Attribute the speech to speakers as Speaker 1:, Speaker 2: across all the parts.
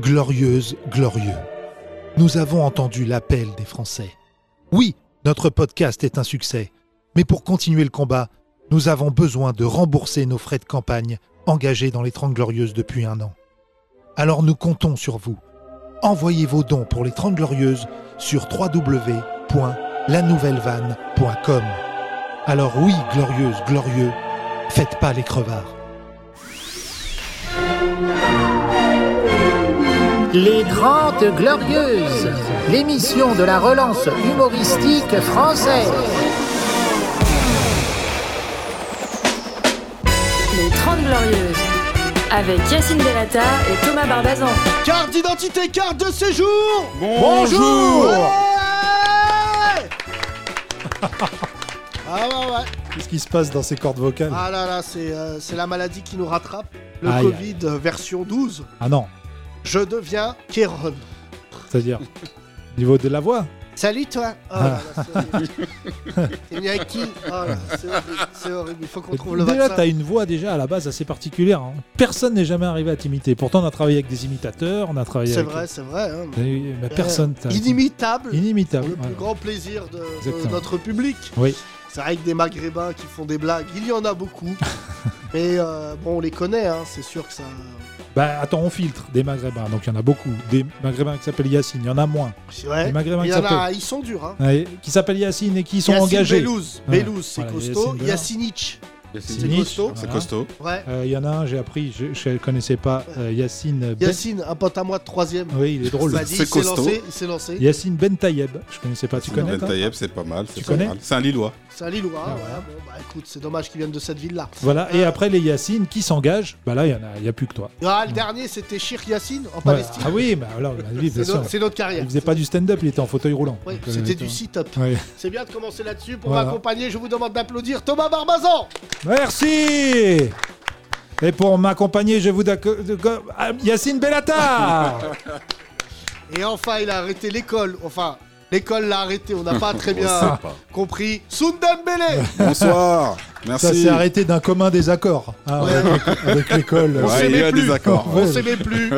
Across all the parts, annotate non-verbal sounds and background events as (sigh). Speaker 1: Glorieuse, glorieux. Nous avons entendu l'appel des Français. Oui, notre podcast est un succès. Mais pour continuer le combat, nous avons besoin de rembourser nos frais de campagne engagés dans les 30 Glorieuses depuis un an. Alors nous comptons sur vous. Envoyez vos dons pour les 30 Glorieuses sur www.lanouvellevanne.com. Alors oui, glorieuse, glorieux, faites pas les crevards.
Speaker 2: Les Grandes Glorieuses, l'émission de la relance humoristique française.
Speaker 3: Les 30 Glorieuses, avec Yacine Delata et Thomas Barbazan.
Speaker 4: Carte d'identité, carte de séjour
Speaker 5: (laughs) Bonjour
Speaker 4: Ouais Ah ouais ouais
Speaker 5: Qu'est-ce qui se passe dans ces cordes vocales
Speaker 4: Ah là là, c'est euh, c'est la maladie qui nous rattrape. Le
Speaker 5: Aïe,
Speaker 4: Covid euh, version 12.
Speaker 5: Ah non,
Speaker 4: Je deviens Kéron.
Speaker 5: c'est-à-dire niveau de la voix
Speaker 4: Salut toi Oh
Speaker 5: Ah.
Speaker 4: là là, c'est horrible.
Speaker 5: (laughs)
Speaker 4: T'es venu avec qui Oh là, c'est horrible, c'est horrible. Il faut qu'on trouve le
Speaker 5: Déjà,
Speaker 4: vaccin.
Speaker 5: t'as une voix déjà à la base assez particulière. hein. Personne n'est jamais arrivé à t'imiter. Pourtant, on a travaillé avec des imitateurs, on a travaillé
Speaker 4: C'est
Speaker 5: avec...
Speaker 4: vrai, c'est vrai. hein.
Speaker 5: Mais mais personne t'a...
Speaker 4: Inimitable. Pour
Speaker 5: Inimitable.
Speaker 4: le plus
Speaker 5: ouais.
Speaker 4: grand plaisir de- de
Speaker 5: Exactement.
Speaker 4: notre public.
Speaker 5: Oui,
Speaker 4: C'est vrai que des maghrébins qui font des blagues, il y en
Speaker 5: (laughs)
Speaker 4: a beaucoup. Mais euh, bon, on les connaît, hein, c'est sûr que ça.
Speaker 5: bah attends, on filtre des maghrébins, donc il y en a beaucoup. Des maghrébins qui s'appellent Yacine, il y en a moins.
Speaker 4: C'est vrai.
Speaker 5: Les Maghrébins
Speaker 4: Il y
Speaker 5: qui
Speaker 4: en a,
Speaker 5: s'appellent.
Speaker 4: ils sont durs. Hein.
Speaker 5: Ouais, qui s'appellent Yacine et qui sont
Speaker 4: Yacine
Speaker 5: engagés. Euh,
Speaker 4: Bellouz,
Speaker 5: Ouais.
Speaker 4: Bellouz, c'est
Speaker 5: Voilà,
Speaker 4: costaud.
Speaker 5: Yacine Bellouz.
Speaker 4: Yacinic, c'est
Speaker 5: Yacinic,
Speaker 4: costaud.
Speaker 5: voilà. Euh,
Speaker 6: C'est costaud.
Speaker 4: Ouais.
Speaker 5: Il y en a un, j'ai appris, je ne connaissais pas, euh, Yacine... Ben-
Speaker 4: Yacine, un pote à moi de troisième.
Speaker 5: Oui, il est drôle.
Speaker 4: Vas-y, il
Speaker 6: C'est
Speaker 4: s'est
Speaker 6: costaud.
Speaker 4: lancé. Il s'est lancé.
Speaker 5: Yacine Ben Tayeb, je connaissais pas, tu connais
Speaker 6: Ben
Speaker 5: toi
Speaker 6: Taïeb, c'est pas mal. c'est
Speaker 5: Tu
Speaker 6: pas
Speaker 5: connais
Speaker 6: mal. C'est un Lillois.
Speaker 4: C'est un Lillois.
Speaker 5: Ah
Speaker 4: ouais.
Speaker 5: ouais.
Speaker 4: Bon, bah écoute, c'est dommage qu'ils viennent de cette ville-là.
Speaker 5: Voilà, et après les Yacine qui s'engagent, bah là, il n'y a, il y a plus que toi.
Speaker 4: Ah, le dernier, c'était Shir Yacine en
Speaker 5: Ouais.
Speaker 4: Palestine.
Speaker 5: Ah oui, bah alors, bah, oui, bien
Speaker 4: c'est,
Speaker 5: sûr.
Speaker 4: notre, c'est notre carrière.
Speaker 5: Il faisait pas du stand-up, il était en fauteuil roulant.
Speaker 4: Oui,
Speaker 5: Donc, euh,
Speaker 4: c'était
Speaker 5: toi.
Speaker 4: du sit-up.
Speaker 5: Ouais.
Speaker 4: C'est bien de commencer là-dessus. Pour
Speaker 5: Voilà.
Speaker 4: m'accompagner, je vous demande d'applaudir Thomas Barbazan.
Speaker 5: Merci Et pour m'accompagner, je vous... d'acco- de- go- Ah, Yacine Bellata
Speaker 4: Et enfin, il a arrêté l'école. Enfin, l'école l'a arrêté. On n'a pas très
Speaker 6: (laughs)
Speaker 4: bien
Speaker 6: sait pas.
Speaker 4: compris. Sundembele
Speaker 6: Bonsoir.
Speaker 5: Ça
Speaker 6: Merci.
Speaker 5: s'est arrêté d'un commun désaccord hein, avec, avec l'école.
Speaker 6: Ouais,
Speaker 4: s'aimait
Speaker 6: il y a
Speaker 4: plus.
Speaker 6: des accords.
Speaker 4: On s'aimait plus.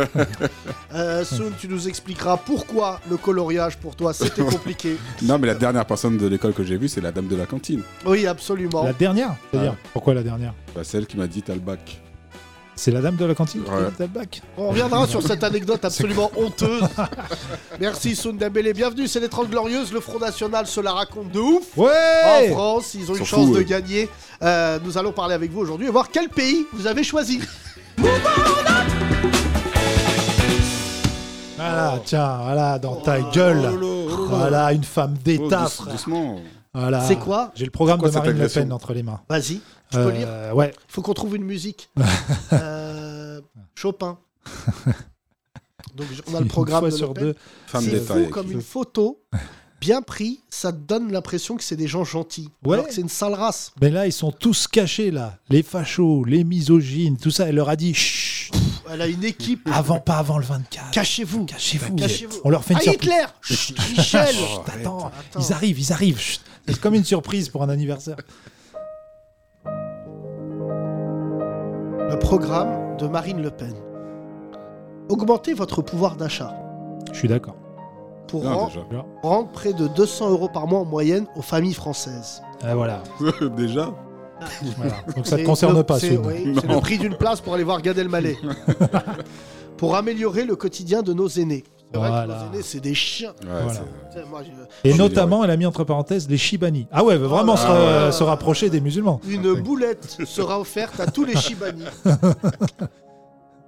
Speaker 4: Euh, Soun, tu nous expliqueras pourquoi le coloriage pour toi c'était compliqué.
Speaker 6: Non, mais la dernière personne de l'école que j'ai vue, c'est la dame de la cantine.
Speaker 4: Oui, absolument.
Speaker 5: La dernière C'est-à-dire, pourquoi la dernière
Speaker 6: Bah, celle qui m'a dit t'as le bac.
Speaker 5: C'est la dame de la cantine qui
Speaker 6: Ouais.
Speaker 5: dit, t'as le bac
Speaker 4: On reviendra sur cette anecdote absolument honteuse. Merci Soun Dembélé. Bienvenue, c'est les 30 Glorieuses. Le Front National se la raconte de ouf.
Speaker 5: Ouais
Speaker 4: En France, ils ont une
Speaker 6: Ils sont
Speaker 4: chance
Speaker 6: fous,
Speaker 4: de
Speaker 6: eux.
Speaker 4: gagner. Euh, nous allons parler avec vous aujourd'hui et voir quel pays vous avez choisi.
Speaker 5: Voilà, tiens, voilà, dans ta
Speaker 4: Oh,
Speaker 5: gueule.
Speaker 6: oh, oh, oh, oh.
Speaker 5: Voilà, une femme
Speaker 6: Oh,
Speaker 5: d'État,
Speaker 6: douce-
Speaker 5: frère.
Speaker 6: doucement.
Speaker 5: Voilà.
Speaker 4: C'est quoi
Speaker 5: J'ai le programme
Speaker 6: Pourquoi
Speaker 5: de
Speaker 6: cette
Speaker 5: Marine Le
Speaker 6: agression
Speaker 5: Pen entre les mains.
Speaker 4: Vas-y, tu peux
Speaker 5: Euh,
Speaker 4: lire.
Speaker 5: Ouais.
Speaker 4: Faut qu'on trouve une
Speaker 5: (laughs)
Speaker 4: musique. Euh, Chopin. Donc je- on a le
Speaker 5: Une
Speaker 4: programme
Speaker 5: fois
Speaker 4: de Le
Speaker 5: sur
Speaker 4: Pen.
Speaker 5: deux.
Speaker 6: Femme
Speaker 4: C'est fou
Speaker 6: détaillée.
Speaker 4: comme une photo. Bien pris, ça te donne l'impression que c'est des gens gentils.
Speaker 5: Ouais.
Speaker 4: Alors que c'est une sale race.
Speaker 5: Mais Ben là, ils sont tous cachés, là. Les fachos, les misogynes, tout ça. Elle leur a dit Chut,
Speaker 4: Elle a
Speaker 5: (laughs)
Speaker 4: une équipe.
Speaker 5: avant, pas avant le 24.
Speaker 4: Cachez-vous.
Speaker 5: Cachez-vous.
Speaker 4: Cachez-vous.
Speaker 5: On leur fait une
Speaker 4: Ah,
Speaker 5: surprise.
Speaker 4: Hitler Chut,
Speaker 5: (laughs)
Speaker 4: Michel
Speaker 5: Chut, attends,
Speaker 4: Attends.
Speaker 5: ils arrivent, ils arrivent. Chut. C'est comme une surprise pour un anniversaire.
Speaker 4: Le programme de Marine Le Pen. Augmentez votre pouvoir d'achat
Speaker 5: Je suis d'accord.
Speaker 4: pour
Speaker 6: Non,
Speaker 4: ren-
Speaker 6: déjà. (laughs)
Speaker 4: rendre près de 200 euros par mois en moyenne aux familles françaises.
Speaker 5: Ah, voilà.
Speaker 6: déjà
Speaker 5: Voilà. Donc ça ne
Speaker 4: C'est
Speaker 5: te concerne
Speaker 4: le-
Speaker 5: pas,
Speaker 4: C'est
Speaker 5: Soun.
Speaker 4: oui, c'est le prix d'une place pour aller voir
Speaker 5: (laughs)
Speaker 4: Gad Elmaleh. pour améliorer le quotidien de nos aînés. C'est vrai que
Speaker 5: Voilà.
Speaker 4: nos aînés, c'est des chiens.
Speaker 6: Ouais,
Speaker 5: Voilà.
Speaker 6: c'est-
Speaker 4: Putain, moi, je-
Speaker 5: Et
Speaker 6: Je
Speaker 5: notamment, elle a mis entre parenthèses les Shibani. Ah ouais, elle veut vraiment
Speaker 4: Oh
Speaker 5: se,
Speaker 4: là
Speaker 5: euh,
Speaker 4: là.
Speaker 5: se rapprocher des musulmans.
Speaker 4: Une boulette sera offerte à tous
Speaker 5: (laughs)
Speaker 4: les Shibani.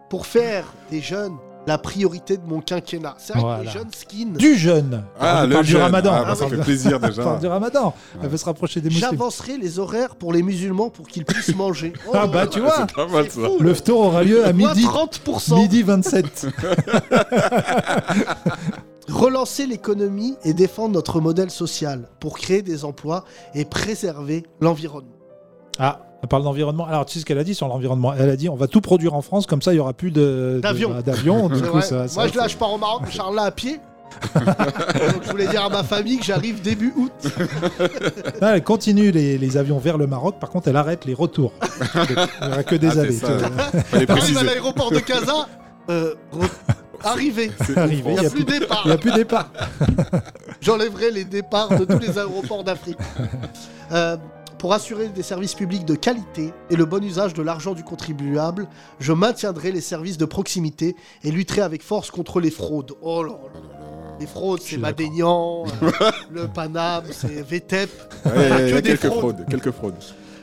Speaker 4: Pour faire des jeunes la priorité de mon quinquennat. C'est vrai que
Speaker 5: Voilà.
Speaker 4: les jeunes skins,
Speaker 5: Du jeûne.
Speaker 6: Ah,
Speaker 5: On
Speaker 6: le
Speaker 5: parle du
Speaker 6: jeune.
Speaker 5: ramadan.
Speaker 6: Ah, bah,
Speaker 5: On
Speaker 6: ça
Speaker 5: parle
Speaker 6: fait
Speaker 5: du- (laughs)
Speaker 6: plaisir
Speaker 5: on parle
Speaker 6: déjà.
Speaker 5: du ramadan. Elle veut se rapprocher des musulmans.
Speaker 4: j'avancerai les horaires pour les musulmans pour
Speaker 5: (laughs)
Speaker 4: qu'ils puissent manger. Oh
Speaker 5: Ah
Speaker 4: là
Speaker 5: bah
Speaker 4: là,
Speaker 5: tu vois,
Speaker 6: Pas mal,
Speaker 4: c'est
Speaker 6: ça.
Speaker 4: fou,
Speaker 5: le ftour aura lieu à
Speaker 4: Moi,
Speaker 5: midi,
Speaker 4: 30%.
Speaker 5: midi
Speaker 6: (laughs)
Speaker 5: 27.
Speaker 4: Relancer l'économie et défendre notre modèle social pour créer des emplois et préserver l'environnement.
Speaker 5: Ah, elle parle d'environnement. Alors tu sais ce qu'elle a dit sur l'environnement Elle a dit on va tout produire en France, comme ça il n'y aura plus de- de-
Speaker 4: D'avion. (laughs)
Speaker 5: D'avion, du
Speaker 4: C'est
Speaker 5: coup
Speaker 4: vrai.
Speaker 5: ça... ça-
Speaker 4: Moi, je, là, je pars au Maroc, Charles là à pied. Donc, je voulais dire à ma famille que j'arrive début août.
Speaker 5: Non, elle continue les, les avions vers le Maroc, par contre elle arrête les retours.
Speaker 4: (laughs)
Speaker 5: Il n'y aura que des
Speaker 6: Ah, c'est
Speaker 5: allées.
Speaker 6: ça.
Speaker 5: tu vois.
Speaker 6: Fallait
Speaker 4: T'arrives à
Speaker 6: préciser.
Speaker 4: l'aéroport de Casa euh, re- (laughs) hein. Arrivé.
Speaker 5: Arrivé,
Speaker 4: Il n'y
Speaker 5: y
Speaker 4: a
Speaker 5: a
Speaker 4: plus de départ.
Speaker 5: Il n'y a plus de
Speaker 6: (laughs)
Speaker 5: départ.
Speaker 4: J'enlèverai les départs de tous les aéroports (laughs) d'Afrique. Euh, pour assurer des services publics de qualité et le bon usage de l'argent du contribuable, je maintiendrai les services de proximité et lutterai avec force contre les fraudes. Oh là là. Les fraudes,
Speaker 5: suis
Speaker 4: c'est
Speaker 5: d'accord.
Speaker 4: Madénian, euh, le Paname, c'est VTEP.
Speaker 6: Ouais, il y
Speaker 4: Que
Speaker 6: a
Speaker 4: des
Speaker 6: quelques
Speaker 4: fraudes.
Speaker 6: fraudes. Quelques fraudes.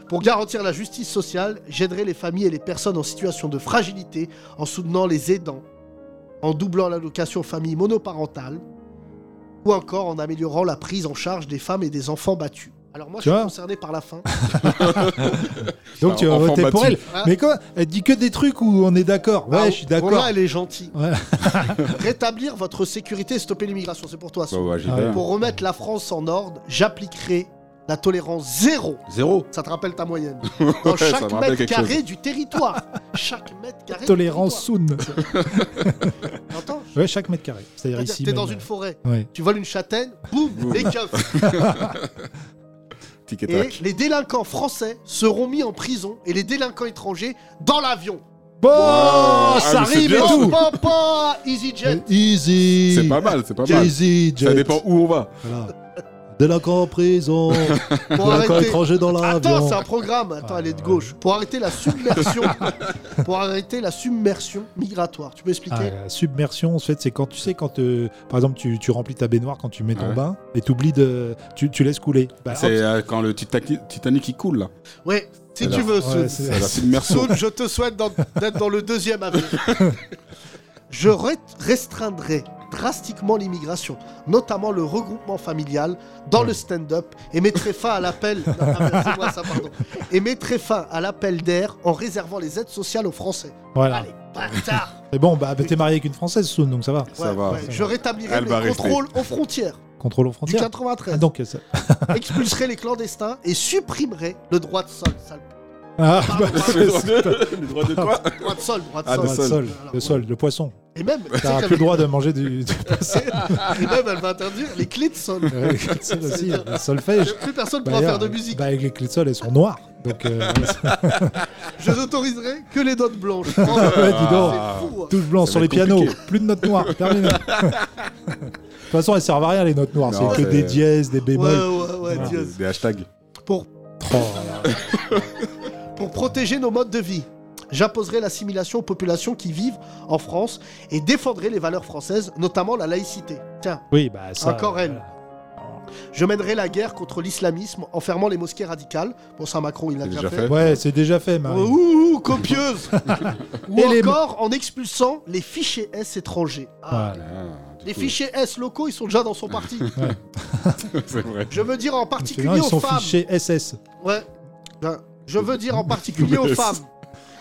Speaker 4: Pour garantir la justice sociale, j'aiderai les familles et les personnes en situation de fragilité en soutenant les aidants, en doublant l'allocation famille monoparentale ou encore en améliorant la prise en charge des femmes et des enfants battus. Alors moi,
Speaker 5: Tu
Speaker 4: je suis
Speaker 5: vois
Speaker 4: concerné par
Speaker 5: (laughs)
Speaker 4: la fin.
Speaker 5: Donc tu vas
Speaker 6: Enfant
Speaker 5: voter pour
Speaker 6: battu.
Speaker 5: elle.
Speaker 4: Ah.
Speaker 5: Mais quoi Elle dit que des trucs où on est d'accord. Ouais,
Speaker 4: Ah,
Speaker 5: je suis d'accord.
Speaker 4: Romain, elle est gentille.
Speaker 5: Ouais.
Speaker 4: (laughs) Rétablir votre sécurité et stopper l'immigration, c'est pour toi. ça.
Speaker 6: Bon, bah, j'y
Speaker 5: Ah,
Speaker 6: vais,
Speaker 5: ouais.
Speaker 6: hein.
Speaker 4: Pour remettre la France en ordre, j'appliquerai la tolérance zéro
Speaker 6: Zéro.
Speaker 4: Ça te rappelle ta moyenne. Dans
Speaker 6: (laughs) Ouais, ça me
Speaker 4: chaque
Speaker 6: rappelle
Speaker 4: mètre
Speaker 6: quelque
Speaker 4: carré du territoire. Chaque mètre carré. du
Speaker 5: Tolérance soon.
Speaker 4: territoire. T'entends
Speaker 5: Ouais, chaque mètre carré. C'est-à-dire
Speaker 4: C'est-à-dire,
Speaker 5: ici.
Speaker 4: T'es
Speaker 5: même,
Speaker 4: dans une
Speaker 5: euh,
Speaker 4: forêt,
Speaker 5: ouais.
Speaker 4: tu voles une châtaigne, boum, les
Speaker 6: (laughs)
Speaker 4: keufs.
Speaker 6: Ticket
Speaker 4: Et
Speaker 6: tac.
Speaker 4: les délinquants français seront mis en prison et les délinquants étrangers dans l'avion. Oh,
Speaker 5: Bon,
Speaker 6: Ah, mais c'est
Speaker 5: Oh, ça arrive et
Speaker 6: bien,
Speaker 5: tout.
Speaker 4: Papa, EasyJet.
Speaker 1: Easy.
Speaker 6: C'est pas mal, c'est pas mal.
Speaker 1: Easy,
Speaker 6: Ça dépend où on va.
Speaker 1: Délinquant en
Speaker 4: (laughs)
Speaker 1: prison,
Speaker 4: Pour
Speaker 1: délinquant
Speaker 4: arrêter.
Speaker 1: étranger dans
Speaker 4: Attends,
Speaker 1: l'avion.
Speaker 4: c'est un programme. Attends,
Speaker 5: Ah,
Speaker 4: elle est de
Speaker 5: ouais.
Speaker 4: gauche. Pour arrêter la submersion. pour arrêter la submersion migratoire. Tu peux expliquer
Speaker 5: Ah, la submersion, en fait, c'est quand tu sais, quand euh, par exemple, tu, tu remplis ta baignoire quand tu mets ton
Speaker 6: Ouais.
Speaker 5: bain et t'oublies de. Tu, tu laisses couler. Bah,
Speaker 6: C'est euh, quand le Titanic Titanic, il coule là.
Speaker 4: Ouais, si
Speaker 6: Alors,
Speaker 4: tu veux,
Speaker 5: hop, ouais,
Speaker 4: Soud.
Speaker 5: c'est-
Speaker 6: C'est la
Speaker 5: (laughs)
Speaker 6: submersion.
Speaker 4: Soud, je te souhaite d'en- d'être dans le deuxième avion. Je re- restreindrai drastiquement l'immigration, notamment le regroupement familial dans le stand-up et mettrai fin à l'appel Non, ah merde, c'est moi, ça, pardon. et mettrai fin à l'appel d'air en réservant les aides sociales aux Français.
Speaker 5: voilà.
Speaker 4: Allez, bâtard.
Speaker 5: Et bon, bah, bah, t'es marié avec une Française, soon, donc ça va.
Speaker 6: Ça
Speaker 4: Ouais,
Speaker 6: va.
Speaker 4: ouais. Je rétablirai
Speaker 6: Elle va
Speaker 4: les
Speaker 6: rester.
Speaker 4: contrôles aux frontières
Speaker 5: Contrôle aux
Speaker 4: du
Speaker 5: frontières.
Speaker 4: 93,
Speaker 5: Ah, donc, ça-
Speaker 4: expulserai les clandestins et supprimerai le droit de sol. sale-
Speaker 5: (laughs) Ah,
Speaker 4: Pardon,
Speaker 5: bah,
Speaker 4: pardon,
Speaker 6: Le droit de- le droit de quoi
Speaker 4: droit de sol, droit de
Speaker 6: Ah,
Speaker 4: sol.
Speaker 5: le
Speaker 6: sol.
Speaker 5: sol,
Speaker 4: Alors,
Speaker 5: le sol, le poisson.
Speaker 4: Et même, tu sais
Speaker 5: T'as
Speaker 4: qu'elle-
Speaker 5: plus le droit de manger
Speaker 4: (laughs)
Speaker 5: du, du
Speaker 4: Et même, elle va interdire les clés de sol.
Speaker 5: Ouais, clés de sol aussi, euh, hein. le solfège.
Speaker 4: Plus personne pourra
Speaker 5: D'ailleurs,
Speaker 4: faire de musique.
Speaker 5: bah, avec les clés de sol, elles sont noires. Donc,
Speaker 4: (laughs)
Speaker 5: euh,
Speaker 4: Je n'autoriserai que les notes blanches.
Speaker 5: (laughs)
Speaker 4: Oh,
Speaker 5: ouais,
Speaker 6: Ah,
Speaker 5: dis donc.
Speaker 4: c'est fou, hein.
Speaker 5: touche blanc
Speaker 6: Ça
Speaker 5: sur les
Speaker 6: va être
Speaker 5: pianos,
Speaker 6: compliqué.
Speaker 5: plus de notes noires,
Speaker 6: (laughs)
Speaker 5: terminé. de toute façon, elles servent à rien les notes noires,
Speaker 6: Non,
Speaker 5: c'est que
Speaker 6: c'est-
Speaker 5: des dièses, des
Speaker 4: Ouais,
Speaker 5: bémols.
Speaker 4: ouais, ouais,
Speaker 5: Voilà.
Speaker 6: Des
Speaker 4: Diaz.
Speaker 6: des hashtags.
Speaker 4: Pour,
Speaker 5: Oh, là, là.
Speaker 4: pour protéger nos modes de vie, j'imposerai l'assimilation aux populations qui vivent en France et défendrai les valeurs françaises, notamment la laïcité. Tiens,
Speaker 5: Oui, bah ça.
Speaker 4: Encore elle.
Speaker 5: voilà.
Speaker 4: je mènerai la guerre contre l'islamisme en fermant les mosquées radicales. Bon, ça, Macron, il l'a
Speaker 6: C'est
Speaker 4: déjà
Speaker 6: déjà
Speaker 4: fait.
Speaker 6: fait.
Speaker 5: Ouais, c'est déjà fait, Marie.
Speaker 4: Oh, ouh, ouh, copieuse
Speaker 5: (laughs)
Speaker 4: Ou
Speaker 5: Bah Et les-
Speaker 4: encore en expulsant les fichiers S étrangers. Ah,
Speaker 5: Voilà.
Speaker 6: Ah, du
Speaker 4: les
Speaker 6: coup,
Speaker 4: fichiers S locaux, ils sont déjà dans son
Speaker 5: (laughs)
Speaker 4: parti.
Speaker 6: C'est vrai.
Speaker 4: Je veux dire en
Speaker 5: Parce que,
Speaker 4: particulier
Speaker 5: non, ils sont
Speaker 4: aux femmes.
Speaker 5: fichés SS
Speaker 4: Ouais. Ben, je veux dire en particulier
Speaker 5: (laughs)
Speaker 4: aux
Speaker 6: Yes.
Speaker 4: femmes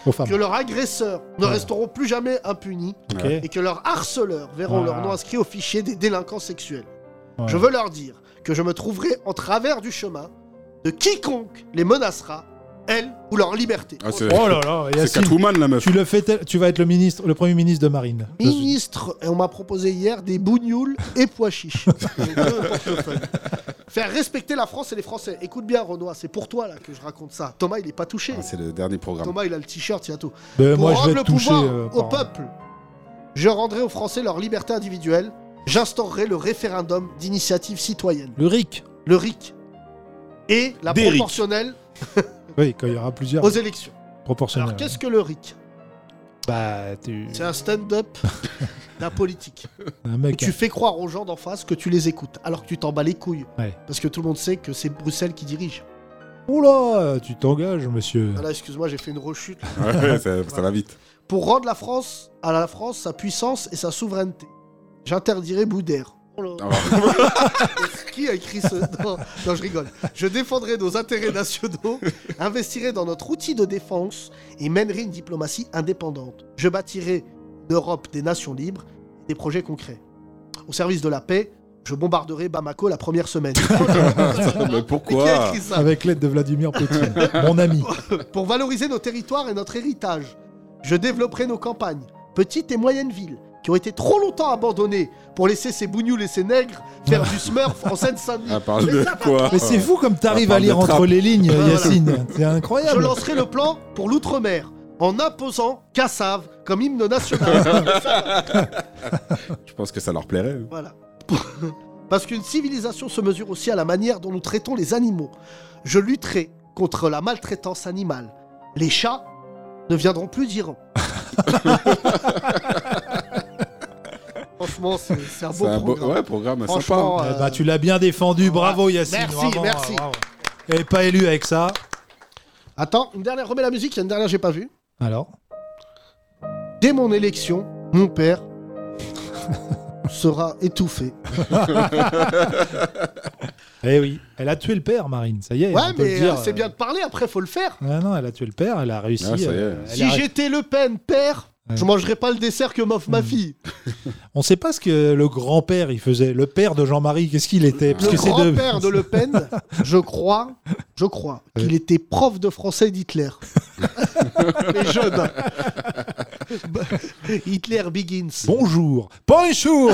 Speaker 5: aux femmes.
Speaker 4: que leurs agresseurs ne
Speaker 5: Ouais.
Speaker 4: resteront plus jamais impunis
Speaker 5: Ok.
Speaker 4: et que leurs harceleurs verront
Speaker 5: Voilà.
Speaker 4: leur nom inscrit au fichier des délinquants sexuels.
Speaker 5: Ouais.
Speaker 4: Je veux leur dire que je me trouverai en travers du chemin de quiconque les menacera, elles ou leur liberté.
Speaker 6: Ah, c'est
Speaker 5: Oh là là,
Speaker 6: c'est
Speaker 5: Yacine,
Speaker 6: Catwoman la meuf.
Speaker 5: tu le fais, tel- tu vas être le ministre, le premier ministre de Marine.
Speaker 4: Ministre, et on m'a proposé hier des bougnoules et
Speaker 5: (laughs)
Speaker 4: pois chiches. Les deux portefeuilles. Faire respecter la France et les Français. Écoute bien, Renoir, c'est pour toi là que je raconte ça. Thomas, il est pas touché.
Speaker 6: Ah, C'est le dernier programme.
Speaker 4: Thomas, il a le t-shirt, il y a tout.
Speaker 5: Ben,
Speaker 4: pour
Speaker 5: moi, je
Speaker 4: rendre
Speaker 5: vais
Speaker 4: le
Speaker 5: être touché.
Speaker 4: pouvoir
Speaker 5: euh,
Speaker 4: au
Speaker 5: par-
Speaker 4: peuple. Je rendrai aux Français leur liberté individuelle. J'instaurerai le référendum d'initiative citoyenne,
Speaker 5: Le RIC.
Speaker 4: le RIC, et la
Speaker 6: Des RIC.
Speaker 4: proportionnelle
Speaker 5: Oui, quand il y aura plusieurs
Speaker 4: aux élections.
Speaker 5: proportionnels.
Speaker 4: Alors qu'est-ce que le RIC
Speaker 5: Bah, tu...
Speaker 4: C'est
Speaker 5: (laughs)
Speaker 4: un stand-up d'un politique.
Speaker 5: un
Speaker 4: où
Speaker 5: mec.
Speaker 4: tu fais croire aux gens d'en face que tu les écoutes, alors que tu t'en bats les couilles.
Speaker 5: Ouais.
Speaker 4: Parce que tout le monde sait que c'est Bruxelles qui dirige.
Speaker 5: Oula, tu t'engages, monsieur.
Speaker 4: Ah là, excuse-moi, j'ai fait une rechute.
Speaker 6: Ouais, ça, ça va vite.
Speaker 4: Pour rendre la France à la France sa puissance et sa souveraineté, j'interdirai Boudère. Oh là.
Speaker 6: Ah,
Speaker 4: (laughs) Qui a écrit ce. Non, non, je rigole. Je défendrai nos intérêts nationaux, investirai dans notre outil de défense et mènerai une diplomatie indépendante. Je bâtirai l'Europe des nations libres, des projets concrets. Au service de la paix, je bombarderai Bamako la première semaine.
Speaker 6: (laughs) Mais
Speaker 4: Mais qui a
Speaker 6: pourquoi
Speaker 4: écrit ça
Speaker 5: Avec l'aide de Vladimir
Speaker 4: (laughs)
Speaker 5: Poutine, mon ami.
Speaker 4: Pour valoriser nos territoires et notre héritage, je développerai nos campagnes, petites et moyennes villes, qui ont été trop longtemps abandonnées pour laisser ces bougnoules et ces nègres faire du smurf en Seine-Saint-Denis.
Speaker 6: À Ah, parle de quoi
Speaker 5: Mais c'est fou comme t'arrives à
Speaker 6: On parle de
Speaker 5: lire entre
Speaker 6: trappe.
Speaker 5: les lignes,
Speaker 4: Voilà.
Speaker 5: Yacine. C'est
Speaker 4: Je
Speaker 5: incroyable.
Speaker 4: lancerai le plan pour l'outre-mer en imposant Cassave comme hymne national.
Speaker 6: Je pense que ça leur plairait. eux.
Speaker 4: Voilà. (laughs) Parce qu'une civilisation se mesure aussi à la manière dont nous traitons les animaux. Je lutterai contre la maltraitance animale. Les chats ne viendront plus d'Iran. (laughs) Franchement, c'est c'est un
Speaker 6: C'est
Speaker 4: beau
Speaker 6: un beau
Speaker 4: programme.
Speaker 6: ouais, programme sympa. hein.
Speaker 4: Franchement,
Speaker 5: Eh
Speaker 4: euh,
Speaker 5: ben, tu l'as bien défendu, bravo Yacine.
Speaker 4: Merci,
Speaker 5: vraiment,
Speaker 4: merci.
Speaker 5: bravo. Et pas élu avec ça.
Speaker 4: attends, une dernière, remets la musique, il y a une dernière que j'ai pas vue.
Speaker 5: Alors
Speaker 4: Dès mon élection,
Speaker 5: (laughs)
Speaker 4: mon père sera étouffé.
Speaker 5: Eh oui, elle a tué le père, Marine, ça y est.
Speaker 4: Ouais,
Speaker 5: on peut le
Speaker 4: mais
Speaker 5: dire.
Speaker 4: euh, c'est bien de parler, après faut le faire.
Speaker 5: Ah non, elle a tué le père, elle a réussi.
Speaker 6: Ah, ça y est.
Speaker 5: euh, elle
Speaker 4: Si
Speaker 5: a-
Speaker 4: j'étais Le Pen père,
Speaker 5: Ouais. Mm.
Speaker 4: je mangerais pas le dessert que m'offre ma fille.
Speaker 5: On ne sait pas ce que le grand-père il faisait. Le père de Jean-Marie, qu'est-ce qu'il était
Speaker 4: Le
Speaker 5: que c'est de-
Speaker 4: grand-père de... Le Pen,
Speaker 5: (laughs)
Speaker 4: je crois, je crois qu'il était prof de français d'Hitler.
Speaker 5: (laughs)
Speaker 4: Mais jeune. Bah, Hitler begins.
Speaker 5: Bonjour, bonjour.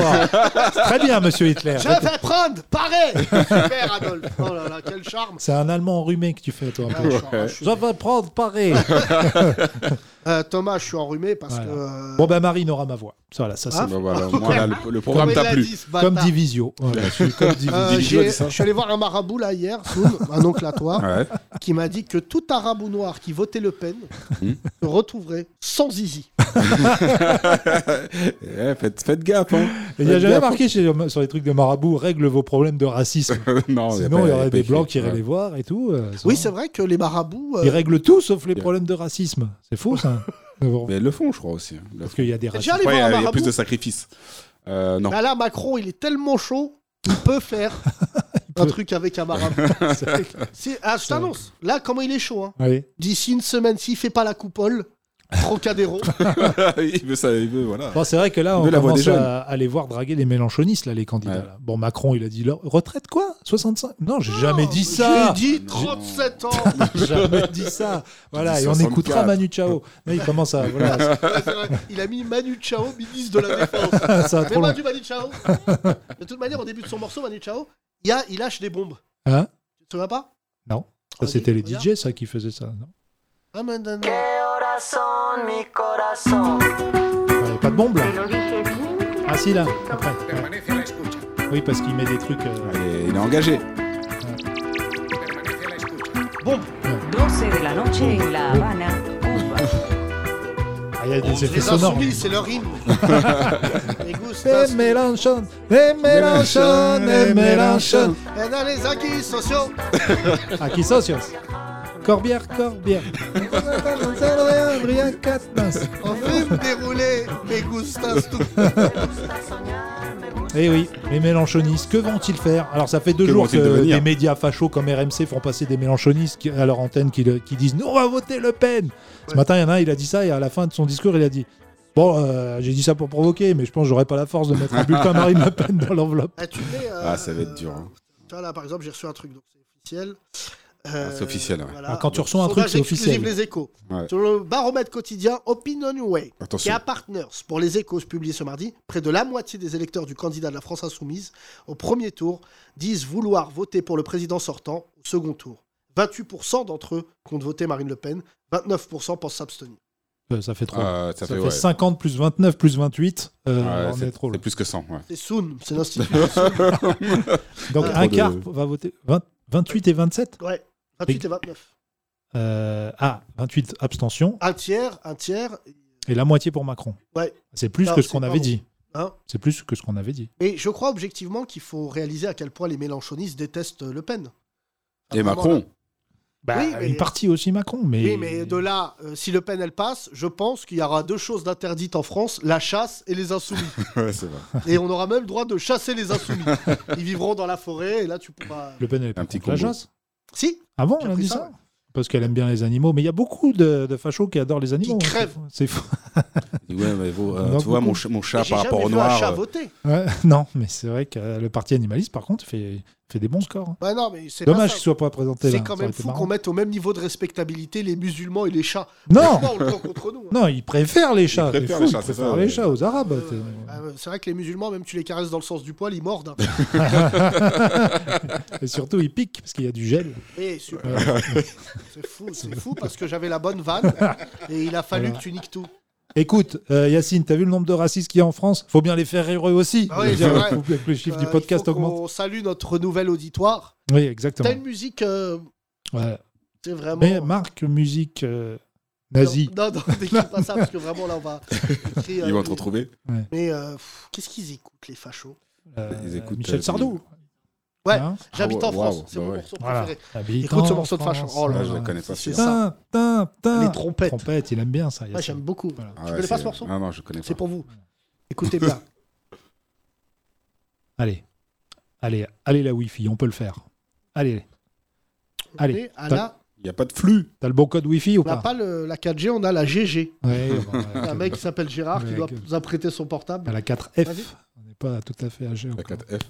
Speaker 5: C'est Très bien, Monsieur Hitler.
Speaker 4: Je vais prendre, pareil Super Adolphe Oh là là, quel charme
Speaker 5: C'est un Allemand enrhumé que tu fais, toi. un
Speaker 4: Ah,
Speaker 5: peu.
Speaker 4: je suis enrhumé, je suis-
Speaker 5: Je vais prendre pareil.
Speaker 4: Euh, Thomas, je suis enrhumé parce
Speaker 5: Voilà.
Speaker 4: que. euh,
Speaker 5: bon ben Marine aura ma voix. Ça, là, ça c'est
Speaker 4: Hein
Speaker 6: Bah voilà, au moins, là, le, le programme
Speaker 4: il
Speaker 6: t'a
Speaker 4: a
Speaker 6: plu.
Speaker 4: dit, ce bâtard.
Speaker 5: comme Divisio.
Speaker 6: (laughs)
Speaker 5: Voilà, je suis comme Divisio.
Speaker 4: Euh,
Speaker 6: Divisio
Speaker 4: j'ai-
Speaker 6: a dit ça.
Speaker 4: je suis allé voir un marabout là hier,
Speaker 5: (laughs)
Speaker 4: Soum, un oncle à toi,
Speaker 6: Ouais.
Speaker 4: qui m'a dit que tout arabe ou noir qui votait Le Pen
Speaker 5: Mmh.
Speaker 6: Hmm.
Speaker 4: se retrouverait sans zizi.
Speaker 6: Eh, faites, faites gaffe. Hein. (laughs)
Speaker 5: Et Il n'y a
Speaker 6: Faites
Speaker 5: jamais
Speaker 6: gaffe.
Speaker 5: marqué chez- sur les trucs de marabout règle vos problèmes de racisme.
Speaker 6: (laughs) non, y a
Speaker 5: Sinon,
Speaker 6: pas-
Speaker 5: il y aurait
Speaker 6: pas
Speaker 5: des
Speaker 6: écrit.
Speaker 5: blancs qui iraient
Speaker 6: Ouais.
Speaker 5: les voir et tout. euh, ça
Speaker 4: Oui,
Speaker 5: va.
Speaker 4: c'est vrai que les marabouts. euh,
Speaker 5: Ils règlent tout sauf les
Speaker 6: bien.
Speaker 5: problèmes de racisme. C'est faux,
Speaker 6: (laughs)
Speaker 5: ça. Mais bon,
Speaker 6: Mais ils le font, je crois aussi. hein. Ils le
Speaker 5: parce
Speaker 6: font.
Speaker 5: qu'il y a des
Speaker 4: T'es
Speaker 5: racistes.
Speaker 4: déjà allé
Speaker 6: Après, il y
Speaker 4: voir
Speaker 6: a-
Speaker 4: un
Speaker 6: il y a plus
Speaker 4: marabout
Speaker 6: de sacrifices. Euh, non.
Speaker 4: Bah là, Macron, il est tellement chaud, il
Speaker 5: (laughs)
Speaker 4: peut faire un
Speaker 5: peut.
Speaker 4: truc avec un
Speaker 5: (laughs)
Speaker 4: marabout. Si- ah, je t'annonce, là, comment il est chaud. hein.
Speaker 5: Oui.
Speaker 4: D'ici une semaine, s'il fait pas la coupole, Trocadéro.
Speaker 6: Ah il veut ça, il veut, voilà.
Speaker 5: Bon, c'est vrai que là,
Speaker 6: Il
Speaker 5: on
Speaker 6: veut la voix des
Speaker 5: commence
Speaker 6: jeunes.
Speaker 5: à, à les voir draguer les mélanchonistes, là, les candidats.
Speaker 6: Ouais. Ah,
Speaker 5: là. Bon, Macron, il a dit leur retraite, quoi 65 Non, j'ai (laughs) jamais dit ça
Speaker 4: J'ai dit
Speaker 5: (laughs)
Speaker 4: 37 ans.
Speaker 5: Jamais dit ça Voilà,
Speaker 6: dit
Speaker 5: et on
Speaker 6: 64.
Speaker 5: écoutera Manu Chao. Là, il commence à. Voilà, (laughs)
Speaker 4: Ouais, c'est vrai. Il a mis Manu Chao, ministre de la Défense.
Speaker 5: ça va
Speaker 4: Mais
Speaker 5: trop loin.
Speaker 4: Manu, Manu Chao. De toute manière, au début de son morceau, Manu Chao, il, y a- il lâche des bombes.
Speaker 5: Hein
Speaker 4: Tu te souviens pas
Speaker 5: Non.
Speaker 6: Ah,
Speaker 5: Ça, c'était les DJ, ça, qui faisaient ça. non
Speaker 4: Ah, mais non, non.
Speaker 5: Il n'y a Euh, pas de bombe, là Ah, si, là, après. ouais. Oui, parce qu'il met des trucs. euh,
Speaker 6: Il est, il est engagé.
Speaker 4: Bombe.
Speaker 7: 12 de la noche en La Habana, Cuba.
Speaker 5: Ah, il y a des effets
Speaker 4: Les
Speaker 5: sonores.
Speaker 4: insoumis, c'est
Speaker 5: (laughs)
Speaker 4: leur hymne. Les Gustas.
Speaker 5: Les Mélenchon, les Mélenchon, les Mélenchon.
Speaker 4: Et dans Eh les acquis sociaux.
Speaker 5: À Ah, qui socios Corbière, (laughs) Corbière. Adrien Quatennens.
Speaker 4: On veut dérouler mes gustas
Speaker 6: (laughs)
Speaker 4: tout.
Speaker 5: Eh oui, les Mélenchonistes, que vont-ils faire Alors ça fait deux
Speaker 6: Que
Speaker 5: jours
Speaker 6: vont-ils
Speaker 5: que
Speaker 6: devenir
Speaker 5: des médias fachos comme RMC font passer des Mélenchonistes qui- à leur antenne qui, le- qui disent « Nous, on va voter Le Pen !» Ce matin, il y en a un, il a dit ça, et à la fin de son discours, il a dit « Bon, euh, j'ai dit ça pour provoquer, mais je pense que j'aurais pas la force de mettre un bulletin Marine Le Pen dans l'enveloppe.
Speaker 4: Ah, tu mets, euh,
Speaker 6: Ah, ça va être dur, hein.
Speaker 4: Tu vois, là, par exemple, j'ai reçu un truc, donc c'est officiel. Euh,
Speaker 6: c'est officiel, ouais.
Speaker 4: voilà.
Speaker 5: Ah, quand tu reçois un
Speaker 4: Sondage
Speaker 5: truc, c'est
Speaker 4: exclusif
Speaker 5: officiel.
Speaker 4: les échos.
Speaker 6: Ouais.
Speaker 4: Sur le baromètre quotidien Opinion Way, qui est
Speaker 6: Attention.
Speaker 4: à Partners pour les échos publiés ce mardi, près de la moitié des électeurs du candidat de la France Insoumise au premier tour disent vouloir voter pour le président sortant au second tour. 28% d'entre eux comptent voter Marine Le Pen, 29% pensent s'abstenir.
Speaker 5: Euh, Ça fait trop.
Speaker 6: Ah,
Speaker 5: ça,
Speaker 6: ça,
Speaker 5: fait,
Speaker 6: ouais.
Speaker 5: 50 plus 29 plus 28. euh,
Speaker 6: Ouais,
Speaker 5: on est,
Speaker 6: c'est-
Speaker 5: trop
Speaker 6: C'est
Speaker 5: loin.
Speaker 6: plus que 100. Ouais.
Speaker 4: C'est Soun, c'est
Speaker 6: (laughs)
Speaker 4: l'institut.
Speaker 5: Donc
Speaker 4: Trop
Speaker 5: un
Speaker 6: de-
Speaker 5: quart va voter. 20 28 et 27
Speaker 4: Ouais, 28 et 29.
Speaker 5: Euh, Ah, 28 abstention
Speaker 4: Un tiers, un tiers,
Speaker 5: et la moitié pour Macron.
Speaker 4: Ouais.
Speaker 5: C'est plus
Speaker 4: Non,
Speaker 5: que ce
Speaker 4: c'est
Speaker 5: qu'on
Speaker 4: pas
Speaker 5: avait
Speaker 4: bon.
Speaker 5: dit.
Speaker 4: hein
Speaker 5: C'est plus que ce qu'on avait dit.
Speaker 4: Et je crois objectivement qu'il faut réaliser à quel point les Mélenchonistes détestent euh, Le Pen.
Speaker 6: (laughs) Et
Speaker 4: Apparemment, là-
Speaker 6: Macron.
Speaker 5: Bah,
Speaker 4: Oui, mais-
Speaker 5: une partie aussi Macron, mais.
Speaker 4: Oui, mais de là, euh, si Le Pen elle passe, je pense qu'il y aura deux choses d'interdites en France la chasse et les insoumis.
Speaker 6: (laughs) (laughs) Ouais, c'est vrai.
Speaker 4: et on aura même le droit de chasser les insoumis. Ils vivront dans la forêt et là tu pourras.
Speaker 5: Le Pen, elle est pas
Speaker 6: Un petit
Speaker 5: contre la
Speaker 6: combo.
Speaker 5: chasse.
Speaker 4: Si
Speaker 5: Avant,
Speaker 4: J'ai
Speaker 5: elle a
Speaker 4: appris
Speaker 5: dit
Speaker 4: ça,
Speaker 5: ça.
Speaker 4: ouais.
Speaker 5: Parce qu'elle aime bien les animaux. Mais il y a beaucoup de, de fachos qui adorent les animaux. hein,
Speaker 4: crèvent.
Speaker 5: C'est fou.
Speaker 6: Il dit, Ouais, mais vous, euh,
Speaker 5: Donc,
Speaker 6: tu vois,
Speaker 5: beaucoup.
Speaker 6: mon, ch- mon chat
Speaker 4: J'ai
Speaker 6: par rapport
Speaker 4: jamais
Speaker 6: au
Speaker 4: vu un
Speaker 6: noir.
Speaker 4: chat
Speaker 6: euh,
Speaker 4: voter.
Speaker 5: (laughs) Ouais, non, mais c'est vrai que euh, le parti animaliste, par contre, fait, fait des bons scores. hein.
Speaker 4: Bah non, mais c'est pas
Speaker 5: Dommage
Speaker 4: ça.
Speaker 5: qu'il soit pas présenté là.
Speaker 4: C'est quand
Speaker 5: ça
Speaker 4: même
Speaker 5: aurait été
Speaker 4: fou
Speaker 5: marrant.
Speaker 4: qu'on mette au même niveau de respectabilité les musulmans et les chats.
Speaker 5: Non
Speaker 4: Franchement, on le prend contre nous. hein.
Speaker 5: Non, ils préfèrent les chats. C'est
Speaker 6: préfèrent
Speaker 5: fou,
Speaker 6: les
Speaker 5: Ils
Speaker 6: chats, c'est
Speaker 5: préfèrent
Speaker 6: ça,
Speaker 5: les
Speaker 6: ouais.
Speaker 5: chats aux Arabes.
Speaker 4: Euh,
Speaker 5: t'es-
Speaker 4: bah, euh, c'est vrai que les musulmans, même tu les caresses dans le sens du poil, ils mordent. hein.
Speaker 5: Et surtout, ils piquent parce qu'il y a du gel.
Speaker 4: Eh, super. (laughs) c'est fou, c'est fou parce que j'avais la bonne vanne et il a fallu que tu niques tout.
Speaker 5: Écoute, euh, Yacine, t'as vu le nombre de racistes qu'il y a en France Faut bien les faire rire eux aussi.
Speaker 4: Ah oui,
Speaker 5: Je veux
Speaker 4: c'est
Speaker 5: dire,
Speaker 4: vrai.
Speaker 5: faut bien que le chiffre du
Speaker 4: Euh,
Speaker 5: podcast
Speaker 4: il faut qu'on
Speaker 5: augmente.
Speaker 4: salue notre nouvel auditoire.
Speaker 5: Oui,
Speaker 4: T'as
Speaker 5: exactement.
Speaker 4: une musique, euh,
Speaker 5: Voilà.
Speaker 4: c'est vraiment.
Speaker 5: Mais marque musique euh, nazie.
Speaker 4: Non, (laughs) non, n'écris pas ça parce que vraiment là on va. écrire, euh,
Speaker 6: Ils vont te retrouver.
Speaker 4: Mais euh, pff, qu'est-ce qu'ils écoutent les fachos
Speaker 5: Euh,
Speaker 6: Ils écoutent,
Speaker 5: Michel
Speaker 6: euh,
Speaker 5: Sardou.
Speaker 4: Ouais.
Speaker 5: Hein
Speaker 4: J'habite
Speaker 6: ouais,
Speaker 4: en France,
Speaker 6: waouh,
Speaker 4: c'est
Speaker 6: bah
Speaker 4: mon
Speaker 6: ouais.
Speaker 4: morceau
Speaker 5: Voilà.
Speaker 4: préféré.
Speaker 5: Habitant
Speaker 4: Écoute ce morceau de
Speaker 5: en
Speaker 4: facho.
Speaker 5: France. euh,
Speaker 4: Oh là
Speaker 6: Ouais,
Speaker 4: là,
Speaker 6: Ah, je le connais pas,
Speaker 4: c'est
Speaker 6: celui-là.
Speaker 4: ça.
Speaker 5: Tin, tin, tin.
Speaker 4: Les trompettes.
Speaker 5: Trompette, il aime bien ça.
Speaker 4: Ouais,
Speaker 5: Yacine.
Speaker 4: j'aime beaucoup.
Speaker 5: Ah, Voilà.
Speaker 6: Ah
Speaker 4: connais
Speaker 6: ouais,
Speaker 4: pas
Speaker 6: c'est-
Speaker 4: ce morceau
Speaker 6: Non, non, je connais
Speaker 4: C'est
Speaker 6: pas.
Speaker 4: pour vous. Écoutez bien.
Speaker 5: Allez, allez, allez la Wi-Fi, on peut le faire. Allez, (laughs) Allez,
Speaker 4: Et à
Speaker 5: t'as-
Speaker 4: la-
Speaker 6: Il n'y a pas de flux.
Speaker 5: t'as le bon code Wi-Fi ou
Speaker 4: on n'a
Speaker 5: pas,
Speaker 4: pas le- la 4G, on a la GG.
Speaker 5: Ouais,
Speaker 4: (laughs)
Speaker 5: bon, ouais,
Speaker 4: Un mec qui s'appelle Gérard qui
Speaker 5: Ah, Ouais,
Speaker 4: doit
Speaker 5: ok.
Speaker 4: nous apprêter son
Speaker 5: à
Speaker 4: portable.
Speaker 5: la
Speaker 4: Vas-y.
Speaker 5: 4F. On n'est pas tout à fait âgé.
Speaker 6: La
Speaker 5: encore.
Speaker 6: 4F.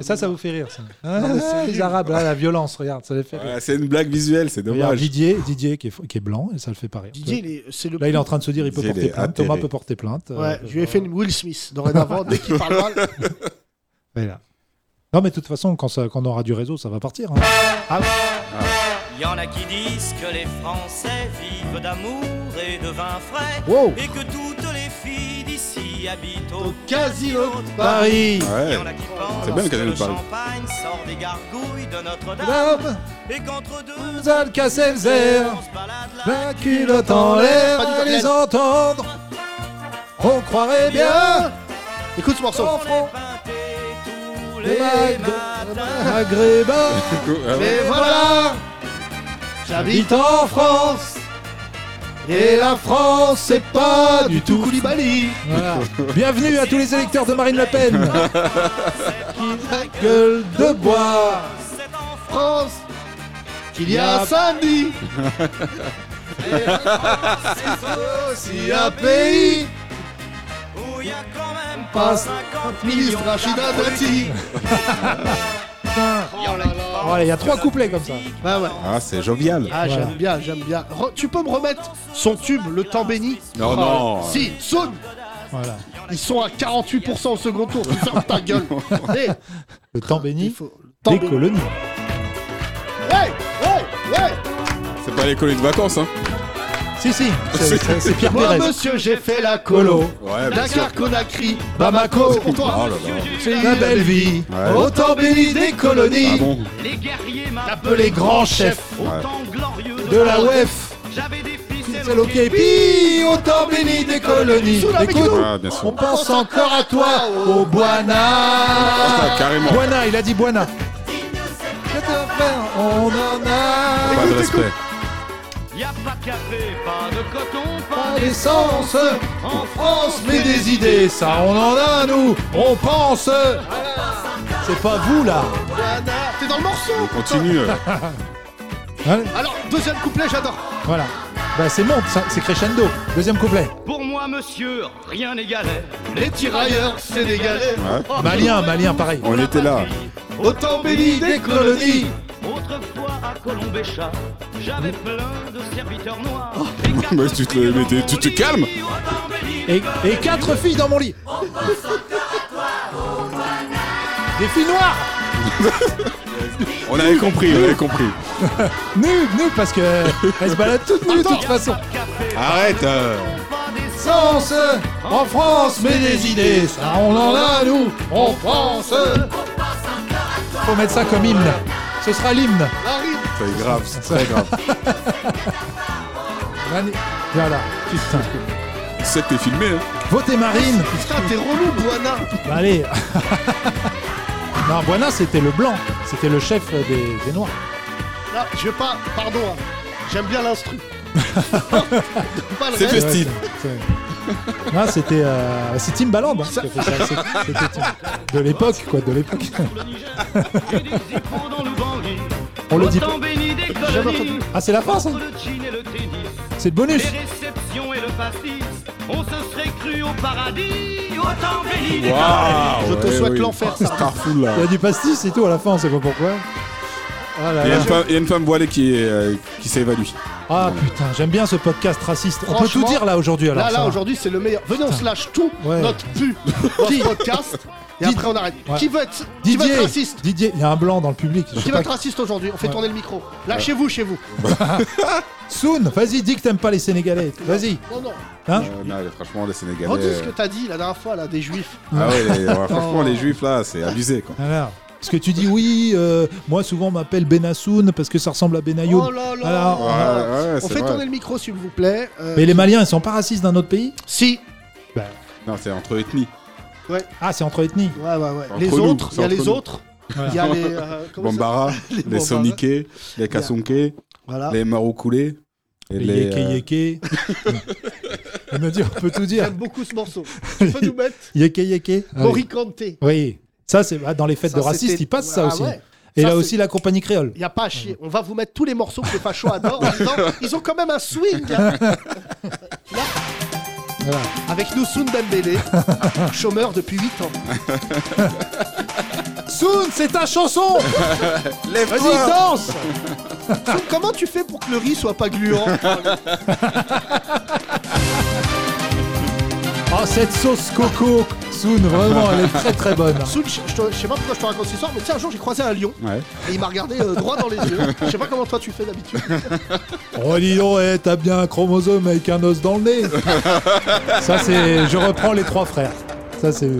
Speaker 5: Et ça, ça vous fait rire, ça.
Speaker 4: mais c'est
Speaker 5: Ah, les
Speaker 4: nul.
Speaker 5: Arabes, là, la violence, regarde, ça les fait rire.
Speaker 6: Ouais, c'est une blague visuelle, c'est
Speaker 5: Regarde,
Speaker 6: dommage.
Speaker 5: Didier, Didier qui, est, qui est blanc, et ça le fait pas rire.
Speaker 4: Didier, il est- c'est le.
Speaker 5: Ah, Là, il est en train de se dire, il peut
Speaker 6: Didier, il
Speaker 5: porter
Speaker 6: est
Speaker 5: plainte.
Speaker 6: atterré.
Speaker 5: Thomas peut porter plainte.
Speaker 4: Ouais,
Speaker 5: Euh,
Speaker 4: je lui ai fait une Will Smith dorénavant dès qu'il parle
Speaker 5: (laughs)
Speaker 4: mal.
Speaker 5: ouais, là. Non, mais de toute façon, quand, ça, quand on aura du réseau, ça va partir. hein.
Speaker 8: Y en a qui disent que les Français vivent d'amour et de vin frais
Speaker 5: Wow.
Speaker 8: et que toutes les filles d'ici habitent au
Speaker 4: Au casino de Paris.
Speaker 5: Paris
Speaker 8: Y
Speaker 6: Ah Ouais.
Speaker 8: en a qui pensent
Speaker 6: bien le
Speaker 8: que
Speaker 6: casino
Speaker 8: le
Speaker 6: de Paris.
Speaker 8: champagne sort des gargouilles de Notre-Dame
Speaker 5: Madame,
Speaker 8: et qu'entre deux
Speaker 5: vous allez casser le zère.
Speaker 8: on se balade là.
Speaker 5: La culotte en l'air,
Speaker 4: Pas du
Speaker 5: à
Speaker 4: tout
Speaker 5: les
Speaker 4: l'air.
Speaker 5: entendre. On croirait bien
Speaker 4: Écoute ce morceau.
Speaker 5: en
Speaker 8: On
Speaker 5: front
Speaker 8: est peintés tous
Speaker 5: les
Speaker 8: les
Speaker 5: Maghrébins.
Speaker 8: matins.
Speaker 5: ben.
Speaker 6: Ah ouais.
Speaker 4: Et voilà
Speaker 5: Habite
Speaker 4: J'habite
Speaker 5: en France. Et la France, c'est pas du tout
Speaker 4: Koulibaly
Speaker 5: Voilà. (laughs) Bienvenue à tous les électeurs de Marine Le Pen.
Speaker 4: (laughs)
Speaker 5: Gueule de bois.
Speaker 8: C'est en France
Speaker 4: France Qu'il y a
Speaker 5: Y'a- (laughs)
Speaker 4: un samedi
Speaker 5: Si un pays
Speaker 8: où il y a quand même
Speaker 5: Pas
Speaker 8: pas 50 millions
Speaker 4: Ministre Rachida Dati
Speaker 5: Voilà,
Speaker 8: Y en a qui pensent
Speaker 5: il y a trois couplets comme ça.
Speaker 4: Bah ouais
Speaker 6: Ah, c'est jovial.
Speaker 4: Ah
Speaker 5: Voilà.
Speaker 4: j'aime bien, j'aime bien. Re- tu peux me remettre son tube, le temps béni
Speaker 6: Non, Oh non.
Speaker 4: Ah, Si, Soun
Speaker 5: Voilà.
Speaker 4: Ils sont à 48% au second tour, tu fermes ta gueule Eh, Hé,
Speaker 5: Le temps
Speaker 4: il
Speaker 5: béni
Speaker 4: faut- le temps
Speaker 5: des
Speaker 4: béni.
Speaker 5: colonies.
Speaker 4: Ouais, ouais, ouais
Speaker 6: C'est pas les colonies de vacances, hein.
Speaker 5: Si,
Speaker 4: (laughs)
Speaker 5: si, c'est- c'est c'est Pierre
Speaker 4: Moi
Speaker 5: Pérez.
Speaker 4: monsieur, j'ai fait la colo
Speaker 6: Ouais, bien sûr.
Speaker 4: Dakar, Conakry,
Speaker 5: Bamako.
Speaker 4: Bamako, c'est pour toi hein.
Speaker 6: Oh là là.
Speaker 4: C'est la belle vie
Speaker 6: Ouais.
Speaker 4: Au temps béni des
Speaker 6: Ah
Speaker 4: colonies
Speaker 6: bon
Speaker 8: Les guerriers
Speaker 5: Appelé grand chef
Speaker 8: Autant
Speaker 4: Ah
Speaker 8: glorieux
Speaker 5: de la E WEF.
Speaker 8: J'avais des fils
Speaker 5: C'est l'OKP, au temps béni des colonies.
Speaker 4: Sous la
Speaker 5: Écoute,
Speaker 6: Ah, bien
Speaker 5: on
Speaker 6: sûr.
Speaker 5: pense encore à toi, au Boana.
Speaker 6: Ah, carrément.
Speaker 5: Boana, il a dit Boana. Que te faire On en a
Speaker 6: Pas de respect.
Speaker 8: Y'a pas de café, pas de coton,
Speaker 5: pas d'essence en France, mais des idées, ça on en a nous, on pense. C'est pas vous là.
Speaker 4: Ah, T'es dans le morceau
Speaker 6: On continue.
Speaker 4: Alors, deuxième couplet, j'adore
Speaker 5: Voilà. Bah c'est monte, ça, c'est crescendo. Deuxième couplet.
Speaker 8: Pour moi, monsieur, rien n'est galère.
Speaker 4: Les tirailleurs sénégalais
Speaker 6: Ouais.
Speaker 5: Malien, malien, pareil.
Speaker 6: Hein On était
Speaker 4: (laughs)
Speaker 6: là.
Speaker 4: Autant béni des colonies
Speaker 8: Autrefois à Colombéchat, j'avais plein de serviteurs noirs.
Speaker 6: (laughs) mais Oh, bah, tu te- mais t'es- tu te calmes
Speaker 5: Et, et quatre filles dans mon lit. Des filles noires.
Speaker 6: On avait compris, on avait compris.
Speaker 5: Nues, nues, parce que elles se baladent toutes nues de toute façon.
Speaker 6: Arrête. euh.
Speaker 5: Sens en France, mais des idées, ça on en a nous, en France. Faut mettre ça comme hymne. Ce sera l'hymne.
Speaker 6: C'est grave, c'est très grave.
Speaker 5: Magni- Voilà, putain.
Speaker 6: Tu sais que t'es filmé, hein.
Speaker 5: Votez Marine
Speaker 4: Putain, t'es relou, Douana
Speaker 5: Bah,
Speaker 4: (laughs)
Speaker 5: Allez Non, Boana, c'était le blanc. C'était le chef des, des Noirs.
Speaker 4: Là, je veux pas... Pardon, hein. j'aime bien (laughs) l'instru. pas le
Speaker 6: C'est
Speaker 4: reste.
Speaker 6: festif.
Speaker 5: c'est- Non, c'était euh, c'est Timbaland hein, qui a fait ça. C'est- C'était Tim- de l'époque, quoi, de
Speaker 4: (laughs)
Speaker 5: l'époque. On le dit pas.
Speaker 8: Autant béni des
Speaker 4: J'avais
Speaker 8: colonies.
Speaker 4: entendu.
Speaker 5: Ah, c'est la France,
Speaker 8: Entre
Speaker 5: hein
Speaker 8: le chin et le tennis,
Speaker 5: c'est le bonus.
Speaker 8: les réceptions et le pastis, on se serait cru au paradis. Autant béni des
Speaker 6: Waouh.
Speaker 4: Je te
Speaker 6: ouais,
Speaker 4: souhaite
Speaker 6: oui.
Speaker 4: l'enfer, ça.
Speaker 6: Starful là.
Speaker 5: Il y a du pastis et tout à la fin, on sait pas pourquoi. Ah, là
Speaker 6: Il y a
Speaker 5: là.
Speaker 6: une femme, il y a une femme voilée qui, est, euh, qui s'évalue.
Speaker 5: Ah, putain, j'aime bien ce podcast raciste. On peut tout
Speaker 4: Franchement,
Speaker 5: dire là aujourd'hui alors.
Speaker 4: Là,
Speaker 5: ça
Speaker 4: là,
Speaker 5: va.
Speaker 4: aujourd'hui, c'est le meilleur. Venez, on se lâche tout,
Speaker 5: hein. Ouais.
Speaker 4: notre
Speaker 5: (laughs)
Speaker 4: pu, dans ce podcast, et
Speaker 5: Did-
Speaker 4: après on arrête.
Speaker 5: Ouais.
Speaker 4: Qui veut être, qui veut
Speaker 5: Didier,
Speaker 4: être raciste
Speaker 5: Didier, il y a un blanc dans le public. Je sais
Speaker 4: Qui veut
Speaker 5: pas
Speaker 4: être raciste aujourd'hui On fait
Speaker 5: Ouais.
Speaker 4: tourner le micro. Lâchez-vous chez vous.
Speaker 5: Soun, vas-y, dis que t'aimes pas les Sénégalais. Vas-y.
Speaker 4: Non, non.
Speaker 5: Hein
Speaker 6: Euh, non, franchement, les Sénégalais.
Speaker 4: Redis Oh, ce
Speaker 6: euh,
Speaker 4: que Oh. t'as dit la dernière fois, là, des juifs.
Speaker 6: Ah ouais,
Speaker 4: (laughs)
Speaker 6: les- ouais, franchement,
Speaker 4: Non.
Speaker 6: les juifs là, c'est abusé quoi.
Speaker 5: Alors, parce que tu dis oui, euh, moi souvent on m'appelle Benassoun parce que ça ressemble à Benayoun.
Speaker 4: Oh là là
Speaker 5: Alors,
Speaker 6: Ouais, ouais,
Speaker 4: On
Speaker 6: c'est
Speaker 4: fait
Speaker 6: vrai.
Speaker 4: tourner le micro, s'il vous plaît. Euh,
Speaker 5: Mais les Maliens, ils sont pas racistes d'un autre pays
Speaker 4: Si.
Speaker 6: Non, c'est entre ethnies.
Speaker 5: Ah, c'est entre ethnies.
Speaker 4: Ouais, ouais, ouais.
Speaker 6: Entre
Speaker 4: Les
Speaker 6: nous,
Speaker 4: autres, il y a
Speaker 6: c'est
Speaker 4: les
Speaker 6: entre nous.
Speaker 4: autres. Il y a les. euh, comment ça-
Speaker 6: Bambara,
Speaker 4: (laughs) Les
Speaker 6: les
Speaker 4: Bambara. Ah.
Speaker 6: Soniké, les Kasunké,
Speaker 4: Voilà.
Speaker 6: les Maroukoulé. Et
Speaker 5: Les
Speaker 6: les,
Speaker 5: Yéké
Speaker 6: euh,
Speaker 5: Yéké. (laughs) On me dit, on peut tout dire.
Speaker 4: J'aime beaucoup ce morceau.
Speaker 5: (laughs)
Speaker 4: Tu peux nous mettre
Speaker 5: Yéké Yéké. Ah oui.
Speaker 4: Moricante.
Speaker 5: Oui. Ça, c'est ah, dans les fêtes
Speaker 4: Ça,
Speaker 5: de racistes,
Speaker 4: c'était-
Speaker 5: ils passent ça
Speaker 4: Ah
Speaker 5: aussi.
Speaker 4: ouais.
Speaker 5: Et
Speaker 4: Ça,
Speaker 5: là
Speaker 4: c'est-
Speaker 5: aussi, la compagnie créole.
Speaker 4: Il n'y a pas à chier. On va vous mettre tous les morceaux que les fachos
Speaker 6: (laughs)
Speaker 4: adorent en disant ils ont quand même un swing. hein. Là,
Speaker 5: Voilà.
Speaker 4: avec nous, Soun
Speaker 6: (laughs)
Speaker 4: Dembélé, chômeur depuis 8 ans.
Speaker 5: Soun, c'est ta chanson Vas-y,
Speaker 6: Lève-toi
Speaker 5: danse
Speaker 4: Soun, comment tu fais pour que le riz soit pas
Speaker 6: (laughs)
Speaker 4: gluant
Speaker 5: Oh, cette sauce coco Soun, vraiment, elle est très très bonne.
Speaker 4: Soun, je je te- je sais pas pourquoi je te raconte cette histoire, mais tu sais, un jour j'ai croisé un lion
Speaker 6: Ouais.
Speaker 4: et il m'a regardé euh, droit dans les yeux. Je sais pas comment toi tu fais
Speaker 6: (laughs)
Speaker 4: d'habitude.
Speaker 5: Oh, dis donc, eh, t'as bien un chromosome avec un os dans le nez
Speaker 6: (laughs)
Speaker 5: Ça, c'est. Je reprends les trois frères. Ça, c'est.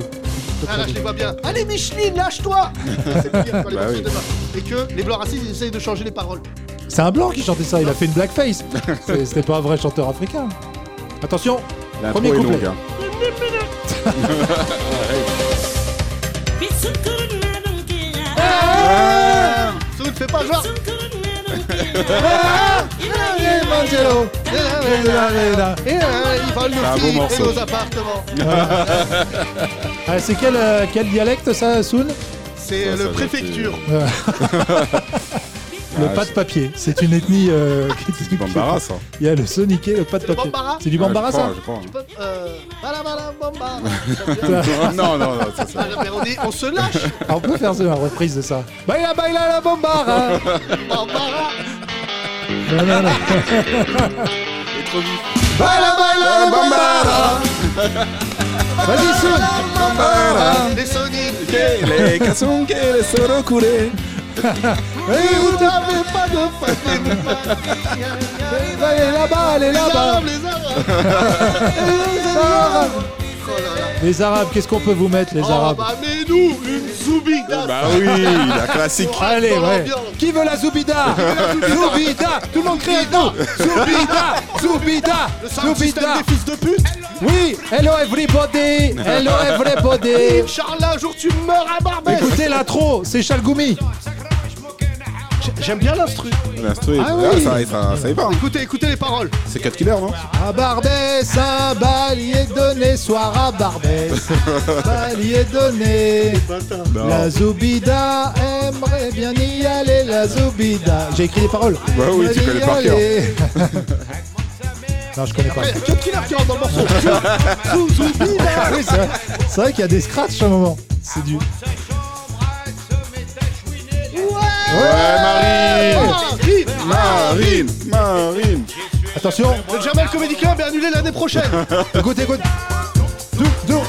Speaker 4: Ah là, je les vois bien. Allez, Micheline,
Speaker 6: (laughs)
Speaker 4: lâche-toi C'est plus bien quand les
Speaker 6: Bah
Speaker 4: morceaux
Speaker 6: oui.
Speaker 4: démarrent. Et que les blancs racistes ils essayent de changer les paroles.
Speaker 5: C'est un blanc qui chantait ça, il a fait une
Speaker 6: (laughs)
Speaker 5: blackface. C'est- C'était pas un vrai chanteur africain. Attention,
Speaker 6: L'intro
Speaker 5: premier
Speaker 6: est
Speaker 5: couplet.
Speaker 6: longue, hein.
Speaker 4: Soun, fais pas genre.
Speaker 5: Ah,
Speaker 4: Eh,
Speaker 6: Ah,
Speaker 4: Et euh, ils volent
Speaker 6: un
Speaker 4: nos
Speaker 6: bon
Speaker 4: filles et
Speaker 6: morceau.
Speaker 4: nos appartements.
Speaker 5: Ah, c'est quel, euh, quel dialecte ça, Soun
Speaker 4: C'est
Speaker 6: Ça,
Speaker 4: le
Speaker 6: ça doit
Speaker 4: préfecture.
Speaker 6: être, euh,
Speaker 5: Le
Speaker 6: Ah,
Speaker 5: pas de papier. C'est une ethnie euh, (laughs) qui-
Speaker 6: euh, Bambara ça.
Speaker 5: Il y a le soniqué, le pas de
Speaker 4: C'est le
Speaker 5: papier.
Speaker 4: bambara
Speaker 5: C'est du bambara,
Speaker 6: Ouais,
Speaker 5: ça
Speaker 6: Ah, je crois, je crois.
Speaker 4: Euh, bala, bala, bamba. J'aime
Speaker 6: (laughs)
Speaker 4: bien.
Speaker 6: non, non, non, ça, ça.
Speaker 4: Ah, mais on, est- on se lâche.
Speaker 5: Ah, On peut faire ça, une reprise de ça. Baila, baila la
Speaker 6: (laughs)
Speaker 5: bombara
Speaker 4: Bambara.
Speaker 5: Non, non, non.
Speaker 6: Baila, baila, Bambara
Speaker 5: Vas-y, Soun
Speaker 6: Bambara
Speaker 4: Les Sonic.
Speaker 6: (laughs) Les Kasunke, les Sorokoulé.
Speaker 5: Eh, où t'as-
Speaker 4: N'avez pas de face, n'avez pas de-
Speaker 5: Elle est là-bas, elle est
Speaker 4: Les
Speaker 5: là-bas
Speaker 4: Arabes, les Arabes. Oh là là.
Speaker 5: (laughs) Les Arabes, qu'est-ce qu'on peut vous mettre, les
Speaker 4: Oh,
Speaker 5: Arabes
Speaker 4: bah, mets-nous une soubida.
Speaker 6: Bah oui, la classique.
Speaker 5: Allez,
Speaker 4: dans
Speaker 5: ouais
Speaker 4: l'ambiance.
Speaker 5: Qui veut la
Speaker 4: (laughs)
Speaker 5: Zoubida Zoubida Tout le monde crie avec nous Zoubida Zoubida
Speaker 4: Le sound system
Speaker 5: Zoubida
Speaker 4: des fils de pute.
Speaker 5: Oui Hello everybody
Speaker 4: (laughs)
Speaker 5: Hello everybody
Speaker 4: Inch'Allah, un jour tu meurs à Barbès.
Speaker 5: Écoutez l'intro, c'est Chalgoumi
Speaker 4: J'aime bien l'instru.
Speaker 6: L'instru,
Speaker 5: Ah
Speaker 6: ah,
Speaker 5: oui.
Speaker 6: ça, ça, ça y va. hein.
Speaker 4: Écoutez, écoutez les paroles.
Speaker 6: C'est 4 killers, non
Speaker 5: À Barbès, un balier donné, soir à
Speaker 6: (laughs)
Speaker 5: Barbès, balier donné.
Speaker 6: Non.
Speaker 5: La Zoubida aimerait bien y aller, la Zoubida. J'ai écrit les paroles.
Speaker 6: Bah oui, tu connais par cœur.
Speaker 5: (laughs) non, je connais pas.
Speaker 4: Il
Speaker 5: (laughs)
Speaker 4: y a Cut Killer Eh, qui rentre dans le morceau. Zou, zou, zoubida.
Speaker 5: Ah Oui, c'est vrai, C'est vrai qu'il y a des scratchs à un moment. C'est du.
Speaker 6: Ouais, Marine
Speaker 4: Ah, vite.
Speaker 6: Marine (laughs) Marine
Speaker 5: Attention,
Speaker 4: Le Jamel Comedy Club est annulé l'année prochaine.
Speaker 5: écoute, écoute. Dou, dou.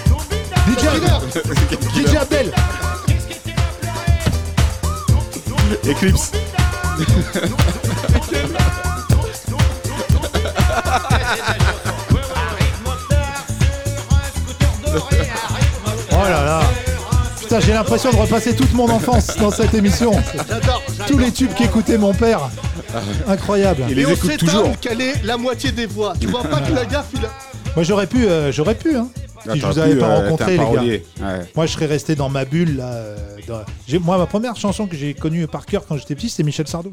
Speaker 5: DJ Abdel. DJ Abdel.
Speaker 6: Eclipse
Speaker 5: Oh là là. Putain, j'ai l'impression de repasser toute mon enfance dans cette émission.
Speaker 4: J'adore.
Speaker 5: Tous les tubes qu'écoutait mon père. Incroyable.
Speaker 6: Il
Speaker 4: Et
Speaker 6: les
Speaker 4: on
Speaker 6: écoute toujours.
Speaker 4: s'étonne qu'elle est la moitié des voix. Tu vois pas que la gaffe, il a...
Speaker 5: Moi j'aurais pu, euh, j'aurais pu, hein.
Speaker 6: Ah,
Speaker 5: Si je
Speaker 6: t'aurais
Speaker 5: vous avais
Speaker 6: pu,
Speaker 5: pas
Speaker 6: euh,
Speaker 5: rencontré,
Speaker 6: t'es un
Speaker 5: les gars.
Speaker 6: parolier. Ouais.
Speaker 5: Moi je serais resté dans ma bulle là. euh, dans- j'ai- Moi ma première chanson que j'ai connue par cœur quand j'étais petit, c'était Michel Sardou.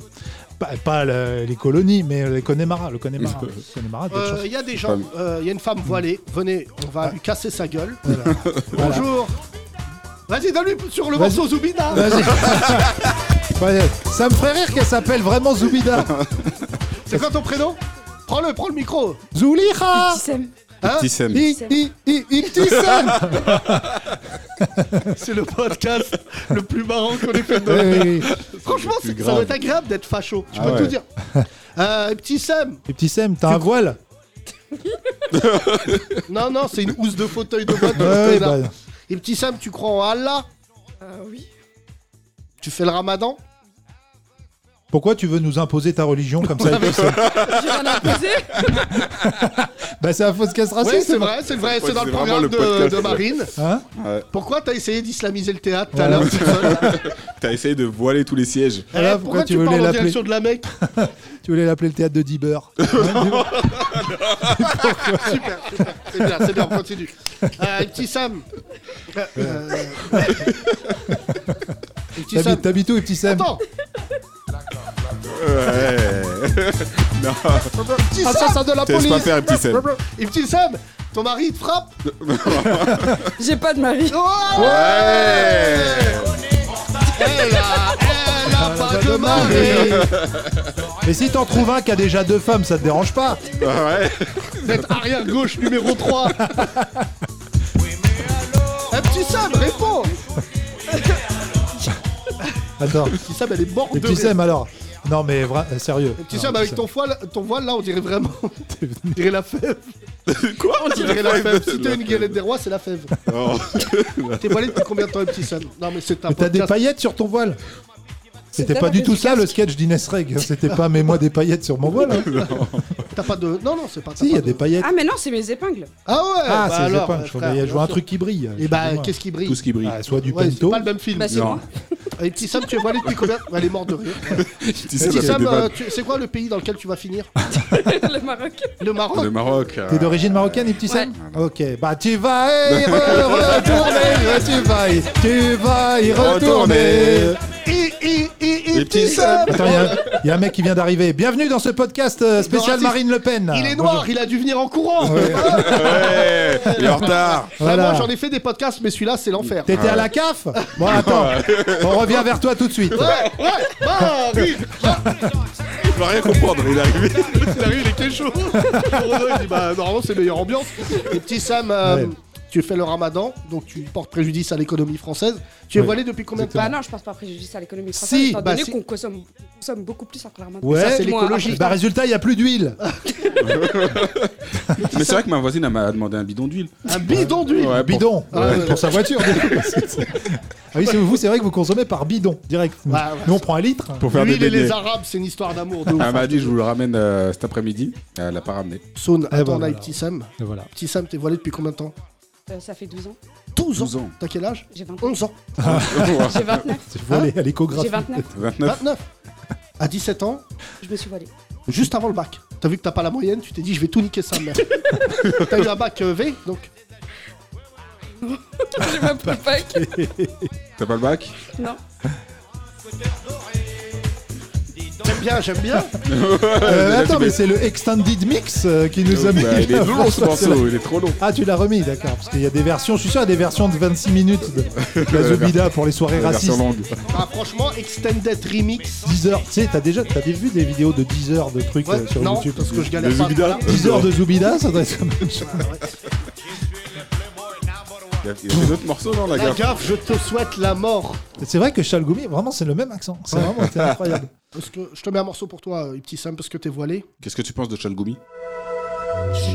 Speaker 5: Pas, pas le- les colonies, mais les Connemara, le Connemara. le Connemara, d'autres
Speaker 4: Euh,
Speaker 5: chansons.
Speaker 4: Il y a des gens, euh, il y a une femme voilée. Venez, on va lui casser sa gueule. Bonjour. Vas-y, donne-lui sur le
Speaker 5: Vas-y.
Speaker 4: morceau Zoubida. (laughs)
Speaker 5: Vas-y. (laughs) Ouais, Ça me ferait rire qu'elle s'appelle vraiment
Speaker 6: (laughs)
Speaker 5: Zoubida.
Speaker 4: C'est quoi ton prénom Prends-le, prends le micro. hein.
Speaker 5: Zouliha
Speaker 3: Tissem.
Speaker 6: Petit Sam.
Speaker 5: I- I- I- Ibtissam
Speaker 4: C'est le podcast le plus marrant qu'on ait fait de notre vie.
Speaker 5: Et,
Speaker 4: Franchement,
Speaker 6: le plus
Speaker 4: c'est- ça
Speaker 6: grave.
Speaker 4: doit être agréable d'être facho. Tu
Speaker 6: Ah
Speaker 4: peux
Speaker 6: ouais.
Speaker 4: tout dire. Euh, petit Sam.
Speaker 5: petit Sam, t'as un voile
Speaker 4: Non, non, c'est une housse de fauteuil de mode. de
Speaker 5: Ouais,
Speaker 4: Costa.
Speaker 5: bah,
Speaker 4: Et petit Sam, tu crois en Allah
Speaker 3: Euh, oui.
Speaker 4: Tu fais le ramadan
Speaker 5: Pourquoi tu veux nous imposer ta religion comme
Speaker 4: (laughs)
Speaker 5: ça avec Sam
Speaker 3: J'ai rien imposé.
Speaker 5: Bah c'est un fausse casse
Speaker 4: Oui,
Speaker 5: raciste.
Speaker 4: Ah, c'est vrai, c'est vrai, c'est
Speaker 6: Ouais,
Speaker 4: dans le
Speaker 6: c'est vraiment
Speaker 4: programme
Speaker 6: le
Speaker 4: de,
Speaker 6: podcast,
Speaker 4: de
Speaker 6: ouais.
Speaker 4: Marine.
Speaker 5: Hein
Speaker 4: Pourquoi t'as essayé d'islamiser le théâtre tout à
Speaker 5: Voilà.
Speaker 4: l'heure toute seule
Speaker 6: T'as essayé de voiler tous les sièges.
Speaker 4: Eh,
Speaker 5: Voilà,
Speaker 4: Pourquoi
Speaker 5: pourquoi
Speaker 4: tu
Speaker 5: tu voulais
Speaker 4: parles en
Speaker 5: l'appeler
Speaker 4: direction de la Mecque
Speaker 5: tu voulais l'appeler le théâtre de Dibber.
Speaker 4: Super, super. C'est Eh bien, c'est bien, on (laughs) continue. Euh, et petit Sam. Euh, euh, et petit Sam.
Speaker 5: T'habites t'habites où, petit Sam
Speaker 4: Attends,
Speaker 6: (laughs) Ouais. non,
Speaker 4: petit Sam de la
Speaker 6: te laisse pas
Speaker 4: police.
Speaker 6: faire, petit Sam.
Speaker 4: (laughs) Et petit Sam, ton mari il te frappe
Speaker 3: J'ai pas de mari.
Speaker 4: Oh
Speaker 6: Ouais.
Speaker 4: Elle a, elle a pas
Speaker 5: pas
Speaker 4: Ah, de
Speaker 5: de
Speaker 4: mari
Speaker 5: Mais si t'en trouves un qui a déjà deux femmes, ça te dérange pas
Speaker 6: Ouais.
Speaker 4: D'être arrière-gauche numéro 3 Un petit Sam, réponds (laughs)
Speaker 5: Attends.
Speaker 4: Petit Sam, elle est morte
Speaker 5: Et
Speaker 4: de
Speaker 5: petit
Speaker 4: rire.
Speaker 5: Sam alors Non mais vra- euh, sérieux.
Speaker 4: Petit
Speaker 5: Alors,
Speaker 4: Sam, avec ton voile, ton voile, là, on
Speaker 5: (laughs)
Speaker 4: dirait vraiment... On dirait la fève
Speaker 6: Quoi
Speaker 4: On dirait la fève Si t'es une galette des rois, c'est la fève
Speaker 6: Oh.
Speaker 4: T'es voilé depuis combien de temps, petit Sam Non, mais c'est un
Speaker 5: Mais t'as des
Speaker 4: podcast.
Speaker 5: paillettes sur ton voile c'était
Speaker 3: de
Speaker 5: pas
Speaker 3: la
Speaker 5: du tout ça le sketch d'Inès Reg. C'était pas mets-moi des paillettes sur mon
Speaker 4: (laughs)
Speaker 5: voile. hein.
Speaker 4: T'as pas de... Non, non, c'est pas... t'as
Speaker 5: Si, il y
Speaker 4: pas
Speaker 5: a des paillettes.
Speaker 9: (laughs) Ah, mais non, c'est mes épingles.
Speaker 4: Ah ouais
Speaker 5: Ah,
Speaker 4: bah
Speaker 5: c'est les
Speaker 4: alors,
Speaker 5: épingles. Je
Speaker 4: frère,
Speaker 5: voyais- je vois
Speaker 4: bien
Speaker 5: un
Speaker 4: sûr.
Speaker 5: truc qui brille.
Speaker 4: Et bah,
Speaker 5: Excusez-moi.
Speaker 4: qu'est-ce qui brille
Speaker 6: Tout ce qui brille.
Speaker 5: Ah, Soit du
Speaker 4: Ouais, c'est
Speaker 5: pento.
Speaker 4: pas le même film.
Speaker 9: Bah, c'est
Speaker 6: Non.
Speaker 9: moi.
Speaker 4: Et petit Sam, tu es voilé depuis combien Elle est morte de rire.
Speaker 6: Petit Sam,
Speaker 4: Petit
Speaker 6: a fait
Speaker 4: Sam,
Speaker 6: des
Speaker 4: euh,
Speaker 6: vannes.
Speaker 4: tu- c'est quoi le pays dans lequel tu vas finir
Speaker 9: (laughs) le Maroc.
Speaker 4: Le Maroc
Speaker 6: Le Maroc. euh,
Speaker 5: T'es d'origine marocaine, et petit Sam Ok, bah tu vas y
Speaker 4: (laughs) Euh,
Speaker 5: retourner, tu vas y, tu vas y retourner.
Speaker 6: Retourner.
Speaker 4: Et, et, et, et
Speaker 6: Les petits
Speaker 4: petit Sam
Speaker 5: Attends, il y a- il y, a un mec qui vient d'arriver. Bienvenue dans ce podcast euh, spécial
Speaker 4: raciste.
Speaker 5: Marine Le Pen.
Speaker 4: Il est noir, il a dû venir en courant Bah,
Speaker 6: Ouais. Il est en retard.
Speaker 5: Voilà.
Speaker 4: Moi j'en ai fait des podcasts, mais celui-là c'est l'enfer.
Speaker 5: T'étais à la CAF Bon, attends, on revient vers toi tout de suite.
Speaker 4: Ouais, ouais, bah, oui,
Speaker 6: Il va rien comprendre. Il est arrivé.
Speaker 4: il arrive, il est quelque (laughs) chose. Il dit, bah, normalement c'est meilleure ambiance. Et petit Sam, euh,
Speaker 5: Ouais.
Speaker 4: tu fais le ramadan, donc tu portes préjudice à l'économie française. Tu es
Speaker 5: Ouais.
Speaker 4: voilé depuis combien de temps
Speaker 9: Bah non, je pense pas préjudice à l'économie française,
Speaker 5: Si,
Speaker 9: étant
Speaker 4: bah
Speaker 9: donné
Speaker 4: si.
Speaker 9: qu'on consomme, consomme beaucoup plus hein, après la
Speaker 5: Ouais,
Speaker 4: Ça, c'est l'écologie.
Speaker 5: Bah, résultat, il n'y a plus d'huile.
Speaker 6: Ah Mais c'est vrai que ma voisine elle m'a demandé un bidon d'huile.
Speaker 4: Un bidon d'huile
Speaker 6: Ouais, bon.
Speaker 5: Bidon,
Speaker 4: Ouais,
Speaker 5: euh,
Speaker 4: ouais.
Speaker 5: pour sa voiture. ah oui, c'est vous, c'est vrai que vous consommez par bidon, direct.
Speaker 4: Ouais, ouais.
Speaker 5: Nous, on prend un litre.
Speaker 6: Ah Pour faire
Speaker 4: Lui,
Speaker 6: des
Speaker 4: il et les
Speaker 6: beignets.
Speaker 4: Arabes, c'est une histoire d'amour de ouf.
Speaker 6: Elle m'a dit je vous le ramène euh, cet après-midi. Elle l'a pas ramené.
Speaker 4: Saune,
Speaker 5: Eh
Speaker 4: attends,
Speaker 5: ben,
Speaker 4: on a eu
Speaker 5: voilà.
Speaker 4: petit Sam.
Speaker 5: Et voilà.
Speaker 4: Petit Sam, t'es voilé depuis combien de temps
Speaker 9: Euh, ça fait 12 ans.
Speaker 4: 12 ans.
Speaker 6: 12 ans.
Speaker 4: T'as quel âge
Speaker 9: J'ai 20 ans.
Speaker 4: 11 ans.
Speaker 9: J'ai
Speaker 6: (laughs)
Speaker 9: 29.
Speaker 5: Tu vois les- à l'échographie.
Speaker 9: J'ai 29.
Speaker 6: 29.
Speaker 4: 29. À 17 ans,
Speaker 9: Je me
Speaker 6: (laughs)
Speaker 9: suis voilée.
Speaker 4: juste avant le bac. T'as vu que t'as pas la moyenne, tu t'es dit je vais tout niquer ça,
Speaker 6: (laughs)
Speaker 4: mère. t'as eu un bac euh, V, donc.
Speaker 9: J'ai même pas le pack.
Speaker 6: T'as pas le bac
Speaker 9: Non.
Speaker 4: J'aime bien, j'aime bien.
Speaker 5: Euh,
Speaker 6: Là,
Speaker 5: attends,
Speaker 6: tu
Speaker 5: mais
Speaker 6: mets-
Speaker 5: c'est le Extended Mix euh, qui nous a mis.
Speaker 6: Bah, Il
Speaker 5: (laughs)
Speaker 6: est
Speaker 5: là.
Speaker 6: long ce morceau. Il est trop long.
Speaker 5: Ah, tu l'as remis, d'accord. Parce qu'il y a des versions, je suis sûr, il y a des versions de 26 minutes
Speaker 6: (laughs)
Speaker 5: de de la Zobida pour les soirées
Speaker 6: La version
Speaker 5: racistes.
Speaker 6: longue.
Speaker 4: Ah, franchement, Extended Remix.
Speaker 5: 10 heures, tu sais, t'as déjà t'as vu des vidéos de 10 heures de trucs
Speaker 4: Ouais,
Speaker 5: euh, sur
Speaker 4: non,
Speaker 5: YouTube (laughs)
Speaker 4: parce que je galère
Speaker 6: Les
Speaker 4: pas.
Speaker 6: Zubida
Speaker 5: 10 heures de Zubida, ça doit être quand même chouette.
Speaker 6: Il y a- il y a d'autres morceaux non la
Speaker 4: La
Speaker 6: gaffe.
Speaker 4: gaffe, je te souhaite la mort.
Speaker 5: C'est vrai que Chalgoumi, vraiment, c'est le même accent. C'est vraiment c'est incroyable.
Speaker 4: Parce que je te mets un morceau pour toi, euh, petit Sam, parce que t'es voilé.
Speaker 6: Qu'est-ce que tu penses de Chalgoumi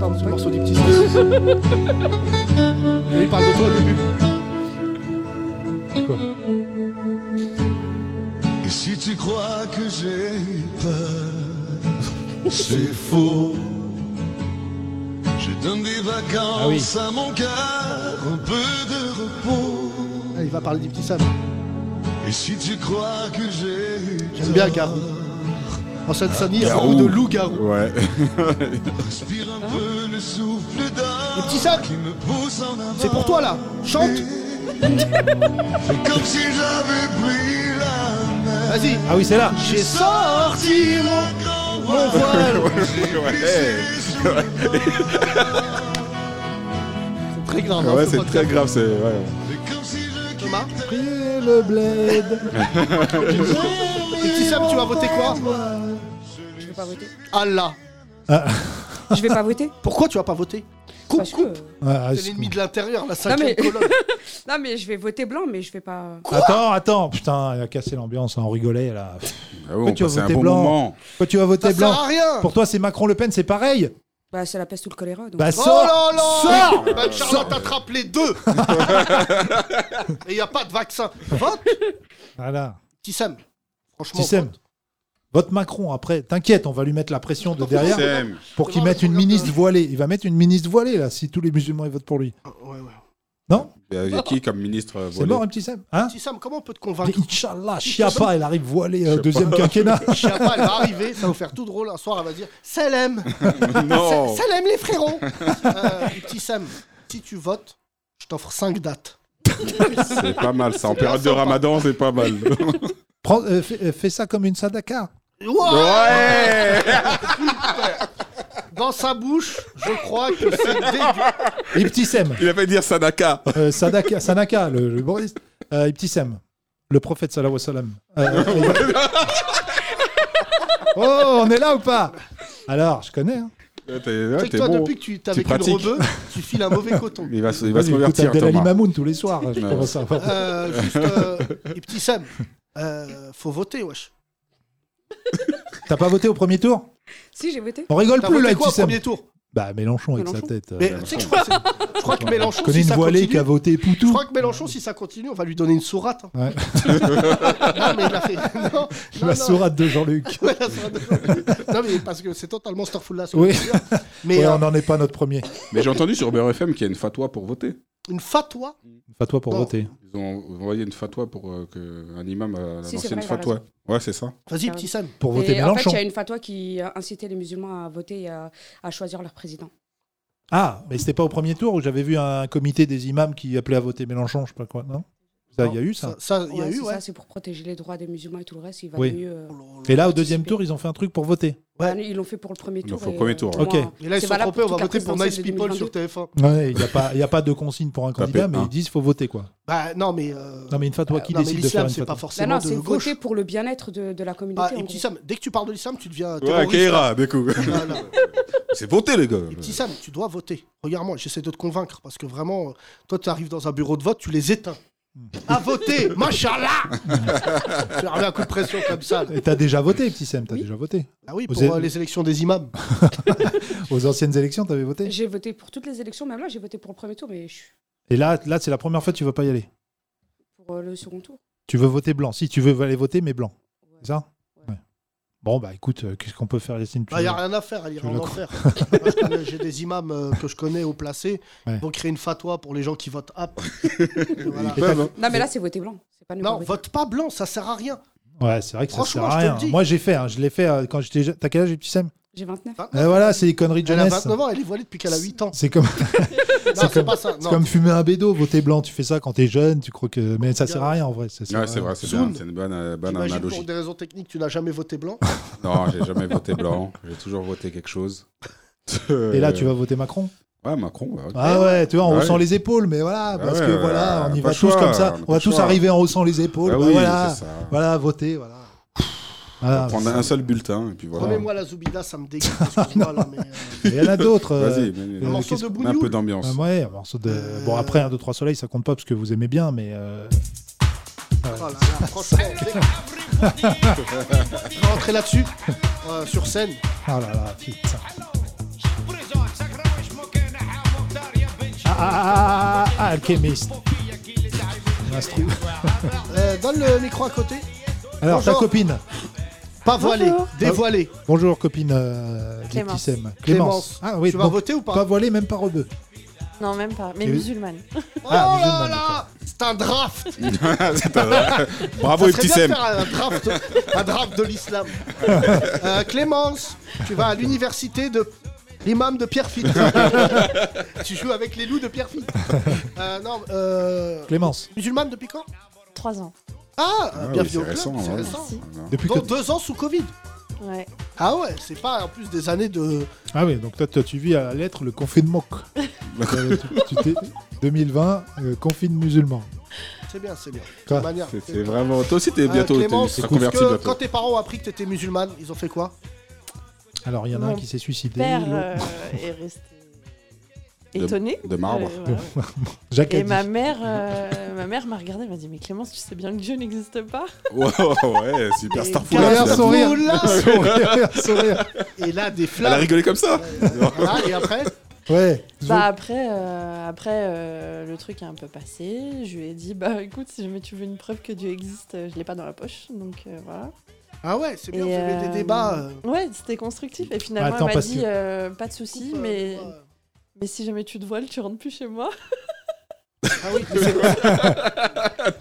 Speaker 4: Un morceau du petit
Speaker 6: (laughs)
Speaker 4: Sam. Et il parle de toi au début.
Speaker 10: Et si tu crois que j'ai peur, c'est faux. Je donne des vacances
Speaker 5: Ah oui.
Speaker 10: à mon cœur, un peu de repos.
Speaker 4: Ah, Il va parler du petit Sam.
Speaker 10: Et si tu crois que j'ai
Speaker 4: J'aime bien Garou. En Seine-Saint-Denis, il y a
Speaker 6: Garou.
Speaker 4: beaucoup de loups-garous.
Speaker 6: Ouais.
Speaker 10: respire un peu le souffle
Speaker 4: Le petit
Speaker 10: d'un
Speaker 4: sac,
Speaker 10: qui me pousse en avant.
Speaker 4: c'est pour toi là. Chante.
Speaker 10: Comme si j'avais pris la mer.
Speaker 4: Vas-y.
Speaker 5: (laughs) Ah oui, c'est là.
Speaker 4: J'ai sorti mon, mon
Speaker 6: (laughs)
Speaker 4: voile.
Speaker 6: Ouais.
Speaker 4: C'est très grave. hein,
Speaker 6: Ouais,
Speaker 4: ce
Speaker 6: c'est
Speaker 4: podcast.
Speaker 6: très grave, c'est. Ouais.
Speaker 10: Comme si je
Speaker 4: Thomas.
Speaker 5: Priez le bled.
Speaker 4: Et petit Sam, tu vas voter quoi
Speaker 9: Je vais pas voter.
Speaker 4: Allah.
Speaker 9: Je vais pas voter.
Speaker 4: Pourquoi tu vas pas voter
Speaker 9: Parce que- euh,
Speaker 5: Ah, ah,
Speaker 4: C'est l'ennemi de l'intérieur, la
Speaker 9: Non
Speaker 4: cinquième
Speaker 5: (laughs)
Speaker 9: mais...
Speaker 4: colonne.
Speaker 9: non mais je vais voter blanc, mais je vais pas.
Speaker 5: attends, attends, putain, il a cassé l'ambiance, hein, on rigolait là.
Speaker 6: Ah ouais, on
Speaker 5: tu vas
Speaker 6: passait un
Speaker 5: voter
Speaker 6: bon
Speaker 5: blanc
Speaker 6: moment.
Speaker 5: Quand tu vas voter
Speaker 4: Ça sert
Speaker 5: blanc,
Speaker 4: à rien
Speaker 5: pour toi c'est Macron-Le Pen, c'est pareil
Speaker 9: Bah c'est la peste ou le choléra. Donc...
Speaker 5: Bah
Speaker 4: Oh
Speaker 5: sors
Speaker 4: là là
Speaker 5: Sors
Speaker 4: Même Charlotte attrape
Speaker 5: (laughs)
Speaker 4: les deux Et il n'y a pas de vaccin. Vote
Speaker 5: Voilà,
Speaker 4: Tissem. Franchement.
Speaker 5: Tissem.
Speaker 4: vote.
Speaker 5: Vote Macron après, t'inquiète, on va lui mettre la pression de derrière
Speaker 6: Tissem.
Speaker 5: pour qu'il
Speaker 4: Devant
Speaker 5: mette
Speaker 4: le
Speaker 5: une
Speaker 4: programme,
Speaker 5: ministre
Speaker 4: hein.
Speaker 5: voilée. Il va mettre une ministre voilée là si tous les musulmans ils votent pour lui.
Speaker 4: Ouais, ouais.
Speaker 5: Non
Speaker 6: Il y a- il y a qui comme ministre euh,
Speaker 5: C'est
Speaker 6: voilé
Speaker 5: mort un petit Sam Hein
Speaker 4: Tissem, comment on peut te
Speaker 5: Mais
Speaker 4: convaincre
Speaker 5: Inch'Allah, Chiappa, elle arrive voilée euh, deuxième quinquennat.
Speaker 4: Chiappa, elle va arriver, ça va vous faire tout drôle. Un soir, elle va dire Salem
Speaker 6: (laughs) Non
Speaker 4: Salem,
Speaker 5: (laughs)
Speaker 4: les frérots Euh, Tissem, si tu votes, je t'offre 5 dates.
Speaker 6: C'est pas mal ça. En période de ramadan, c'est pas mal.
Speaker 5: (laughs) Prends- euh, fais, euh, fais ça comme une sadaka.
Speaker 6: Ouais
Speaker 4: Dans sa bouche, je crois que
Speaker 5: (laughs)
Speaker 4: c'est dégueu.
Speaker 5: Ibtissem,
Speaker 6: Il a fait dire Sadaka.
Speaker 5: euh, sadaka, Sanaka, le, le Boris. Euh, Ibtissem, le prophète sallallahu wa sallam. Euh,
Speaker 4: (laughs)
Speaker 5: il va- oh, on est là ou pas Alors, je connais. hein.
Speaker 6: Ouais, T'es ouais,
Speaker 4: Tu sais que
Speaker 6: t'es
Speaker 4: toi,
Speaker 6: bon.
Speaker 4: depuis que tu t'as vécu le
Speaker 6: pratiques.
Speaker 4: rebeu, tu files un mauvais
Speaker 5: (laughs)
Speaker 4: coton.
Speaker 6: Il va, se- il va se
Speaker 5: Vas-y, écoute
Speaker 6: convertir,
Speaker 5: Abdelali
Speaker 6: Thomas.
Speaker 5: Mamoun tous les soirs. Je
Speaker 6: Ouais.
Speaker 5: commence à avoir-
Speaker 4: Euh, juste, euh, et petit Sam, euh, faut voter, wesh.
Speaker 5: T'as pas voté au premier tour
Speaker 9: Si j'ai voté.
Speaker 5: On rigole
Speaker 4: T'as
Speaker 5: plus là,
Speaker 4: voté quoi au
Speaker 5: Ibtissem.
Speaker 4: premier tour
Speaker 5: Bah, Mélenchon avec
Speaker 9: Mélenchon.
Speaker 5: sa tête. euh,
Speaker 4: Mais tu sais que je crois, que c'est- je crois que Mélenchon,
Speaker 5: je connais
Speaker 4: si
Speaker 5: une
Speaker 4: ça
Speaker 5: voilée qui a voté
Speaker 4: continue, je
Speaker 5: Poutou.
Speaker 4: crois que Mélenchon, si ça continue, on va lui donner une sourate. hein.
Speaker 5: Ouais.
Speaker 4: (laughs) non, mais il a fait. (laughs) Non, non,
Speaker 5: La
Speaker 4: non.
Speaker 5: sourate de Jean-Luc.
Speaker 4: (laughs) Ouais, la sourate
Speaker 5: (laughs)
Speaker 4: de- non, mais parce que c'est totalement Starful là. ce que
Speaker 5: Oui.
Speaker 4: je veux dire. Mais
Speaker 5: Ouais,
Speaker 4: euh,
Speaker 5: on n'en est pas notre premier.
Speaker 6: Mais j'ai entendu sur BRFM qu'il y a une fatwa pour voter.
Speaker 4: une fatwa,
Speaker 5: Pas toi pour
Speaker 4: Non.
Speaker 5: voter.
Speaker 6: Ils ont envoyé une fatwa pour euh, que un imam euh,
Speaker 9: Si,
Speaker 6: lance
Speaker 9: c'est
Speaker 6: une
Speaker 9: vrai, il a
Speaker 6: fatwa. Ouais, c'est ça.
Speaker 9: Ah
Speaker 4: vas-y, petit Sam.
Speaker 5: Pour voter
Speaker 9: Et en fait,
Speaker 5: Mélenchon.
Speaker 9: il y a une fatwa qui a incité les musulmans à voter et à, à choisir leur président.
Speaker 5: Ah, mais c'était pas au premier tour où j'avais vu un comité des imams qui appelait à voter Mélenchon, je sais pas quoi, non Ça, il y a eu ça.
Speaker 4: Ça, il y a
Speaker 9: Ouais,
Speaker 4: eu,
Speaker 9: c'est
Speaker 4: ouais.
Speaker 9: ça, c'est pour protéger les droits des musulmans et tout le reste. Il va
Speaker 5: Oui.
Speaker 9: mieux. euh,
Speaker 5: Et là, au deuxième tour, ils ont fait un truc pour voter.
Speaker 9: bah, Ils l'ont fait pour le premier
Speaker 6: Ils l'ont
Speaker 9: tour.
Speaker 6: fait au
Speaker 9: et,
Speaker 6: premier
Speaker 9: euh,
Speaker 6: tour,
Speaker 9: pour
Speaker 5: ok.
Speaker 4: Et
Speaker 9: moi,
Speaker 4: là, ils
Speaker 9: c'est
Speaker 4: se sont
Speaker 9: valable
Speaker 4: trompés, on
Speaker 9: pour
Speaker 4: va
Speaker 9: toute la
Speaker 4: voter pour Nice
Speaker 9: présidentielle de
Speaker 4: People sur
Speaker 9: 2022.
Speaker 4: TF1.
Speaker 5: Ouais, il n'y a, pas- il y a pas de consigne pour un
Speaker 6: Tapez
Speaker 5: candidat, mais
Speaker 6: un.
Speaker 5: ils disent faut voter, quoi.
Speaker 4: Bah, non, mais. hein. euh,
Speaker 5: Non, mais une fatwa, qui
Speaker 4: non, mais
Speaker 5: décide de faire
Speaker 4: l'islam,
Speaker 5: une
Speaker 4: c'est pas
Speaker 5: fatwa
Speaker 9: Bah
Speaker 4: forcément
Speaker 9: non,
Speaker 4: de
Speaker 9: c'est
Speaker 4: gauche.
Speaker 9: voter pour le bien-être de, de la
Speaker 4: Ah,
Speaker 9: communauté.
Speaker 4: et
Speaker 9: en gros.
Speaker 4: petit Sam, dès que tu parles de l'islam, tu deviens
Speaker 6: Ouais,
Speaker 4: terroriste.
Speaker 6: Keira, des coups.
Speaker 4: Voilà.
Speaker 6: (laughs) C'est voter, les gars.
Speaker 4: Et petit Sam, tu dois voter. Regarde-moi, j'essaie de te convaincre parce que vraiment, euh, toi, tu arrives dans un bureau de vote, tu les éteins.
Speaker 5: Mm.
Speaker 4: À
Speaker 5: (laughs)
Speaker 4: voter, machallah Tu leur mets un coup de pression comme ça. là.
Speaker 5: Et t'as déjà voté, petit Sam, t'as déjà voté.
Speaker 4: Ah oui,
Speaker 5: Vous
Speaker 4: pour
Speaker 5: êtes-
Speaker 4: euh, les élections des imams.
Speaker 5: Aux anciennes élections, t'avais voté.
Speaker 9: J'ai voté pour toutes les élections, même là, j'ai voté pour le premier tour, mais je suis
Speaker 5: Et là, là c'est la première fois que tu veux pas y aller.
Speaker 9: pour euh, le second tour.
Speaker 5: Tu veux voter blanc. Si, tu veux aller voter, mais blanc.
Speaker 9: Ouais.
Speaker 5: C'est ça
Speaker 9: Ouais.
Speaker 5: Ouais. Bon, bah écoute, euh, qu'est-ce qu'on peut faire, Yacine tu
Speaker 4: Il n'y Bah, a
Speaker 5: veux-
Speaker 4: rien à faire, elle ira
Speaker 5: je
Speaker 4: en
Speaker 5: le
Speaker 4: enfer. Moi, je connais- J'ai des imams euh, que je connais au placé.
Speaker 5: Ouais.
Speaker 4: Ils vont créer une fatwa pour les gens qui votent
Speaker 5: (laughs)
Speaker 4: AP. Voilà.
Speaker 5: Et t'as-
Speaker 9: Non, mais là, c'est voter blanc. C'est pas ne pas
Speaker 4: Non,
Speaker 9: voter.
Speaker 4: vote pas blanc, ça sert à rien.
Speaker 5: Ouais, c'est vrai que ça
Speaker 4: Franchement,
Speaker 5: sert à
Speaker 4: je te le
Speaker 5: rien.
Speaker 4: dis.
Speaker 5: Moi, j'ai fait, hein, je l'ai fait euh, quand j'étais. jeune. T'as quel âge, petit Sam
Speaker 9: J'ai 29.
Speaker 5: Euh, Voilà, c'est les conneries de
Speaker 4: Elle a
Speaker 5: jeunesse.
Speaker 4: 29 ans, elle est voilée depuis qu'elle a 8 ans.
Speaker 5: C'est comme.
Speaker 4: Non, c'est
Speaker 5: comme-
Speaker 4: pas ça.
Speaker 5: C'est
Speaker 4: Non.
Speaker 5: comme fumer un bédo, voter blanc, tu fais ça quand t'es jeune, tu crois que. Mais ça sert à rien en vrai. ça sert à
Speaker 6: Ouais, c'est
Speaker 5: rien.
Speaker 6: vrai, c'est
Speaker 4: Zoom.
Speaker 6: bien, c'est une bonne, euh,
Speaker 5: Ben
Speaker 6: bonne
Speaker 4: T'imagines, pour
Speaker 6: analogie.
Speaker 4: des raisons techniques, tu n'as jamais voté blanc.
Speaker 6: Non, j'ai jamais voté blanc, j'ai toujours voté quelque chose. Euh,
Speaker 5: Et là, tu vas voter Macron
Speaker 6: Ouais, Macron, ouais.
Speaker 5: Ah ouais, tu vois, on
Speaker 6: Ouais.
Speaker 5: haussant les épaules, mais voilà,
Speaker 6: Bah
Speaker 5: parce
Speaker 6: ouais,
Speaker 5: que
Speaker 6: ouais,
Speaker 5: voilà,
Speaker 6: ouais,
Speaker 5: on y
Speaker 6: pas
Speaker 5: va
Speaker 6: le
Speaker 5: tous
Speaker 6: choix,
Speaker 5: comme ça.
Speaker 6: on a
Speaker 5: On
Speaker 6: pas
Speaker 5: va
Speaker 6: le
Speaker 5: tous
Speaker 6: choix.
Speaker 5: arriver en haussant les épaules,
Speaker 6: Bah
Speaker 5: bah
Speaker 6: oui,
Speaker 5: voilà, Ah,
Speaker 6: c'est ça.
Speaker 5: voilà, voter, voilà.
Speaker 6: On
Speaker 5: Voilà.
Speaker 6: va prendre un seul bulletin, et puis voilà.
Speaker 4: Remets-moi la Zoubida, ça me dégoûte. excuse-moi, là, mais, euh,
Speaker 5: Il y en a d'autres. euh,
Speaker 6: (laughs) Vas-y,
Speaker 5: euh,
Speaker 4: Un
Speaker 6: mets-
Speaker 4: morceau
Speaker 5: qu'est-ce
Speaker 4: de
Speaker 6: mets un peu
Speaker 4: bougnoule.
Speaker 5: Ah
Speaker 6: d'ambiance.
Speaker 5: ouais, un morceau de. Bon, après, un, deux, trois soleils, ça compte pas parce que vous aimez bien, mais. euh,
Speaker 4: Oh là là, franchement, dès que- je vais rentrer là-dessus, euh, sur scène.
Speaker 5: Ah là là, putain. Ah, ah, ah, ah, Alchemist. L'instru.
Speaker 4: Euh, donne le micro à côté.
Speaker 5: Alors, ta
Speaker 4: Bonjour.
Speaker 5: copine.
Speaker 4: Pas voilé, dévoilé.
Speaker 5: Bonjour, copine euh, du
Speaker 11: Clémence.
Speaker 5: petit Sem. Clémence.
Speaker 4: Clémence,
Speaker 5: Ah oui,
Speaker 4: tu vas
Speaker 5: bon,
Speaker 4: voter ou pas
Speaker 5: Pas voilée, même pas rebeu.
Speaker 11: Non, même pas. Mais
Speaker 5: Et-
Speaker 11: musulmane.
Speaker 4: Oh
Speaker 5: Ah,
Speaker 4: là
Speaker 5: musulmane,
Speaker 4: là C'est un draft
Speaker 6: (laughs) C'est un- Bravo,
Speaker 4: Ça serait
Speaker 6: les petits
Speaker 4: bien de
Speaker 6: Sem.
Speaker 4: faire un draft, un draft de
Speaker 6: (laughs)
Speaker 4: l'islam. Euh, Clémence, tu vas à l'université de l'imam de
Speaker 6: (laughs)
Speaker 4: Pierrefitte. tu joues avec les loups de Pierrefitte. Euh, non, euh,
Speaker 5: Clémence,
Speaker 4: musulmane depuis quand
Speaker 11: Trois ans.
Speaker 4: Ah,
Speaker 6: Ah oui,
Speaker 4: bienvenue
Speaker 6: c'est
Speaker 4: au club,
Speaker 6: récent,
Speaker 4: c'est
Speaker 6: ouais.
Speaker 4: récent.
Speaker 5: depuis que.
Speaker 4: Ah, Donc deux ans sous Covid.
Speaker 11: Ouais.
Speaker 4: Ah ouais, c'est pas en plus des années de.
Speaker 5: Ah oui, donc toi, toi, tu vis à la lettre le confinement.
Speaker 4: (laughs)
Speaker 5: Euh, tu- tu t'es- 2020, euh, confine musulman.
Speaker 4: C'est bien, c'est bien.
Speaker 5: Quoi
Speaker 4: De manière.
Speaker 6: C'est- C'est vraiment. Toi aussi, t'es
Speaker 4: Euh,
Speaker 6: bientôt. t'es-
Speaker 4: Clémence,
Speaker 6: tu seras
Speaker 4: parce
Speaker 6: converti
Speaker 4: que
Speaker 6: bientôt.
Speaker 4: quand tes parents ont appris que t'étais musulmane, ils ont fait quoi
Speaker 5: Alors, il y en a un
Speaker 11: Mon
Speaker 5: qui s'est suicidé.
Speaker 11: Père
Speaker 5: l'autre-
Speaker 11: euh, est resté étonnée.
Speaker 6: de marbre.
Speaker 11: Euh,
Speaker 5: (laughs)
Speaker 11: voilà.
Speaker 5: Jacques a
Speaker 11: Et
Speaker 5: dit.
Speaker 11: ma mère, euh, ma mère m'a regardée, elle m'a dit Mais Clémence, tu sais bien que Dieu n'existe pas
Speaker 6: Ouais, (laughs) ouais, super
Speaker 11: Et
Speaker 6: star
Speaker 4: Carrière,
Speaker 6: foulasse.
Speaker 4: sourire.
Speaker 5: (laughs) Sourire, sourire.
Speaker 4: Et là, des
Speaker 6: Elle a
Speaker 4: flammes. Euh,
Speaker 6: rigolé comme ça.
Speaker 4: Voilà, et après,
Speaker 5: Ouais.
Speaker 11: Bah après, euh, après euh, le truc est un peu passé. Je lui ai dit Bah écoute, si jamais tu veux une preuve que Dieu existe, euh, je l'ai pas dans la poche. Donc euh, voilà.
Speaker 4: ah ouais, c'est bien, vous
Speaker 11: Et,
Speaker 4: avez
Speaker 11: euh,
Speaker 4: des débats. euh,
Speaker 11: Ouais, c'était constructif. Et finalement,
Speaker 5: Bah, Attends,
Speaker 11: elle m'a
Speaker 5: parce
Speaker 11: dit
Speaker 5: que-
Speaker 11: euh, Pas de soucis,
Speaker 4: coupe, euh,
Speaker 11: mais,
Speaker 4: moi, euh.
Speaker 11: mais si jamais tu te voiles, tu rentres plus chez moi. (laughs)
Speaker 4: Ah oui, mais c'est-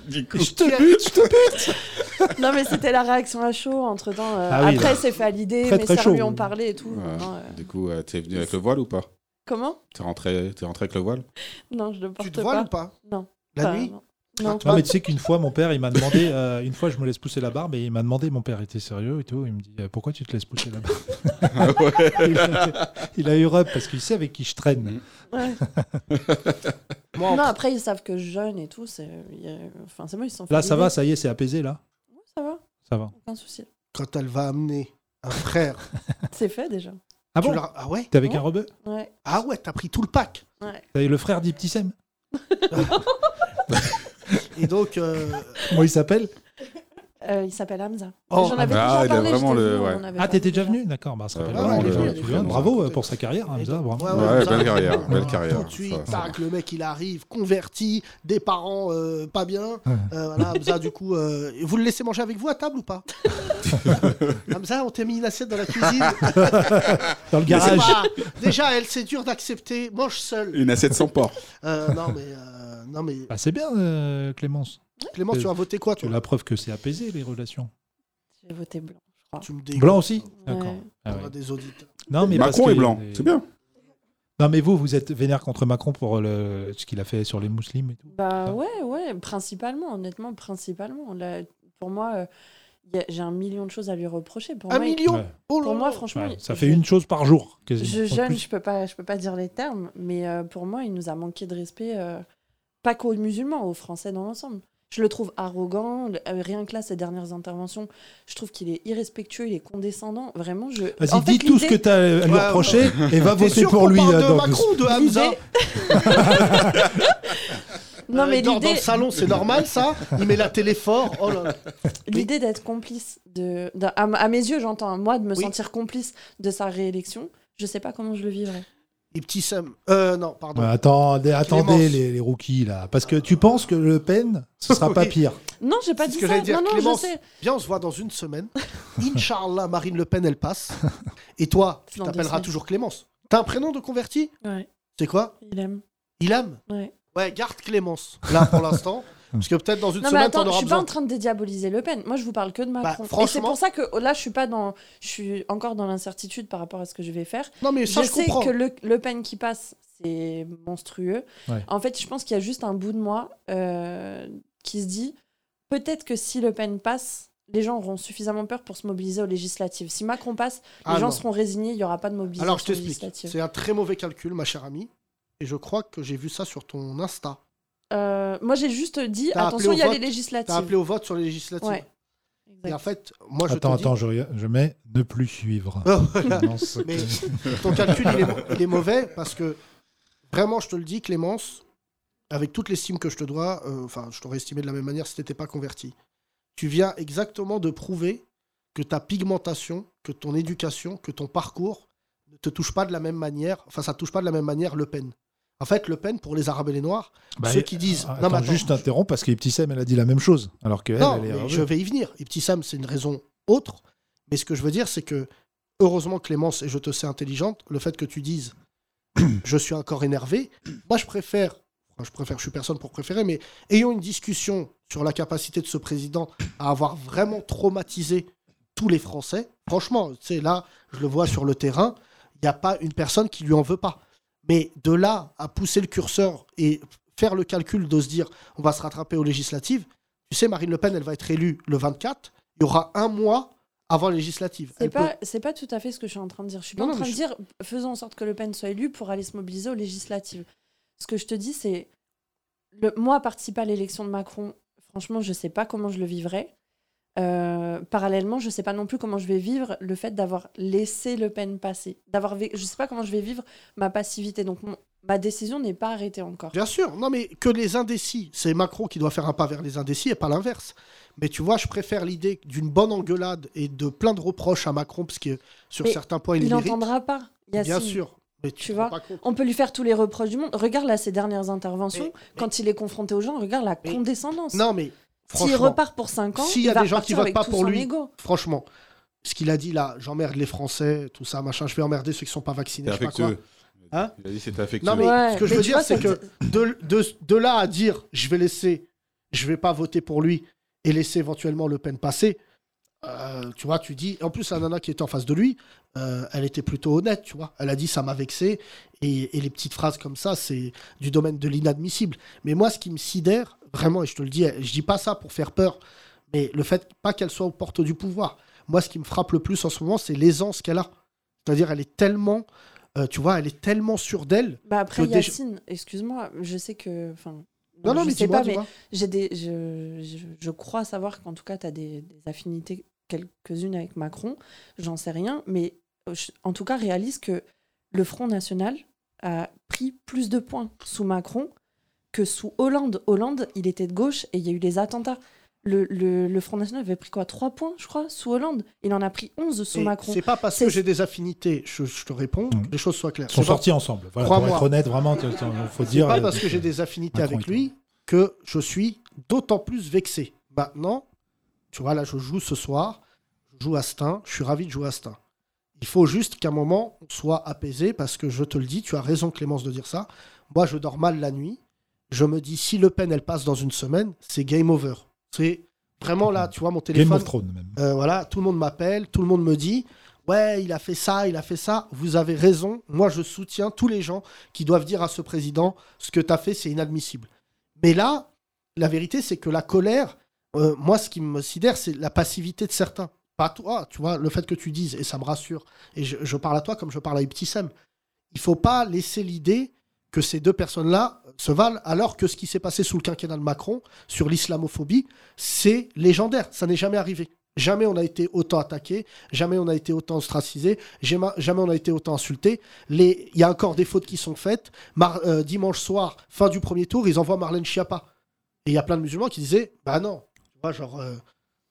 Speaker 6: Du coup,
Speaker 5: Je te bute, je te bute.
Speaker 11: non, mais c'était la réaction à chaud entre temps.
Speaker 5: Ah oui,
Speaker 11: après,
Speaker 5: là.
Speaker 11: c'est fait à l'idée,
Speaker 5: Très,
Speaker 11: mes
Speaker 5: très
Speaker 11: sœurs lui
Speaker 5: chaud.
Speaker 11: ont parlé et tout.
Speaker 6: Ouais.
Speaker 11: Maintenant, euh,
Speaker 6: du coup, euh, t'es venu avec le voile ou pas
Speaker 11: Comment
Speaker 6: T'es rentré, t'es rentré avec le voile
Speaker 11: Non, je le porte
Speaker 4: tu te
Speaker 11: pas.
Speaker 4: voiles ou pas
Speaker 11: Non.
Speaker 4: La
Speaker 11: Enfin,
Speaker 4: nuit
Speaker 11: non.
Speaker 4: Ah,
Speaker 11: Non.
Speaker 4: tu
Speaker 5: Non,
Speaker 4: vois,
Speaker 5: mais tu sais qu'une fois, mon père, il m'a demandé, euh, une fois, je me laisse pousser la barbe et il m'a demandé, mon père était sérieux et tout, il me dit, euh, pourquoi tu te laisses pousser la barbe (laughs)
Speaker 6: Ah
Speaker 5: il, a, il a eu rub parce qu'il sait avec qui je traîne.
Speaker 11: Ouais.
Speaker 4: moi, en-
Speaker 11: Non, après, ils savent que je jeûne et tout. C'est il y a- enfin, c'est moi, ils s'en foutent
Speaker 5: Là, ça
Speaker 11: l'idée.
Speaker 5: va, ça y est, c'est apaisé, là
Speaker 11: Ouais, Ça va,
Speaker 5: Ça va.
Speaker 11: aucun souci.
Speaker 4: quand elle va amener un frère,
Speaker 11: C'est fait déjà.
Speaker 5: Ah
Speaker 4: tu
Speaker 5: bon
Speaker 4: leur- ah ouais,
Speaker 5: T'es avec
Speaker 11: Ouais.
Speaker 5: un rebeu
Speaker 11: Ouais.
Speaker 4: ah ouais, t'as pris tout le pack.
Speaker 5: T'as eu le frère d'Iptissem
Speaker 4: Et
Speaker 5: (laughs)
Speaker 4: donc, euh,
Speaker 5: Comment il s'appelle
Speaker 11: Euh, il s'appelle Hamza.
Speaker 4: Oh.
Speaker 11: J'en avais
Speaker 6: Ah,
Speaker 11: déjà
Speaker 6: il a
Speaker 11: parlé.
Speaker 6: vraiment
Speaker 11: j'étais
Speaker 6: le-
Speaker 11: venue,
Speaker 6: ouais.
Speaker 11: on en
Speaker 5: Ah,
Speaker 11: avait
Speaker 5: t'étais
Speaker 11: parlé
Speaker 5: déjà
Speaker 11: déjà.
Speaker 5: venu D'accord, bah, ça
Speaker 6: Ouais,
Speaker 5: s'appelle.
Speaker 4: ouais,
Speaker 5: tu
Speaker 4: ouais,
Speaker 5: viens,
Speaker 4: ouais,
Speaker 5: tu
Speaker 4: ouais,
Speaker 5: viens.
Speaker 4: ouais.
Speaker 5: Bravo euh, pour sa carrière, Hamza. bravo.
Speaker 4: ouais,
Speaker 6: Ouais,
Speaker 4: ouais, ça-
Speaker 6: belle carrière, belle
Speaker 5: Ah,
Speaker 6: carrière.
Speaker 4: Tout de suite,
Speaker 6: Ça, ça
Speaker 4: tac, le mec il arrive, converti, des parents euh, pas bien.
Speaker 5: Ouais.
Speaker 4: Euh, voilà, Hamza, du coup, euh, vous le laissez manger avec vous à table ou pas
Speaker 5: (laughs)
Speaker 4: Hamza, on t'a mis une assiette dans la cuisine.
Speaker 5: Dans le
Speaker 4: Je sais
Speaker 5: garage.
Speaker 4: pas. Déjà, elle, c'est dur d'accepter. Mange seul.
Speaker 6: Une assiette sans porc.
Speaker 4: Euh, non, mais, euh, non, mais
Speaker 5: Bah, c'est bien, euh, Clémence.
Speaker 4: Clément, tu as voté quoi,
Speaker 5: euh, Tu
Speaker 4: toi
Speaker 5: as la preuve que c'est apaisé, les relations.
Speaker 11: J'ai voté blanc, je crois.
Speaker 4: Tu me dégoûtes.
Speaker 5: Blanc aussi
Speaker 11: Ouais.
Speaker 5: D'accord.
Speaker 4: On
Speaker 5: Ah
Speaker 4: a
Speaker 5: ouais.
Speaker 4: des auditeurs.
Speaker 5: Non, mais parce
Speaker 6: Macron
Speaker 5: que-
Speaker 6: est blanc, c'est bien.
Speaker 5: Non, mais vous, vous êtes vénère contre Macron pour le... ce qu'il a fait sur les musulmans et tout.
Speaker 11: Bah
Speaker 5: Ah.
Speaker 11: ouais, ouais, principalement, honnêtement, principalement. Là, pour moi, euh, y a- j'ai un million de choses à lui reprocher. Pour
Speaker 4: Un
Speaker 11: moi, il-
Speaker 4: million
Speaker 5: Ouais.
Speaker 4: Oh là
Speaker 11: pour moi
Speaker 4: là.
Speaker 11: franchement,
Speaker 5: Ouais,
Speaker 11: il-
Speaker 5: ça
Speaker 11: je-
Speaker 5: fait une chose par jour. quasiment.
Speaker 11: Je
Speaker 5: Pas
Speaker 11: jeune,
Speaker 5: plus.
Speaker 11: je peux pas, je peux pas dire les termes, mais euh, pour moi, il nous a manqué de respect, euh, pas qu'aux musulmans, aux Français dans l'ensemble. Je le trouve arrogant, le- euh, rien que là, ses dernières interventions, je trouve qu'il est irrespectueux, il est condescondant. Vraiment, je.
Speaker 5: Vas-y,
Speaker 11: En fait,
Speaker 5: dis tout ce que
Speaker 11: l'idée-
Speaker 5: tu as à lui
Speaker 4: Ouais,
Speaker 5: reprocher et va
Speaker 4: T'es
Speaker 5: voter
Speaker 4: sûr
Speaker 5: pour
Speaker 4: qu'on
Speaker 5: lui.
Speaker 4: parle
Speaker 5: euh,
Speaker 4: de
Speaker 5: dans-
Speaker 4: Macron ou de Hamza
Speaker 11: l'idée- non,
Speaker 4: Euh,
Speaker 11: mais
Speaker 4: il dort dans
Speaker 11: l'idée,
Speaker 4: le salon, c'est normal
Speaker 5: (laughs)
Speaker 4: ça Il met la télé fort. Oh là là.
Speaker 11: l'idée d'être complice, de, d'un- à, à mes yeux, j'entends, hein, moi, de me
Speaker 4: Oui.
Speaker 11: sentir complice de sa réélection, je sais pas comment je le vivrais.
Speaker 4: Et petit Sam. Euh, non, pardon.
Speaker 5: Ouais, attendez, attendez
Speaker 4: Clémence.
Speaker 5: les, les rookies là, parce que tu penses que Le Pen ce sera pas
Speaker 4: (laughs) Oui.
Speaker 5: pire.
Speaker 11: Non, j'ai pas
Speaker 4: C'est ce
Speaker 11: dit
Speaker 4: que
Speaker 11: ça.
Speaker 4: j'allais dire,
Speaker 11: non, non,
Speaker 4: Clémence.
Speaker 11: je sais.
Speaker 4: Viens, on se voit dans une semaine. Inch'Allah, Marine Le Pen, elle passe. Et toi, tu
Speaker 11: Dans deux
Speaker 4: t'appelleras
Speaker 11: semaines.
Speaker 4: toujours Clémence. T'as un prénom de converti
Speaker 11: Ouais,
Speaker 4: C'est quoi
Speaker 11: il aime.
Speaker 4: Ilham
Speaker 11: Ouais.
Speaker 4: Ouais, garde Clémence, là, pour
Speaker 5: (laughs)
Speaker 4: l'instant. parce que peut-être dans une
Speaker 11: Non mais
Speaker 4: semaine,
Speaker 11: attends,
Speaker 4: t'en
Speaker 11: je
Speaker 4: auras
Speaker 11: suis pas
Speaker 4: besoin. Bah,
Speaker 11: en train de dédiaboliser Le Pen. Moi, je vous parle que de Macron.
Speaker 4: franchement-
Speaker 11: Et c'est pour ça que oh, là, je suis pas dans, je suis encore dans l'incertitude par rapport à ce que je vais faire.
Speaker 4: Non, mais ça,
Speaker 11: je,
Speaker 4: je,
Speaker 11: sais
Speaker 4: comprends.
Speaker 11: que le, Le Pen qui passe, c'est monstrueux.
Speaker 5: Ouais.
Speaker 11: En fait, je pense qu'il y a juste un bout de moi euh, qui se dit peut-être que si Le Pen passe, les gens auront suffisamment peur pour se mobiliser aux législatives. Si Macron passe, les
Speaker 4: Ah
Speaker 11: gens
Speaker 4: non.
Speaker 11: seront résignés, il y aura pas de mobilisation
Speaker 4: Alors, je t'explique.
Speaker 11: législative.
Speaker 4: C'est un très mauvais calcul, ma chère amie. Et je crois que j'ai vu ça sur ton Insta.
Speaker 11: Euh, moi, j'ai juste dit
Speaker 4: T'as
Speaker 11: attention, il y a
Speaker 4: appelé
Speaker 11: les
Speaker 4: au
Speaker 11: législatives.
Speaker 4: T'as appelé au vote sur les législatives.
Speaker 11: Ouais.
Speaker 4: Et en
Speaker 11: Exact.
Speaker 4: fait, moi, je
Speaker 5: attends,
Speaker 4: te (laughs)
Speaker 5: attends, je, je mets ne plus suivre.
Speaker 4: dis...
Speaker 5: Clémence,
Speaker 4: Mais
Speaker 5: que-
Speaker 4: ton calcul, il est, il est mauvais parce que vraiment, je te le dis, Clémence, avec toute l'estime que je te dois, euh, enfin, je t'aurais estimé de la même manière si t'étais pas converti. Tu viens exactement de prouver que ta pigmentation, que ton éducation, que ton parcours ne te touche pas de la même manière. Enfin, ça touche pas de la même manière Le Pen. En fait, Le Pen, pour les Arabes et les Noirs,
Speaker 5: Bah,
Speaker 4: ceux qui disent.
Speaker 5: attends,
Speaker 4: non, mais attends,
Speaker 5: juste t'interromps parce que Iptissem elle a dit la même chose, alors que elle,
Speaker 4: non,
Speaker 5: elle est.
Speaker 4: mais
Speaker 5: rebeu.
Speaker 4: je vais y venir. Et petit Sam, c'est une raison autre. Mais ce que je veux dire, c'est que, heureusement, Clémence, et je te sais intelligente, le fait que tu dises (coughs) je suis encore énervé, (coughs) moi, je préfère, enfin, je préfère, je suis personne pour préférer, mais ayons une discussion sur la capacité de ce président à avoir vraiment traumatisé tous les Français. Franchement, c'est là, je le vois sur le terrain, il n'y a pas une personne qui lui en veut pas. Mais de là à pousser le curseur et faire le calcul de se dire on va se rattraper aux législatives, tu sais, Marine Le Pen, elle va être élue le 24. Il y aura un mois avant la législative.
Speaker 11: C'est
Speaker 4: Elle
Speaker 11: pas,
Speaker 4: peut-
Speaker 11: c'est pas tout à fait ce que je suis en train de dire. Je suis pas
Speaker 4: Non,
Speaker 11: en
Speaker 4: non,
Speaker 11: train
Speaker 4: mais
Speaker 11: de
Speaker 4: je-
Speaker 11: dire faisons en sorte que Le Pen soit élu pour aller se mobiliser aux législatives. Ce que je te dis, c'est le, moi participer à l'élection de Macron. Franchement, je sais pas comment je le vivrai. Euh, parallèlement, je sais pas non plus comment je vais vivre le fait d'avoir laissé Le Pen passer. D'avoir, vé- je sais pas comment je vais vivre ma passivité. Donc mon- ma décision n'est pas arrêtée encore.
Speaker 4: Bien sûr, non mais que les indécis, c'est Macron qui doit faire un pas vers les indécis et pas l'inverse. Mais tu vois, je préfère l'idée d'une bonne engueulade et de plein de reproches à Macron, parce que sur
Speaker 11: Mais
Speaker 4: certains points, il,
Speaker 11: il
Speaker 4: les mérite.
Speaker 11: n'entendra pas.
Speaker 4: Bien
Speaker 11: Yacine.
Speaker 4: sûr. Mais tu, te
Speaker 11: Tu
Speaker 4: rends
Speaker 11: vois,
Speaker 4: pas compte.
Speaker 11: on peut lui faire tous les reproches du monde. Regarde là ses dernières interventions. quand il est confronté aux gens, regarde la condescendance.
Speaker 4: Non, mais
Speaker 11: S'il
Speaker 4: franchement,
Speaker 11: repart pour 5 ans,
Speaker 4: S'il
Speaker 11: il
Speaker 4: y a
Speaker 11: va
Speaker 4: des gens qui
Speaker 11: repartir
Speaker 4: votent
Speaker 11: avec
Speaker 4: pas
Speaker 11: tout
Speaker 4: pour
Speaker 11: son
Speaker 4: lui,
Speaker 11: ego.
Speaker 4: franchement, ce qu'il a dit là, j'emmerde les Français, tout ça, machin, je vais emmerder ceux qui sont pas vaccinés.
Speaker 6: C'est
Speaker 4: je sais pas quoi.
Speaker 6: affectueux.
Speaker 4: Hein
Speaker 6: Il a dit c'était affectueux.
Speaker 4: Non, mais ce que je
Speaker 11: mais
Speaker 4: veux
Speaker 11: tu
Speaker 4: dire,
Speaker 11: vois,
Speaker 4: c'est que
Speaker 11: ça-
Speaker 4: de, de- de là à dire je vais laisser, je vais pas voter pour lui et laisser éventuellement Le Pen passer, euh, tu vois, tu dis. En plus, la nana qui était en face de lui, euh, elle était plutôt honnête, tu vois. Elle a dit ça m'a vexé. Et, et les petites phrases comme ça, c'est du domaine de l'inadmissible. Mais moi, ce qui me sidère, vraiment, et je te le dis, je dis pas ça pour faire peur, mais le fait pas qu'elle soit aux portes du pouvoir. Moi, ce qui me frappe le plus en ce moment, c'est l'aisance qu'elle a. C'est-à-dire, elle est tellement. euh, tu vois, elle est tellement sûre d'elle.
Speaker 11: Bah après,
Speaker 4: que déjà-
Speaker 11: Yacine, excuse-moi, je sais que. Enfin,
Speaker 4: Non, non,
Speaker 11: je
Speaker 4: mais
Speaker 11: sais
Speaker 4: dis-moi,
Speaker 11: pas, mais
Speaker 4: dis-moi.
Speaker 11: j'ai des, je, je, je crois savoir qu'en tout cas, tu as des, des affinités, quelques-unes avec Macron, j'en sais rien, mais je- en tout cas, réalise que le Front National a pris plus de points sous Macron que sous Hollande. Hollande, il était de gauche et il y a eu les attentats. Le, le, le Front National avait pris quoi 3 points, je crois, sous Hollande. Il en a pris 11 sous
Speaker 4: Et
Speaker 11: Macron.
Speaker 4: C'est pas parce que j'ai des affinités, je, je te réponds, que les choses soient claires.
Speaker 5: Mmh. Ils sont
Speaker 4: C'est pas-
Speaker 5: sortis ensemble. Voilà, pour
Speaker 4: Crois-moi.
Speaker 5: être honnête, vraiment, il faut
Speaker 4: C'est
Speaker 5: dire.
Speaker 4: pas
Speaker 5: euh,
Speaker 4: parce que j'ai des affinités
Speaker 5: Macron
Speaker 4: avec
Speaker 5: et
Speaker 4: lui que je suis d'autant plus vexé. Maintenant, tu vois, là, je joue ce soir, je joue Astin, je suis ravi de jouer Astin. Il faut juste qu'à un moment, on soit apaisé, parce que je te le dis, tu as raison, Clémence, de dire ça. Moi, je dors mal la nuit. Je me dis, si Le Pen, elle passe dans une semaine, c'est game over. C'est vraiment là, tu vois, mon téléphone.
Speaker 5: Game of Thrones, même.
Speaker 4: Euh, voilà, tout le monde m'appelle, tout le monde me dit Ouais, il a fait ça, il a fait ça. Vous avez raison. Moi, je soutiens tous les gens qui doivent dire à ce président Ce que tu as fait, c'est inadmissible. Mais là, la vérité, c'est que la colère, euh, moi, ce qui me sidère, c'est la passivité de certains. Pas toi, Ah, tu vois, le fait que tu dises, et ça me rassure, et je, je parle à toi comme je parle à Ibtissem. Il faut pas laisser l'idée que ces deux personnes-là se valent, alors que ce qui s'est passé sous le quinquennat de Macron sur l'islamophobie, c'est légendaire. Ça n'est jamais arrivé. Jamais on a été autant attaqué, jamais on a été autant ostracisé, jamais jamais on a été autant insulté. Les- Il y a encore des fautes qui sont faites. Mar- euh, dimanche soir, fin du premier tour, ils envoient Marlène Schiappa. Et il y a plein de musulmans qui disaient Bah non, tu vois, genre, euh,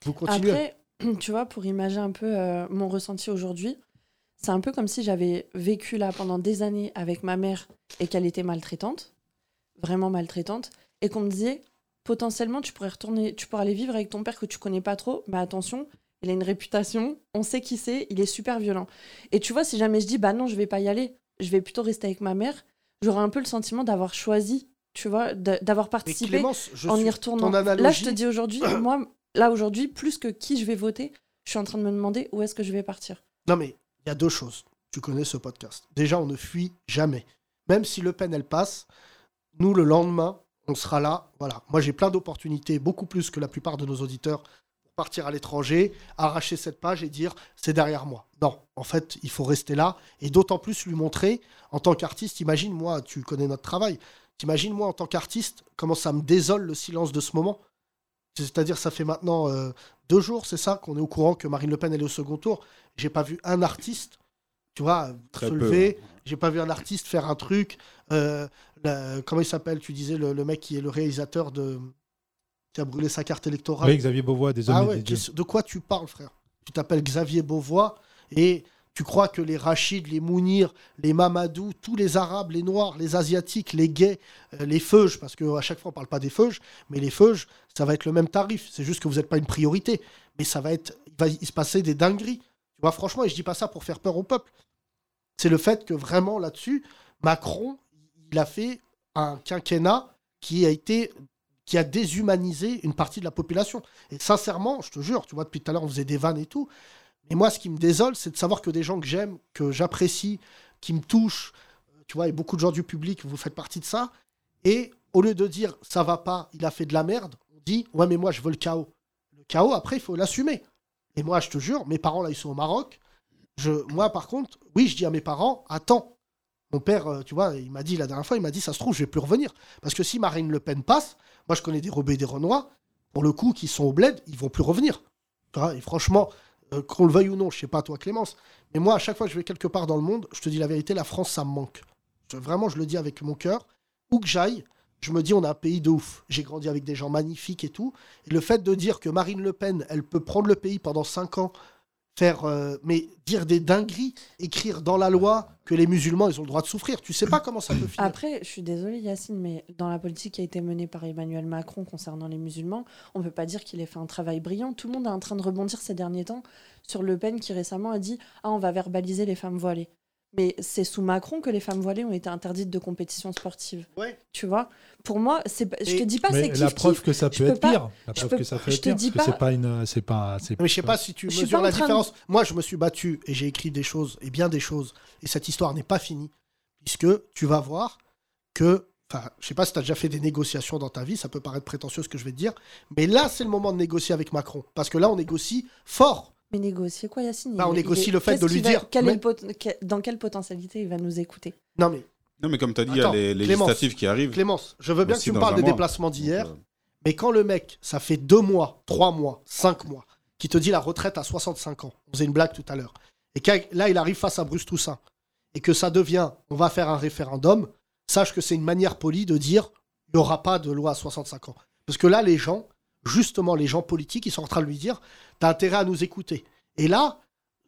Speaker 4: vous continuez.
Speaker 11: Après, (clears throat) tu vois, pour imaginer un peu euh, mon ressenti aujourd'hui, c'est un peu comme si j'avais vécu là pendant des années avec ma mère et qu'elle était maltraitante, vraiment maltraitante, et qu'on me disait potentiellement tu pourrais retourner, tu pourras aller vivre avec ton père que tu connais pas trop, mais attention, il a une réputation, on sait qui c'est, il est super violent. Et tu vois, si jamais je dis bah non, je vais pas y aller, je vais plutôt rester avec ma mère, j'aurai un peu le sentiment d'avoir choisi, tu vois, de- d'avoir
Speaker 4: Mais
Speaker 11: participé
Speaker 4: Clémence, je
Speaker 11: en
Speaker 4: suis-
Speaker 11: y
Speaker 4: ton
Speaker 11: retournant.
Speaker 4: analogie,
Speaker 11: Là, je te
Speaker 4: (clears throat)
Speaker 11: dis aujourd'hui, moi, là aujourd'hui, plus que qui je vais voter, je suis en train de me demander où est-ce que je vais partir.
Speaker 4: Non, mais il y a deux choses. Tu connais ce podcast. Déjà, on ne fuit jamais. Même si Le Pen, elle passe, nous, le lendemain, on sera là. Voilà. Moi, j'ai plein d'opportunités, beaucoup plus que la plupart de nos auditeurs, pour partir à l'étranger, arracher cette page et dire c'est derrière moi. Non, en fait, il faut rester là et d'autant plus lui montrer, en tant qu'artiste, imagine, moi, tu connais notre travail. T'imagines, moi, en tant qu'artiste, comment ça me désole le silence de ce moment c'est-à-dire, ça fait maintenant euh, deux jours, c'est ça, qu'on est au courant que Marine Le Pen elle est au second tour. J'ai pas vu un artiste, tu vois,
Speaker 6: Très
Speaker 4: se
Speaker 6: peu, hein.
Speaker 4: lever. J'ai pas vu un artiste faire un truc. Euh, la- comment il s'appelle Tu disais le, le mec qui est le réalisateur de qui a brûlé sa carte électorale.
Speaker 5: Oui, Xavier Beauvois, des hommes
Speaker 4: Ah
Speaker 5: et
Speaker 4: ouais,
Speaker 5: des dieux.
Speaker 4: qu'est-ce- de quoi tu parles, frère Tu t'appelles Xavier Beauvois et tu crois que les Rachid, les Mounir, les Mamadou, tous les Arabes, les Noirs, les Asiatiques, les gays, euh, les Feuges, parce qu'à chaque fois on parle pas des Feuges, mais les Feuges, ça va être le même tarif. C'est juste que vous n'êtes pas une priorité. Mais ça va être. Il va y- il se passer des dingueries. Tu vois, franchement, et je dis pas ça pour faire peur au peuple. C'est le fait que vraiment là-dessus, Macron, il a fait un quinquennat qui a été qui a déshumanisé une partie de la population. Et sincèrement, je te jure, tu vois, depuis tout à l'heure, on faisait des vannes et tout. Mais moi, ce qui me désole, c'est de savoir que des gens que j'aime, que j'apprécie, qui me touchent, euh, tu vois, et beaucoup de gens du public, vous faites partie de ça. Et au lieu de dire ça va pas, il a fait de la merde, on dit ouais, mais moi, je veux le chaos. Le chaos, après, il faut l'assumer. Et moi, je te jure, mes parents, là, ils sont au Maroc. Je, moi, par contre, oui, je dis à mes parents attends, mon père, euh, tu vois, il m'a dit la dernière fois, il m'a dit, ça se trouve, je vais plus revenir. Parce que si Marine Le Pen passe, moi, je connais des Robés et des Renois, pour le coup, qui sont au bled, ils vont plus revenir. Tu vois, et franchement, euh, qu'on le veuille ou non, je sais pas toi, Clémence, mais moi, à chaque fois que je vais quelque part dans le monde, je te dis la vérité, la France, ça me manque. Je je- vraiment, je le dis avec mon cœur, où que j'aille, je me dis, on a un pays de ouf. J'ai grandi avec des gens magnifiques et tout. Et le fait de dire que Marine Le Pen, elle peut prendre le pays pendant 5 ans, faire, euh, mais dire des dingueries, écrire dans la loi que les musulmans, ils ont le droit de souffrir. Tu sais pas comment ça peut finir.
Speaker 11: Après, je suis désolée, Yacine, mais dans la politique qui a été menée par Emmanuel Macron concernant les musulmans, on ne peut pas dire qu'il ait fait un travail brillant. Tout le monde est en train de rebondir ces derniers temps sur Le Pen qui récemment a dit Ah, on va verbaliser les femmes voilées. Mais c'est sous Macron que les femmes voilées ont été interdites de compétition sportive. Tu vois Pour moi, c'est pas- je te dis pas
Speaker 5: Mais
Speaker 11: c'est
Speaker 5: la
Speaker 11: kiff-kiff.
Speaker 5: preuve que ça
Speaker 11: Je
Speaker 5: peut
Speaker 11: peux
Speaker 5: être
Speaker 11: pas-
Speaker 5: pire. La
Speaker 11: je
Speaker 5: preuve
Speaker 11: peux-
Speaker 5: que ça peut
Speaker 11: je
Speaker 5: être
Speaker 11: te
Speaker 5: pire.
Speaker 11: dis
Speaker 5: parce que c'est
Speaker 11: pas-
Speaker 5: pas une. euh, C'est pas. c'est
Speaker 4: Mais je sais pas si tu
Speaker 11: Je suis
Speaker 4: mesures
Speaker 11: pas en
Speaker 4: la
Speaker 11: train de-
Speaker 4: différence. Moi, je me suis battu et j'ai écrit des choses et bien des choses. Et cette histoire n'est pas finie. Puisque tu vas voir que. Enfin, je sais pas si tu as déjà fait des négociations dans ta vie, ça peut paraître prétentieux ce que je vais te dire. Mais là, c'est le moment de négocier avec Macron. Parce que là, on négocie fort.
Speaker 11: Mais négocier quoi, Yacine
Speaker 4: Bah, on
Speaker 11: Il est- il
Speaker 4: négocie
Speaker 11: est-
Speaker 4: le fait
Speaker 11: qu'est-ce
Speaker 4: de lui
Speaker 11: qu'il va-
Speaker 4: dire,
Speaker 11: quel est
Speaker 4: mais-
Speaker 11: le pot- quel- Dans quelle potentialité il va nous écouter
Speaker 4: Non, mais
Speaker 6: Non, mais comme tu as dit, il y a
Speaker 4: Attends,
Speaker 6: les les
Speaker 4: Clémence,
Speaker 6: législatives qui arrivent.
Speaker 4: Clémence, je veux bien que
Speaker 6: Aussi
Speaker 4: tu me
Speaker 6: dans
Speaker 4: parles
Speaker 6: un
Speaker 4: des
Speaker 6: mois.
Speaker 4: déplacements d'hier, mais quand le mec, ça fait deux mois, trois mois, cinq mois, qui te dit la retraite à 65 ans, on faisait une blague tout à l'heure, et que là, il arrive face à Bruce Toussaint, et que ça devient, on va faire un référendum, sache que c'est une manière polie de dire, il n'y aura pas de loi à 65 ans. Parce que là, les gens, justement, les gens politiques, ils sont en train de lui dire, t'as intérêt à nous écouter. Et là,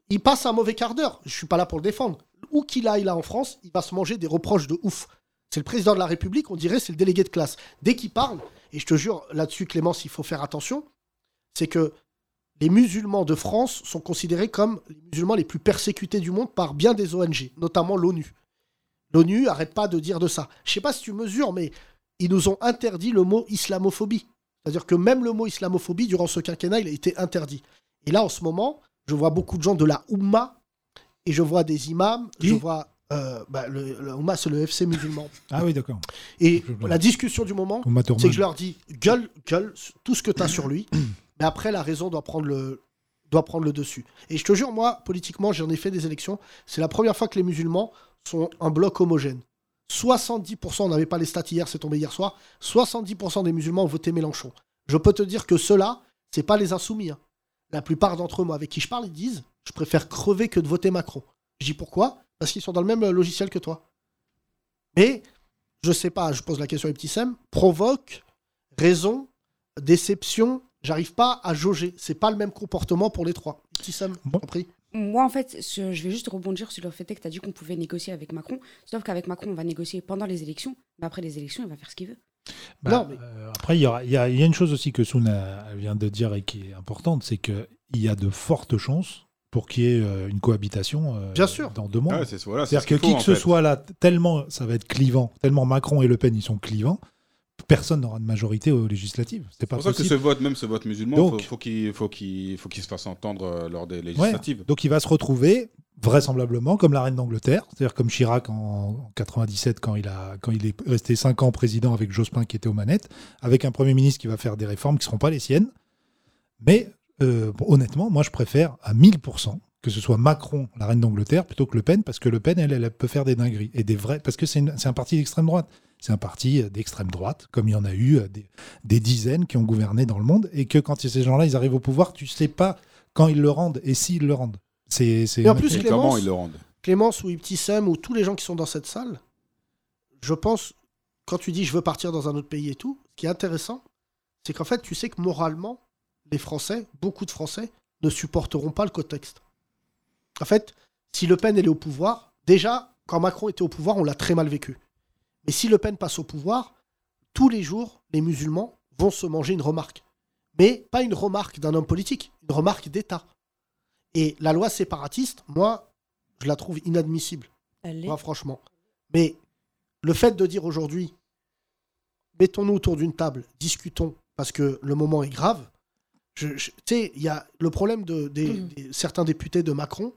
Speaker 4: il passe un mauvais quart d'heure. Je suis pas là pour le défendre. Où qu'il aille là en France, il va se manger des reproches de ouf. C'est le président de la République, on dirait c'est le délégué de classe. Dès qu'il parle, et je te jure, là-dessus, Clémence, il faut faire attention, c'est que les musulmans de France sont considérés comme les musulmans les plus persécutés du monde par bien des ONG, notamment l'ONU. L'ONU arrête pas de dire de ça. Je sais pas si tu mesures, mais ils nous ont interdit le mot islamophobie. C'est-à-dire que même le mot islamophobie, durant ce quinquennat, il a été interdit. Et là, en ce moment, je vois beaucoup de gens de la Oumma et je vois des imams, je vois. euh, bah, le, la Oumma, c'est le FC musulman.
Speaker 5: Ah oui, d'accord.
Speaker 4: Et la discussion du moment,
Speaker 5: Oumma Tourman.
Speaker 4: c'est que je leur dis gueule, gueule, tout ce que tu as sur lui, mais après, la raison doit prendre le doit prendre le dessus. Et je te jure, moi, politiquement, j'en ai fait des élections. C'est la première fois que les musulmans sont un bloc homogène. 70%, on n'avait pas les stats hier, c'est tombé hier soir, 70% des musulmans ont voté Mélenchon. Je peux te dire que ceux-là, c'est pas les insoumis. hein. La plupart d'entre eux, moi, avec qui je parle, ils disent je préfère crever que de voter Macron. Je dis pourquoi Parce qu'ils sont dans le même euh, logiciel que toi. Mais, je sais pas, je pose la question à Petit Sem, provoque, raison, déception, j'arrive pas à jauger. C'est pas le même comportement pour les trois. Petit Sem, compris
Speaker 9: Moi, en fait, je je vais juste rebondir sur le fait que tu as dit qu'on pouvait négocier avec Macron. Sauf qu'avec Macron, on va négocier pendant les élections. Mais après les élections, il va faire ce qu'il veut.
Speaker 5: Bah, euh, après, il y, aura- il y a, il y a une chose aussi que Soun a- vient de dire et qui est importante, c'est qu'il y a de fortes chances pour qu'il y ait euh, une cohabitation euh,
Speaker 6: Bien sûr.
Speaker 5: dans deux mois.
Speaker 6: Ah ouais, c'est- voilà, c'est
Speaker 5: C'est-à-dire
Speaker 6: ce
Speaker 5: que
Speaker 6: qu'il faut,
Speaker 5: qui
Speaker 6: en
Speaker 5: que ce
Speaker 6: fait.
Speaker 5: soit là, t- tellement ça va être clivant, tellement Macron et Le Pen ils sont clivants, personne n'aura de majorité aux législatives. C'est
Speaker 6: C'est
Speaker 5: pas
Speaker 6: pour ça que
Speaker 5: possible.
Speaker 6: ce vote, même ce vote musulman,
Speaker 5: Donc-
Speaker 6: faut, faut qu'il faut qu'il faut qu'il se fasse entendre euh, lors des
Speaker 5: Ouais.
Speaker 6: législatives.
Speaker 5: Donc il va se retrouver vraisemblablement comme la reine d'Angleterre, c'est-à-dire comme Chirac en en 97 quand il, a, quand il est resté 5 ans président avec Jospin qui était aux manettes, avec un Premier ministre qui va faire des réformes qui ne seront pas les siennes. Mais euh, bon, honnêtement, moi je préfère à 1000% que ce soit Macron, la reine d'Angleterre, plutôt que Le Pen, parce que Le Pen, elle, elle peut faire des dingueries. Et des vrais, parce que c'est une- c'est un parti d'extrême droite. C'est un parti euh, d'extrême droite, comme il y en a eu euh, des, des dizaines qui ont gouverné dans le monde, et que quand ces gens-là, ils arrivent au pouvoir, tu sais pas quand ils le rendent et s'ils le rendent. C'est c'est-
Speaker 4: Et en plus, Clémence,
Speaker 6: ils le rendent
Speaker 4: Clémence ou Ibtissem ou tous les gens qui sont dans cette salle, je pense, quand tu dis je veux partir dans un autre pays et tout, ce qui est intéressant, c'est qu'en fait, tu sais que moralement, les Français, beaucoup de Français, ne supporteront pas le contexte. En fait, si Le Pen elle est au pouvoir, déjà, quand Macron était au pouvoir, on l'a très mal vécu. Mais si Le Pen passe au pouvoir, tous les jours, les musulmans vont se manger une remarque. Mais pas une remarque d'un homme politique, une remarque d'État. Et la loi séparatiste, moi, je la trouve inadmissible. Moi, franchement. Mais le fait de dire aujourd'hui, mettons-nous autour d'une table, discutons, parce que le moment est grave. Je, je- tu sais, il y a le problème de, des- des- certains députés de Macron,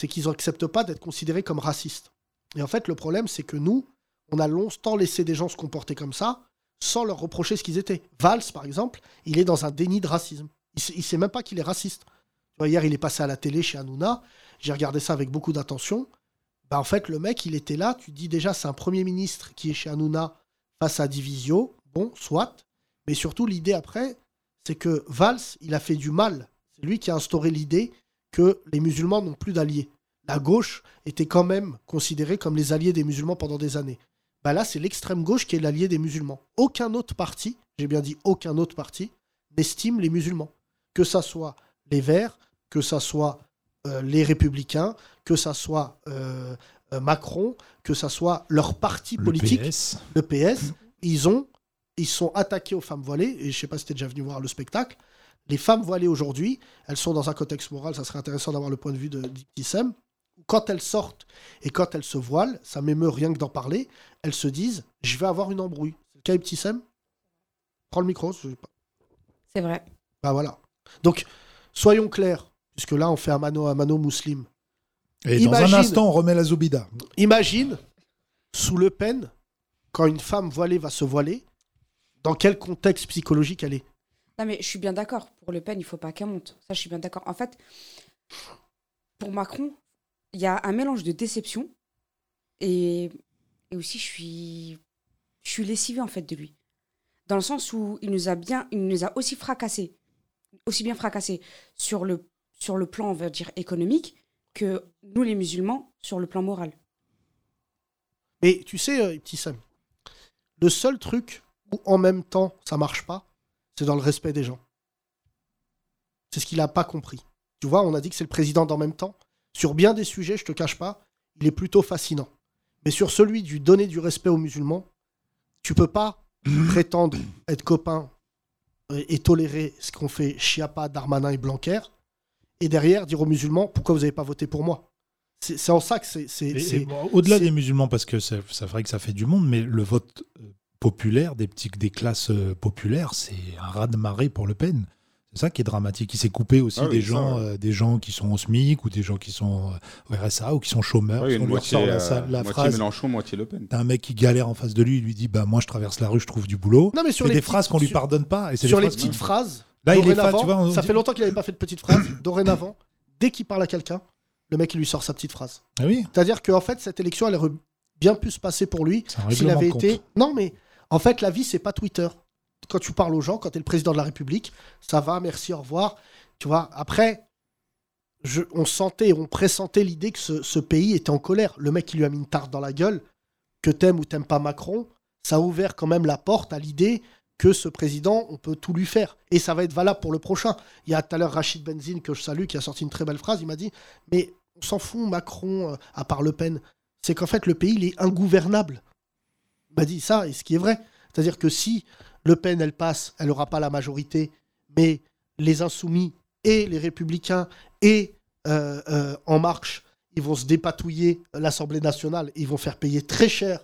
Speaker 4: c'est qu'ils n'acceptent pas d'être considérés comme racistes. Et en fait, le problème, c'est que nous, on a longtemps laissé des gens se comporter comme ça, sans leur reprocher ce qu'ils étaient. Valls, par exemple, il est dans un déni de racisme. Il sait, il sait même pas qu'il est raciste. Tu vois, hier, il est passé à la télé chez Hanouna. J'ai regardé ça avec beaucoup d'attention. Bah, en fait, le mec, il était là. Tu te dis déjà, c'est un Premier ministre qui est chez Hanouna face à Divisio. Bon, soit. Mais surtout, l'idée après, c'est que Valls, il a fait du mal. C'est lui qui a instauré l'idée que les musulmans n'ont plus d'alliés. la gauche était quand même considérée comme les alliés des musulmans pendant des années. Bah là, c'est l'extrême gauche qui est l'allié des musulmans. Aucun autre parti, j'ai bien dit aucun autre parti, n'estime les musulmans. Que ça soit les Verts, que ça soit euh, les Républicains, que ça soit euh, euh, Macron, que ça soit leur parti politique,
Speaker 5: PS.
Speaker 4: le PS, E ils ont, ils sont attaqués aux femmes voilées. Et je sais pas si t'es déjà venu voir le spectacle. Les femmes voilées aujourd'hui, elles sont dans un contexte moral. Ça serait intéressant d'avoir le point de vue de d'Ibtissem. Quand elles sortent et quand elles se voilent, ça m'émeut rien que d'en parler. Elles se disent, je vais avoir une embrouille. C'est le cas Ibtissem Prends le micro. je sais pas.
Speaker 9: C'est vrai.
Speaker 4: Bah voilà. Donc, soyons clairs, puisque là, on fait un mano à mano muslim.
Speaker 5: Et dans un instant, on remet la Zoubida.
Speaker 4: Imagine, sous Le Pen, quand une femme voilée va se voiler, dans quel contexte psychologique elle est
Speaker 9: Non, mais je suis bien d'accord. Pour Le Pen, il faut pas qu'elle monte. Ça, je suis bien d'accord. En fait, pour Macron, il y a un mélange de déception et, et aussi, je suis, je suis lessivée en fait de lui. Dans le sens où il nous a bien, il nous a aussi fracassé, aussi bien fracassé sur le, sur le plan, on va dire, économique que nous les musulmans sur le plan moral.
Speaker 4: Mais tu sais, euh, petit Sam, le seul truc où en même temps ça marche pas, c'est dans le respect des gens. C'est ce qu'il a pas compris. Tu vois, on a dit que c'est le président d'en même temps. Sur bien des sujets, je te cache pas, il est plutôt fascinant. Mais sur celui du donner du respect aux musulmans, tu peux pas
Speaker 5: Mhm.
Speaker 4: prétendre être copain et, et tolérer ce qu'ont fait Chiappa, Darmanin et Blanquer, et derrière dire aux musulmans pourquoi vous n'avez pas voté pour moi. C'est c'est en ça que c'est. c'est-
Speaker 5: Et-
Speaker 4: c'est-
Speaker 5: et Au-delà
Speaker 4: c'est-
Speaker 5: des musulmans, parce que ça, ça ferait que ça fait du monde, mais le vote euh, populaire des petites, des classes euh, populaires, c'est un raz de marée pour Le Pen. C'est ça qui est dramatique. Il s'est coupé aussi
Speaker 6: Ah oui,
Speaker 5: des
Speaker 6: ça,
Speaker 5: gens,
Speaker 6: ouais.
Speaker 5: euh, des gens qui sont au SMIC ou des gens qui sont euh, au RSA ou qui sont chômeurs.
Speaker 6: Ouais, il y a
Speaker 5: on
Speaker 6: une
Speaker 5: leur
Speaker 6: moitié,
Speaker 5: sort la,
Speaker 6: euh,
Speaker 5: sa- la
Speaker 6: moitié
Speaker 5: phrase.
Speaker 6: Mélenchon, moitié Le Pen.
Speaker 5: T'as un mec qui galère en face de lui, il lui dit bah moi je traverse la rue, je trouve du boulot.
Speaker 4: Non, mais sur
Speaker 5: c'est
Speaker 4: les
Speaker 5: des
Speaker 4: petites-
Speaker 5: phrases qu'on lui
Speaker 4: sur-
Speaker 5: pardonne pas. Et c'est
Speaker 4: sur
Speaker 5: des
Speaker 4: les
Speaker 5: phrases-
Speaker 4: petites phrases.
Speaker 5: Là, il est
Speaker 4: dorénavant,
Speaker 5: fat, tu vois. on-
Speaker 4: ça fait longtemps qu'il n'avait pas fait de
Speaker 5: (coughs)
Speaker 4: petites phrases. Dorénavant, dès qu'il parle à quelqu'un, le mec il lui sort sa petite phrase.
Speaker 5: Ah oui.
Speaker 4: C'est-à-dire qu'en fait, cette élection, elle aurait bien pu se passer pour lui
Speaker 5: un
Speaker 4: s'il
Speaker 5: règlement
Speaker 4: avait
Speaker 5: de compte.
Speaker 4: été. Non, mais en fait, la vie, c'est pas Twitter. Quand tu parles aux gens, quand tu es le président de la République, ça va, merci, au revoir. Tu vois, après, je- on sentait, on pressentait l'idée que ce, ce pays était en colère. Le mec qui lui a mis une tarte dans la gueule, que t'aimes ou t'aimes pas Macron, ça a ouvert quand même la porte à l'idée que ce président, on peut tout lui faire. Et ça va être valable pour le prochain. Il y a tout à l'heure Rachid Benzine, que je salue, qui a sorti une très belle phrase. Il m'a dit Mais on s'en fout, Macron, euh, à part Le Pen. C'est qu'en fait, le pays, il est ingouvernable. Il m'a dit Bah, ça, et ce qui est vrai. C'est-à-dire que si Le Pen, elle passe, elle n'aura pas la majorité, mais les insoumis et les républicains et euh, euh, En Marche, ils vont se dépatouiller euh, l'Assemblée nationale, ils vont faire payer très cher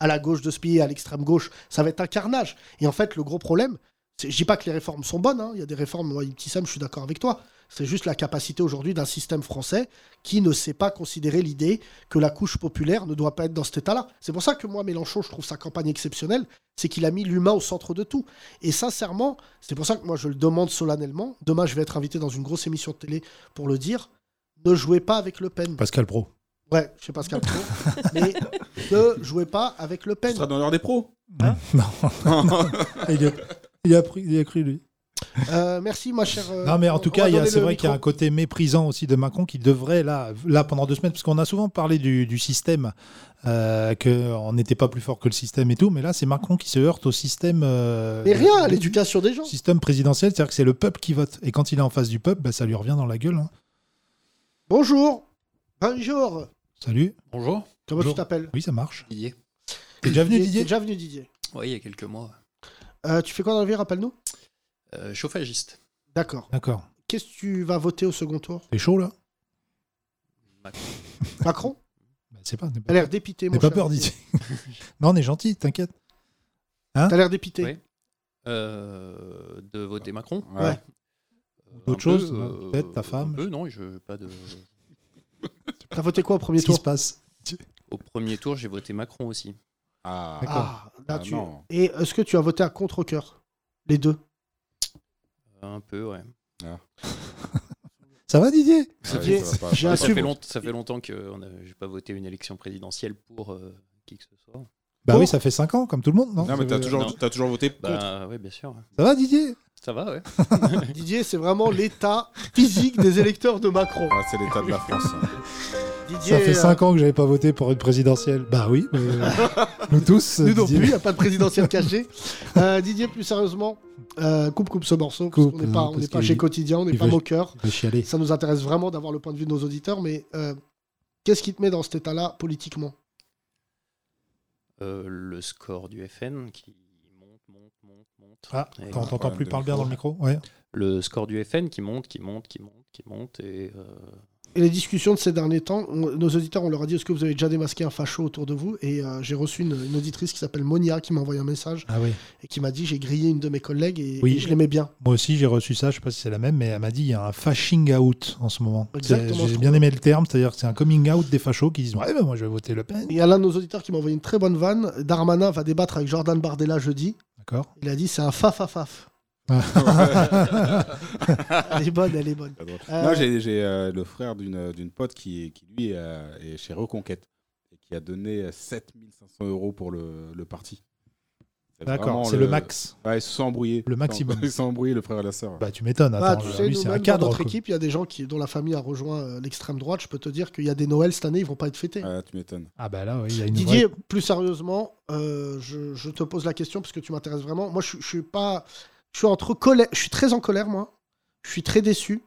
Speaker 4: à la gauche de ce pays, à l'extrême gauche, ça va être un carnage. Et en fait, le gros problème, c'est- je dis pas que les réformes sont bonnes, hein, il y a des réformes, moi, petit Sam, je suis d'accord avec toi, c'est juste la capacité aujourd'hui d'un système français qui ne sait pas considérer l'idée que la couche populaire ne doit pas être dans cet état-là. C'est pour ça que moi, Mélenchon, je trouve sa campagne exceptionnelle, c'est qu'il a mis l'humain au centre de tout. Et sincèrement, c'est pour ça que moi, je le demande solennellement, demain, je vais être invité dans une grosse émission de télé pour le dire, ne jouez pas avec Le Pen.
Speaker 5: Pascal Pro.
Speaker 4: Ouais, je sais pas ce qu'il y a
Speaker 5: (laughs)
Speaker 4: de trop, mais ne jouez pas avec Le Pen.
Speaker 6: Tu seras dans l'heure
Speaker 5: (laughs)
Speaker 6: des pros.
Speaker 4: Hein
Speaker 5: Non. il, a, il a pris, il a cru lui.
Speaker 4: Euh, merci, ma chère. euh,
Speaker 5: Non, mais en tout
Speaker 4: on
Speaker 5: cas,
Speaker 4: va
Speaker 5: il y a-
Speaker 4: donner
Speaker 5: c'est
Speaker 4: le
Speaker 5: vrai qu'il y a un
Speaker 4: micro.
Speaker 5: côté méprisant aussi de Macron qui devrait, là, là pendant deux semaines, parce qu'on a souvent parlé du, du système, euh, qu'on n'était pas plus fort que le système et tout, mais là, c'est Macron qui se heurte au système. euh,
Speaker 4: Mais rien, à
Speaker 5: du
Speaker 4: l'éducation des gens.
Speaker 5: système présidentiel, c'est-à-dire que c'est le peuple qui vote. Et quand il est en face du peuple, bah, ça lui revient dans la gueule. hein.
Speaker 4: Bonjour. Bonjour.
Speaker 5: Salut.
Speaker 12: Bonjour.
Speaker 4: Comment tu t'appelles
Speaker 5: Oui, ça marche.
Speaker 12: Didier.
Speaker 5: T'es déjà venu,
Speaker 4: T'es
Speaker 5: Didier
Speaker 4: déjà venu, Didier.
Speaker 12: Oui, il y a quelques mois.
Speaker 4: Euh, tu fais quoi dans la vie, rappelle-nous
Speaker 12: Euh, chauffagiste.
Speaker 4: D'accord.
Speaker 5: D'accord.
Speaker 4: Qu'est-ce que tu vas voter au second tour
Speaker 5: C'est chaud, là
Speaker 4: Macron
Speaker 5: Bah, C'est pas.
Speaker 4: T'as l'air dépité, mon
Speaker 5: N'aie pas
Speaker 4: cher
Speaker 5: peur,
Speaker 4: (laughs)
Speaker 5: Didier. non, on est gentil, t'inquiète. Hein
Speaker 4: T'as l'air dépité.
Speaker 12: Oui. Euh, de voter Macron.
Speaker 5: Ouais. Ouais. D'autres
Speaker 12: Un peu,
Speaker 5: choses,
Speaker 12: euh,
Speaker 5: hein, peut-être, ta femme.
Speaker 12: un peu, non, je pas de.
Speaker 4: T'as voté quoi au premier
Speaker 5: Qu'est-ce qui
Speaker 4: tour
Speaker 5: se passe
Speaker 12: Au premier tour, j'ai voté Macron aussi. Ah.
Speaker 4: Ah, là, tu- Et est-ce que tu as voté à contre-coeur Les deux
Speaker 12: Un peu, ouais.
Speaker 5: Ça va, Didier
Speaker 4: Ah oui, ça va pas- J'ai
Speaker 12: ça,
Speaker 4: un
Speaker 12: fait
Speaker 4: sub-
Speaker 12: long- ça fait longtemps que on a- j'ai pas voté une élection présidentielle pour euh, qui que ce soit.
Speaker 5: Bah oui, ça fait 5 ans, comme tout le monde, non
Speaker 6: Non, mais
Speaker 5: Ça
Speaker 4: Euh,
Speaker 6: t'as
Speaker 5: veut-
Speaker 6: toujours,
Speaker 12: non.
Speaker 6: t'as toujours voté contre.
Speaker 12: Bah oui, bien sûr.
Speaker 5: Ça va, Didier
Speaker 12: Ça va, ouais.
Speaker 4: Didier, c'est vraiment l'état physique des électeurs de Macron.
Speaker 6: Ah, c'est l'état de la France. hein.
Speaker 4: Didier,
Speaker 5: Ça fait
Speaker 4: euh,
Speaker 5: 5 ans que j'avais pas voté pour une présidentielle. Bah oui, mais, (laughs) euh, nous tous. euh,
Speaker 4: Nous non
Speaker 5: Didier.
Speaker 4: plus, il n'y a pas de
Speaker 5: (laughs)
Speaker 4: présidentiel caché. Euh, Didier, plus sérieusement, euh, coupe, coupe ce morceau, parce
Speaker 5: Coupe,
Speaker 4: qu'on n'est
Speaker 5: hein,
Speaker 4: pas, on
Speaker 5: parce
Speaker 4: n'est pas
Speaker 5: qu'il-
Speaker 4: chez Quotidien, on n'est
Speaker 5: il
Speaker 4: pas
Speaker 5: veut-
Speaker 4: moqueur.
Speaker 5: il veut chialer.
Speaker 4: Ça nous intéresse vraiment d'avoir le point de vue de nos auditeurs, mais euh, qu'est-ce qui te met dans cet état-là politiquement
Speaker 12: Euh, le score du FN qui monte, monte, monte, monte.
Speaker 5: Ah,
Speaker 12: Et-
Speaker 5: quand on t'entend plus, parle bien dans le micro. Ouais.
Speaker 12: Le score du FN qui monte, qui monte, qui monte, qui monte. Et, euh,
Speaker 4: Et les discussions de ces derniers temps, on- nos auditeurs, on leur a dit est-ce que vous avez déjà démasqué un facho autour de vous Et euh, j'ai reçu une, une auditrice qui s'appelle Monia qui m'a envoyé un message
Speaker 5: Ah oui.
Speaker 4: et qui m'a dit j'ai grillé une de mes collègues et,
Speaker 5: Oui.
Speaker 4: et je l'aimais bien.
Speaker 5: Moi aussi, j'ai reçu ça, je sais pas si c'est la même, mais elle m'a dit il y a un fashing out en ce moment. C'est-
Speaker 4: Exactement, je
Speaker 5: J'ai bien aimé le terme, c'est-à-dire que c'est un coming out des fachos qui disent Ouais, bah, moi je vais voter Le Pen.
Speaker 4: Il y a l'un de nos auditeurs qui m'a envoyé une très bonne vanne. Darmanin va débattre avec Jordan Bardella jeudi.
Speaker 6: (laughs)
Speaker 5: D'accord.
Speaker 4: Il a dit c'est un fa fa faf.
Speaker 5: (laughs)
Speaker 4: elle est bonne, elle est bonne.
Speaker 6: Pas drôle.
Speaker 4: Euh,
Speaker 6: Non, j'ai j'ai, euh, le frère d'une d'une pote qui, qui lui, euh, est chez Reconquête et qui a donné euh, 7500 euros pour le, le parti. C'est
Speaker 5: D'accord,
Speaker 6: vraiment
Speaker 5: c'est le max.
Speaker 6: Ouais, ils se sont embrouillés.
Speaker 5: Le maximum.
Speaker 6: (laughs) Ils se sont embrouillés, le frère et la sœur.
Speaker 5: Bah, tu m'étonnes.
Speaker 4: bah,
Speaker 5: Attends,
Speaker 4: tu
Speaker 5: euh,
Speaker 4: sais,
Speaker 5: lui, c'est un
Speaker 4: nous-mêmes, dans
Speaker 5: cadre.
Speaker 4: notre
Speaker 5: quoi.
Speaker 4: équipe, il y a des gens qui, dont la famille a rejoint euh, l'extrême droite. Je peux te dire qu'il y a des Noëls cette année, ils vont pas être fêtés.
Speaker 6: Ah, tu m'étonnes.
Speaker 5: Ah, bah là, ouais, il y a une.
Speaker 4: Didier,
Speaker 5: vraie-
Speaker 4: plus sérieusement, euh, je, je te pose la question parce que tu m'intéresses vraiment. Moi, je, je suis pas, je suis entre colère, je suis très en colère, moi. Je suis très déçu,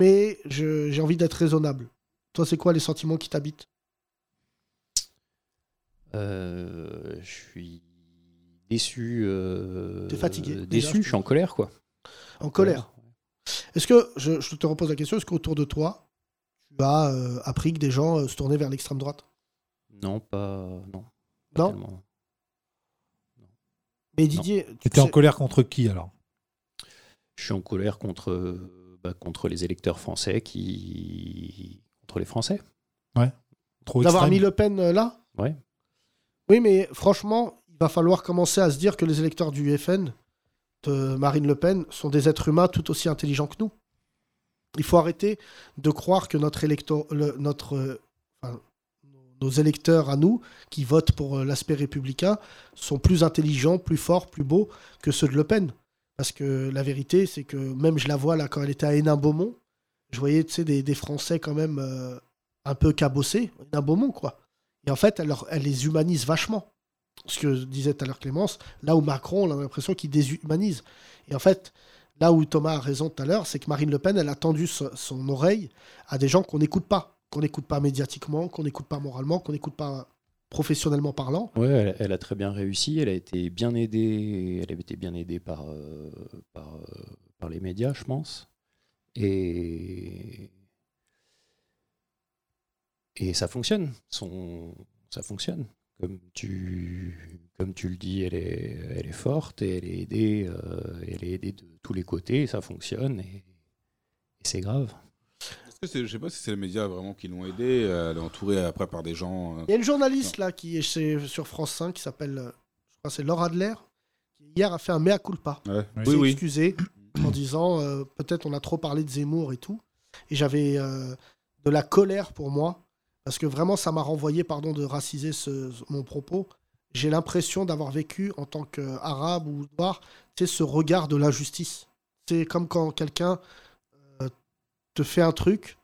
Speaker 4: mais je- j'ai envie d'être raisonnable. Toi, c'est quoi les sentiments qui t'habitent
Speaker 12: euh, je suis déçu. euh,
Speaker 4: T'es fatigué, déjà,
Speaker 12: Déçu, je suis en colère, quoi.
Speaker 4: En colère. Est-ce que je, je te repose la question Est-ce qu'autour de toi, tu as euh, appris que des gens euh, se tournaient vers l'extrême droite
Speaker 12: Non, pas. Non.
Speaker 4: Non.
Speaker 12: tellement.
Speaker 4: Mais Didier, tu
Speaker 5: T'es en
Speaker 4: sais-
Speaker 5: colère contre qui alors
Speaker 12: Je suis en colère contre, euh, bah, contre les électeurs français qui. contre les Français.
Speaker 5: Ouais. Trop
Speaker 4: d'avoir
Speaker 5: extrême.
Speaker 4: mis Le Pen euh, là
Speaker 12: Ouais.
Speaker 4: Oui, mais franchement, il va falloir commencer à se dire que les électeurs du FN, de Marine Le Pen, sont des êtres humains tout aussi intelligents que nous. Il faut arrêter de croire que notre électo- le- notre, euh, enfin, nos électeurs à nous, qui votent pour euh, l'aspect républicain, sont plus intelligents, plus forts, plus beaux que ceux de Le Pen. Parce que la vérité, c'est que même je la vois là quand elle était à Hénin-Beaumont, je voyais tu sais, des, des Français quand même euh, un peu cabossés, d'un Beaumont, quoi. Et en fait, elle, leur- elle les humanise vachement. Ce que disait tout à l'heure Clémence, là où Macron, on a l'impression qu'il déshumanise. Et en fait, là où Thomas a raison tout à l'heure, c'est que Marine Le Pen, elle a tendu so- son oreille à des gens qu'on n'écoute pas. Qu'on n'écoute pas médiatiquement, qu'on n'écoute pas moralement, qu'on n'écoute pas professionnellement parlant.
Speaker 12: Ouais, elle, elle a très bien réussi. Elle a été bien aidée. Elle a été bien aidée par, euh, par, euh, par les médias, je pense. Et et ça fonctionne. Son, ça fonctionne. Comme tu, comme tu le dis, elle est, elle est forte et elle est aidée. euh, elle est aidée de tous les côtés. Et ça fonctionne et, et c'est grave.
Speaker 6: Est-ce que c'est- Je sais pas si c'est les médias vraiment qui l'ont aidé. euh, Elle est entourée après par des gens. euh,
Speaker 4: Il y a une journaliste là qui est chez- sur France 5 qui s'appelle, euh, je crois que c'est Laura Adler, qui hier a fait un mea culpa.
Speaker 6: Ouais.
Speaker 4: Elle
Speaker 6: Oui,
Speaker 4: s'est
Speaker 6: oui.
Speaker 4: excusée en disant euh, peut-être on a trop parlé de Zemmour et tout. Et j'avais euh, de la colère pour moi parce que vraiment ça m'a renvoyé, pardon de raciser ce- ce- mon propos. J'ai l'impression d'avoir vécu en tant qu'arabe ou noir, tu sais, ce regard de l'injustice. C'est comme quand quelqu'un euh, te fait un truc,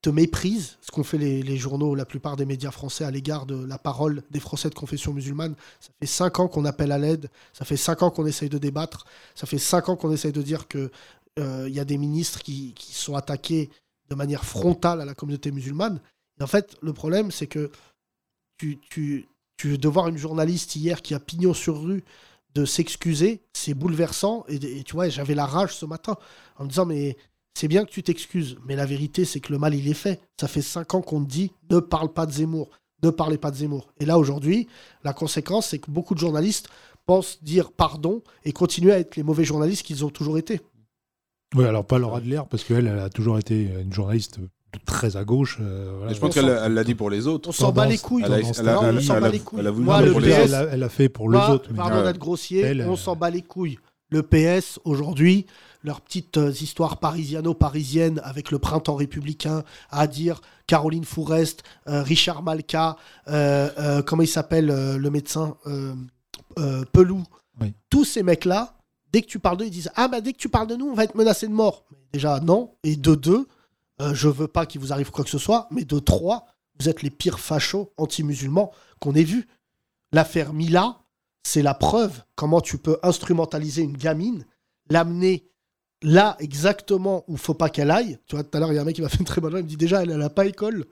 Speaker 4: te méprise, ce qu'ont fait les, les journaux, la plupart des médias français à l'égard de la parole des Français de confession musulmane. Ça fait cinq ans qu'on appelle à l'aide, ça fait cinq ans qu'on essaye de débattre, ça fait cinq ans qu'on essaye de dire que euh, il y a des ministres qui, qui sont attaqués de manière frontale à la communauté musulmane. Et en fait, le problème, c'est que tu, tu, tu de voir une journaliste hier qui a pignon sur rue de s'excuser, c'est bouleversant. Et, et tu vois, j'avais la rage ce matin en me disant, mais c'est bien que tu t'excuses, mais la vérité, c'est que le mal, il est fait. Ça fait cinq ans qu'on te dit, ne parle pas de Zemmour, ne parlez pas de Zemmour. Et là, aujourd'hui, la conséquence, c'est que beaucoup de journalistes pensent dire pardon et continuer à être les mauvais journalistes qu'ils ont toujours été.
Speaker 5: Oui, alors pas Laura Adler, parce qu'elle elle a toujours été une journaliste très à gauche. euh, voilà.
Speaker 6: Et je pense qu'elle elle l'a dit pour les autres.
Speaker 4: On s'en bat les
Speaker 5: Tendance-
Speaker 4: couilles.
Speaker 6: Elle a-
Speaker 5: tendance
Speaker 6: elle a-
Speaker 5: Non,
Speaker 6: elle
Speaker 5: on
Speaker 6: a-
Speaker 5: s'en
Speaker 6: elle a-
Speaker 5: bat les
Speaker 4: couilles.
Speaker 6: elle a voulu
Speaker 4: Moi,
Speaker 6: le
Speaker 4: le
Speaker 6: pour
Speaker 5: Elle,
Speaker 6: les
Speaker 4: PS,
Speaker 6: autres.
Speaker 5: elle a, elle a fait pour
Speaker 4: Moi,
Speaker 5: les autres. mais-
Speaker 4: Pardon
Speaker 6: Ouais.
Speaker 4: d'être grossier,
Speaker 5: Elle,
Speaker 4: on
Speaker 5: euh,
Speaker 4: s'en bat les couilles. Le PS, aujourd'hui, leurs petites euh, histoires parisiano-parisiennes avec le printemps républicain, à dire Caroline Fourest, euh, Richard Malka, euh, euh, comment il s'appelle euh, le médecin euh, euh, Pelou.
Speaker 5: Oui.
Speaker 4: Tous ces mecs-là, dès que tu parles d'eux, ils disent Ah, bah dès que tu parles de nous, on va être menacé de mort. Mais déjà, non. Et de deux, euh, je veux pas qu'il vous arrive quoi que ce soit, mais de trois, vous êtes les pires fachos anti-musulmans qu'on ait vus. L'affaire Mila, c'est la preuve comment tu peux instrumentaliser une gamine, l'amener là exactement où faut pas qu'elle aille. Tu vois, tout à l'heure, il y a un mec qui m'a fait une très bonne blague, il me dit déjà, elle, elle a pas école.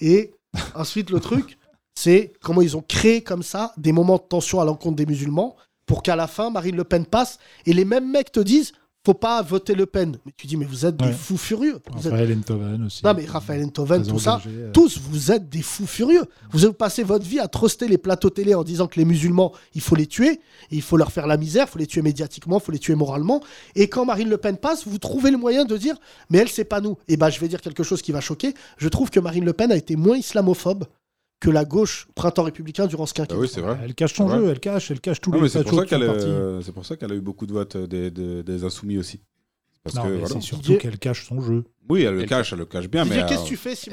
Speaker 4: Et ensuite, le truc, c'est comment ils ont créé comme ça des moments de tension à l'encontre des musulmans pour qu'à la fin, Marine Le Pen passe et les mêmes mecs te disent, faut pas voter Le Pen. Mais tu dis, mais vous êtes
Speaker 5: Ouais.
Speaker 4: des fous furieux. Vous êtes-
Speaker 5: Raphaël Enthoven aussi.
Speaker 4: non, mais Raphaël Enthoven,
Speaker 5: Très
Speaker 4: tout ça,
Speaker 5: engagé, euh.
Speaker 4: tous, vous êtes des fous furieux. Vous avez passé votre vie à truster les plateaux télé en disant que les musulmans, il faut les tuer, et il faut leur faire la misère, il faut les tuer médiatiquement, il faut les tuer moralement. Et quand Marine Le Pen passe, vous trouvez le moyen de dire, mais elle, c'est pas nous. Et ben, je vais dire quelque chose qui va choquer. Je trouve que Marine Le Pen a été moins islamophobe que la gauche printemps républicain durant ce quinquennat.
Speaker 6: Bah Ah oui, c'est vrai.
Speaker 5: Elle cache son
Speaker 6: Ouais.
Speaker 5: jeu, elle cache, elle cache tous
Speaker 6: Non,
Speaker 5: les
Speaker 6: mais c'est
Speaker 5: fachos
Speaker 6: pour ça
Speaker 5: qui font
Speaker 6: qu'elle
Speaker 5: partie.
Speaker 6: euh, c'est pour ça qu'elle a eu beaucoup de votes euh, des, des- des insoumis aussi. Parce
Speaker 5: Non,
Speaker 6: que,
Speaker 5: mais
Speaker 6: voilà.
Speaker 5: c'est surtout qu'elle cache son jeu.
Speaker 6: Oui, elle le
Speaker 12: Elle-
Speaker 6: cache, elle le cache bien, mais euh,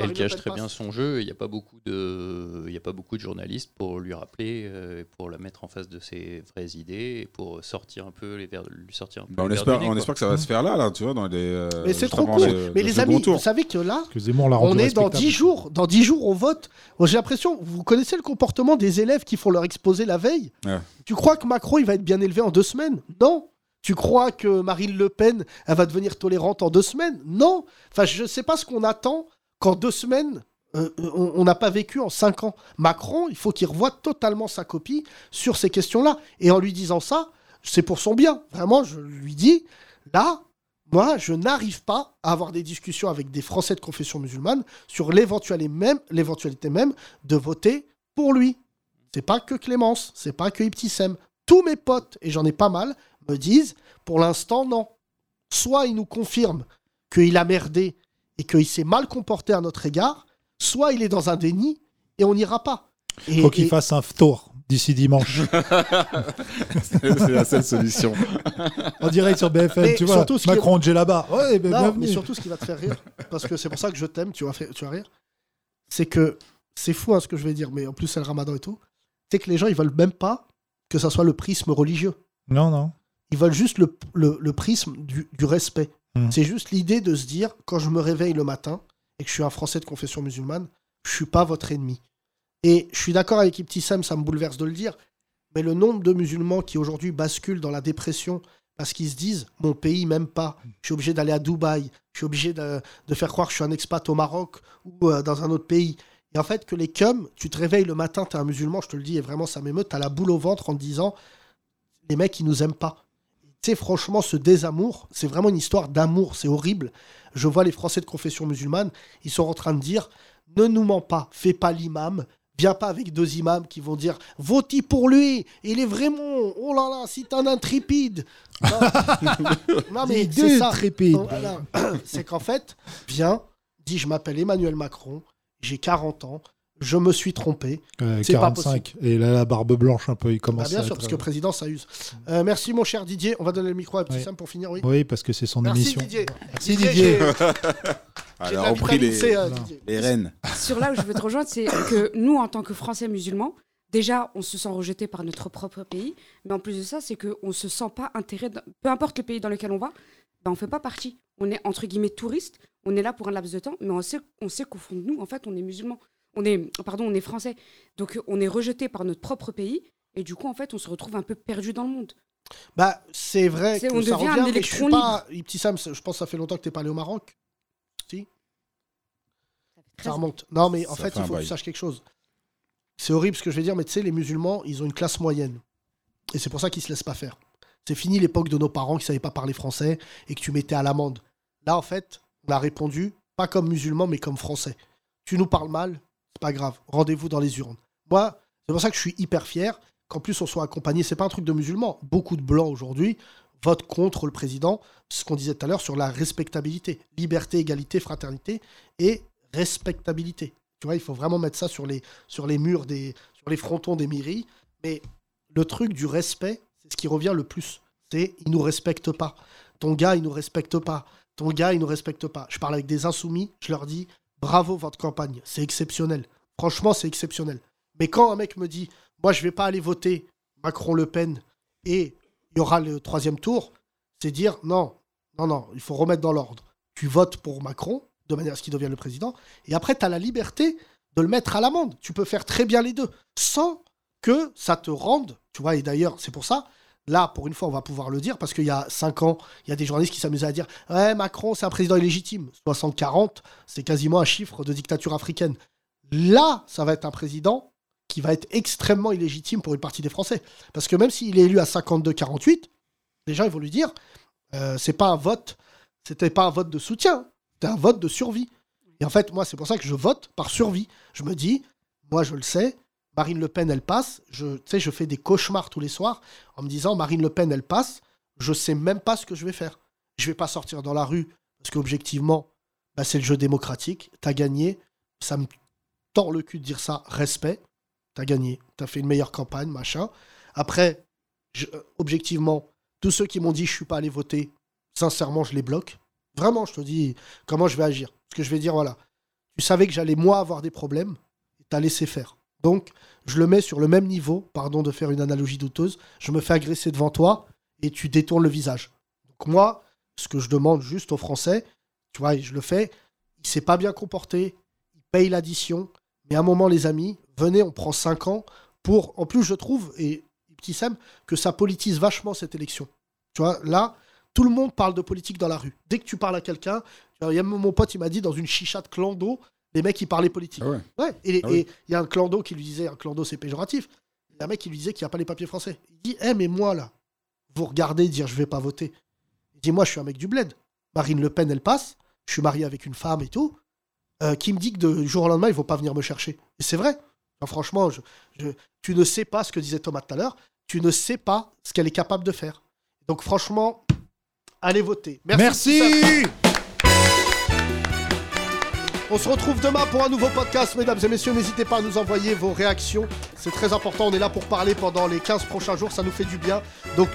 Speaker 12: Elle cache très bien son jeu. et Il n'y a pas beaucoup de, il y a pas beaucoup de journalistes pour lui rappeler, euh, et pour la mettre en face de ses vraies idées, et pour sortir un peu les vers, lui sortir un peu.
Speaker 6: bah, on
Speaker 12: les vers
Speaker 6: espère,
Speaker 12: du nez,
Speaker 6: on
Speaker 12: quoi.
Speaker 6: espère que ça va se faire là, là, tu vois, dans les. euh,
Speaker 4: Mais c'est
Speaker 6: juste
Speaker 4: trop
Speaker 6: avant
Speaker 4: court.
Speaker 6: le-
Speaker 4: Mais
Speaker 6: le
Speaker 4: les
Speaker 6: second
Speaker 4: amis,
Speaker 6: tour.
Speaker 4: vous savez que là,
Speaker 5: Que Zemmour l'a rendu
Speaker 4: on est dans
Speaker 5: respectable.
Speaker 4: 10 jours. Dans 10 jours, on vote. Moi, J'ai l'impression, vous connaissez le comportement des élèves qui font leur exposé la veille
Speaker 6: Ouais.
Speaker 4: Tu crois que Macron, il va être bien élevé en deux semaines Non. Tu crois que Marine Le Pen, elle va devenir tolérante en deux semaines Non. Enfin, je ne sais pas ce qu'on attend qu'en deux semaines, euh, on on n'a pas vécu en cinq ans. Macron, il faut qu'il revoie totalement sa copie sur ces questions-là. Et en lui disant ça, c'est pour son bien. Vraiment, je lui dis, là, moi, je n'arrive pas à avoir des discussions avec des Français de confession musulmane sur l'éventualité même, l'éventualité même de voter pour lui. C'est pas que Clémence, c'est pas que Ibtissem. Tous mes potes, et j'en ai pas mal, me disent pour l'instant non. Soit il nous confirme qu'il a merdé et qu'il s'est mal comporté à notre égard, soit il est dans un déni et on n'ira pas. Et-
Speaker 5: Faut qu'il
Speaker 4: et-
Speaker 5: fasse un tour d'ici
Speaker 4: (laughs)
Speaker 5: dimanche.
Speaker 6: (laughs) c'est la seule solution.
Speaker 5: en direct sur BFM,
Speaker 4: Mais
Speaker 5: tu vois.
Speaker 4: surtout ce qui-
Speaker 5: Macron, Djellaba. Ouais, ben,
Speaker 4: Non,
Speaker 5: bienvenue.
Speaker 4: mais surtout, ce qui va te faire rire, parce que c'est pour ça que je t'aime, tu vas, faire- tu vas rire, c'est que c'est fou hein, ce que je vais dire, mais en plus, c'est le ramadan et tout. C'est que les gens, ils veulent même pas que ça soit le prisme religieux.
Speaker 5: Non, non.
Speaker 4: Ils veulent juste le, le- le prisme du, du respect. C'est juste l'idée de se dire, quand je me réveille le matin et que je suis un Français de confession musulmane, je suis pas votre ennemi. Et je suis d'accord avec Ibtissam, ça me bouleverse de le dire, mais le nombre de musulmans qui aujourd'hui basculent dans la dépression parce qu'ils se disent mon pays m'aime pas, je suis obligé d'aller à Dubaï, je suis obligé de, de faire croire que je suis un expat au Maroc ou euh, dans un autre pays. Et en fait, que les cums, tu te réveilles le matin, t'es un musulman, je te le dis, et vraiment ça m'émeut, t'as la boule au ventre en te disant les mecs ils nous aiment pas. Tu sais, franchement, ce désamour, c'est vraiment une histoire d'amour, c'est horrible. Je vois les Français de confession musulmane, ils sont en train de dire ne nous mens pas, fais pas l'imam, viens pas avec deux imams qui vont dire votez pour lui, il est vraiment, oh là là, c'est un intrépide. Non, Non, Ah, mais
Speaker 5: Dis
Speaker 4: c'est
Speaker 5: deux
Speaker 4: ça.
Speaker 5: trépides.
Speaker 4: Voilà. (clears throat) C'est qu'en fait, viens, dis je m'appelle Emmanuel Macron, j'ai 40 ans, je me suis trompé.
Speaker 5: Euh,
Speaker 4: c'est pas possible.
Speaker 5: 45. Et là, la barbe blanche, un peu, il
Speaker 4: Bah,
Speaker 5: commence
Speaker 4: bien
Speaker 5: à
Speaker 4: sûr,
Speaker 5: être-
Speaker 4: parce que président, ça use. Euh, merci, mon cher Didier. On va donner le micro à Petit
Speaker 5: Oui.
Speaker 4: Sam pour finir. Oui,
Speaker 5: Oui, parce que c'est son
Speaker 4: Merci,
Speaker 5: émission.
Speaker 4: Didier.
Speaker 5: Merci, Didier.
Speaker 4: j'ai- j'ai de
Speaker 6: Alors,
Speaker 4: la
Speaker 6: on prit
Speaker 4: vitamine
Speaker 6: les,
Speaker 4: C, euh, Didier.
Speaker 6: les reines.
Speaker 9: Sur là où je veux te rejoindre, c'est que nous, en tant que Français musulmans, déjà, on se sent rejeté par notre propre pays, mais en plus de ça, c'est qu'on ne se sent pas intégré, dans- peu importe le pays dans lequel on va, ben, on ne fait pas partie. On est, entre guillemets, touriste, on est là pour un laps de temps, mais on sait, on sait qu'au fond de nous, en fait, on est musulmans. On est, pardon, on est français. Donc, euh, on est rejeté par notre propre pays, et du coup, en fait, on se retrouve un peu perdu dans le monde.
Speaker 4: Bah, c'est vrai
Speaker 9: C'est-
Speaker 4: que
Speaker 9: on
Speaker 4: ça
Speaker 9: devient un
Speaker 4: revient, mais je
Speaker 9: électron
Speaker 4: suis pas... Petit Sam, c'est- je pense que ça fait longtemps que t'es pas allé au Maroc. Si Ça remonte. Non, mais en
Speaker 6: Ça
Speaker 4: fait,
Speaker 6: fait
Speaker 4: il
Speaker 6: un
Speaker 4: faut que tu
Speaker 6: bail.
Speaker 4: saches quelque chose. C'est horrible ce que je vais dire, mais tu sais, les musulmans, ils ont une classe moyenne. Et c'est pour ça qu'ils se laissent pas faire. C'est fini l'époque de nos parents qui savaient pas parler français et que tu mettais à l'amende. Là, en fait, on a répondu, pas comme musulmans, mais comme français. Tu nous parles mal, c'est pas grave. Rendez-vous dans les urnes. Moi, c'est pour ça que je suis hyper fier qu'en plus on soit accompagné. C'est pas un truc de musulmans. Beaucoup de blancs aujourd'hui votent contre le président, ce qu'on disait tout à l'heure sur la respectabilité. Liberté, égalité, fraternité et respectabilité. Tu vois, il faut vraiment mettre ça sur les, sur les murs, des, sur les frontons des mairies. Mais le truc du respect, c'est ce qui revient le plus. C'est il nous respecte pas. Ton gars, il nous respecte pas. Ton gars, il nous respecte pas. Je parle avec des insoumis, je leur dis bravo votre campagne, c'est exceptionnel. Franchement, c'est exceptionnel. Mais quand un mec me dit moi je vais pas aller voter Macron Le Pen et il y aura le troisième tour, c'est dire non, non, non, il faut remettre dans l'ordre. Tu votes pour Macron, de manière à ce qu'il devienne le président. Et après, tu as la liberté de le mettre à l'amende. Tu peux faire très bien les deux, sans que ça te rende, tu vois, et d'ailleurs, c'est pour ça, là, pour une fois, on va pouvoir le dire, parce qu'il y a 5 ans, il y a des journalistes qui s'amusaient à dire Ouais, Macron, c'est un président illégitime. 60-40, c'est quasiment un chiffre de dictature africaine. Là, ça va être un président qui va être extrêmement illégitime pour une partie des Français. Parce que même s'il est élu à 52-48, les gens, ils vont lui dire euh, C'est pas un vote, c'était pas un vote de soutien, c'était un vote de survie. Et en fait, moi, c'est pour ça que je vote par survie. Je me dis, moi, je le sais, Marine Le Pen, elle passe. Je, tu sais, je fais des cauchemars tous les soirs en me disant, Marine Le Pen, elle passe. Je sais même pas ce que je vais faire. Je vais pas sortir dans la rue parce qu'objectivement, bah, c'est le jeu démocratique. T'as gagné. Ça me tord le cul de dire ça. Respect. T'as gagné. T'as fait une meilleure campagne, machin. Après, je- euh, objectivement, tous ceux qui m'ont dit je suis pas allé voter, sincèrement, je les bloque. Vraiment, je te dis comment je vais agir. Parce que je vais dire, voilà, tu savais que j'allais moi avoir des problèmes, et t'as laissé faire. Donc, je le mets sur le même niveau, pardon de faire une analogie douteuse, je me fais agresser devant toi et tu détournes le visage. Donc moi, ce que je demande juste aux Français, tu vois, et je le fais, il s'est pas bien comporté, il paye l'addition, mais à un moment, les amis, venez, on prend 5 ans pour... En plus, je trouve, et petit Sam, que ça politise vachement cette élection. Tu vois, là, tout le monde parle de politique dans la rue. Dès que tu parles à quelqu'un, tu vois, il y a même mon pote, il m'a dit dans une chicha de clando, les mecs, ils parlaient politique. ouais. et et il
Speaker 6: Ah oui.
Speaker 4: y a un clando qui lui disait, un clando, c'est péjoratif. Il y a un mec qui lui disait qu'il n'y a pas les papiers français. Il dit, eh, mais moi, là, vous regardez dire je vais pas voter. Il dit, moi, je suis un mec du bled. Marine Le Pen, elle passe. Je suis marié avec une femme et tout. Euh, qui me dit que de jour au lendemain, ils vont pas venir me chercher. Et c'est vrai. Enfin, franchement, je- je- tu ne sais pas ce que disait Thomas tout à l'heure. Tu ne sais pas ce qu'elle est capable de faire. Donc, franchement, allez voter. Merci. On se retrouve demain pour un nouveau podcast, mesdames et messieurs. N'hésitez pas à nous envoyer vos réactions. C'est très important. On est là pour parler pendant les 15 prochains jours. Ça nous fait du bien. Donc,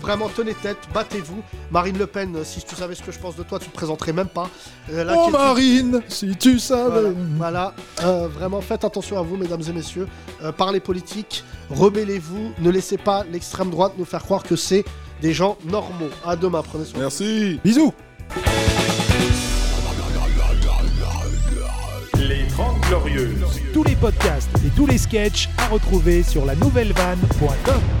Speaker 4: vraiment, tenez tête, battez-vous. Marine Le Pen, euh, si tu savais ce que je pense de toi, tu te présenterais même pas. Euh,
Speaker 5: Oh
Speaker 4: l'inquiétude-
Speaker 5: Marine, si tu savais.
Speaker 4: Voilà. voilà. Euh, vraiment, faites attention à vous, mesdames et messieurs. Euh, parlez politique, rebellez-vous. Ne laissez pas l'extrême droite nous faire croire que c'est des gens normaux. À demain. Prenez soin.
Speaker 6: Merci.
Speaker 5: Bisous.
Speaker 13: Les 30 Glorieuses.
Speaker 1: Tous les podcasts et tous les sketchs à retrouver sur la nouvelle vanne.com.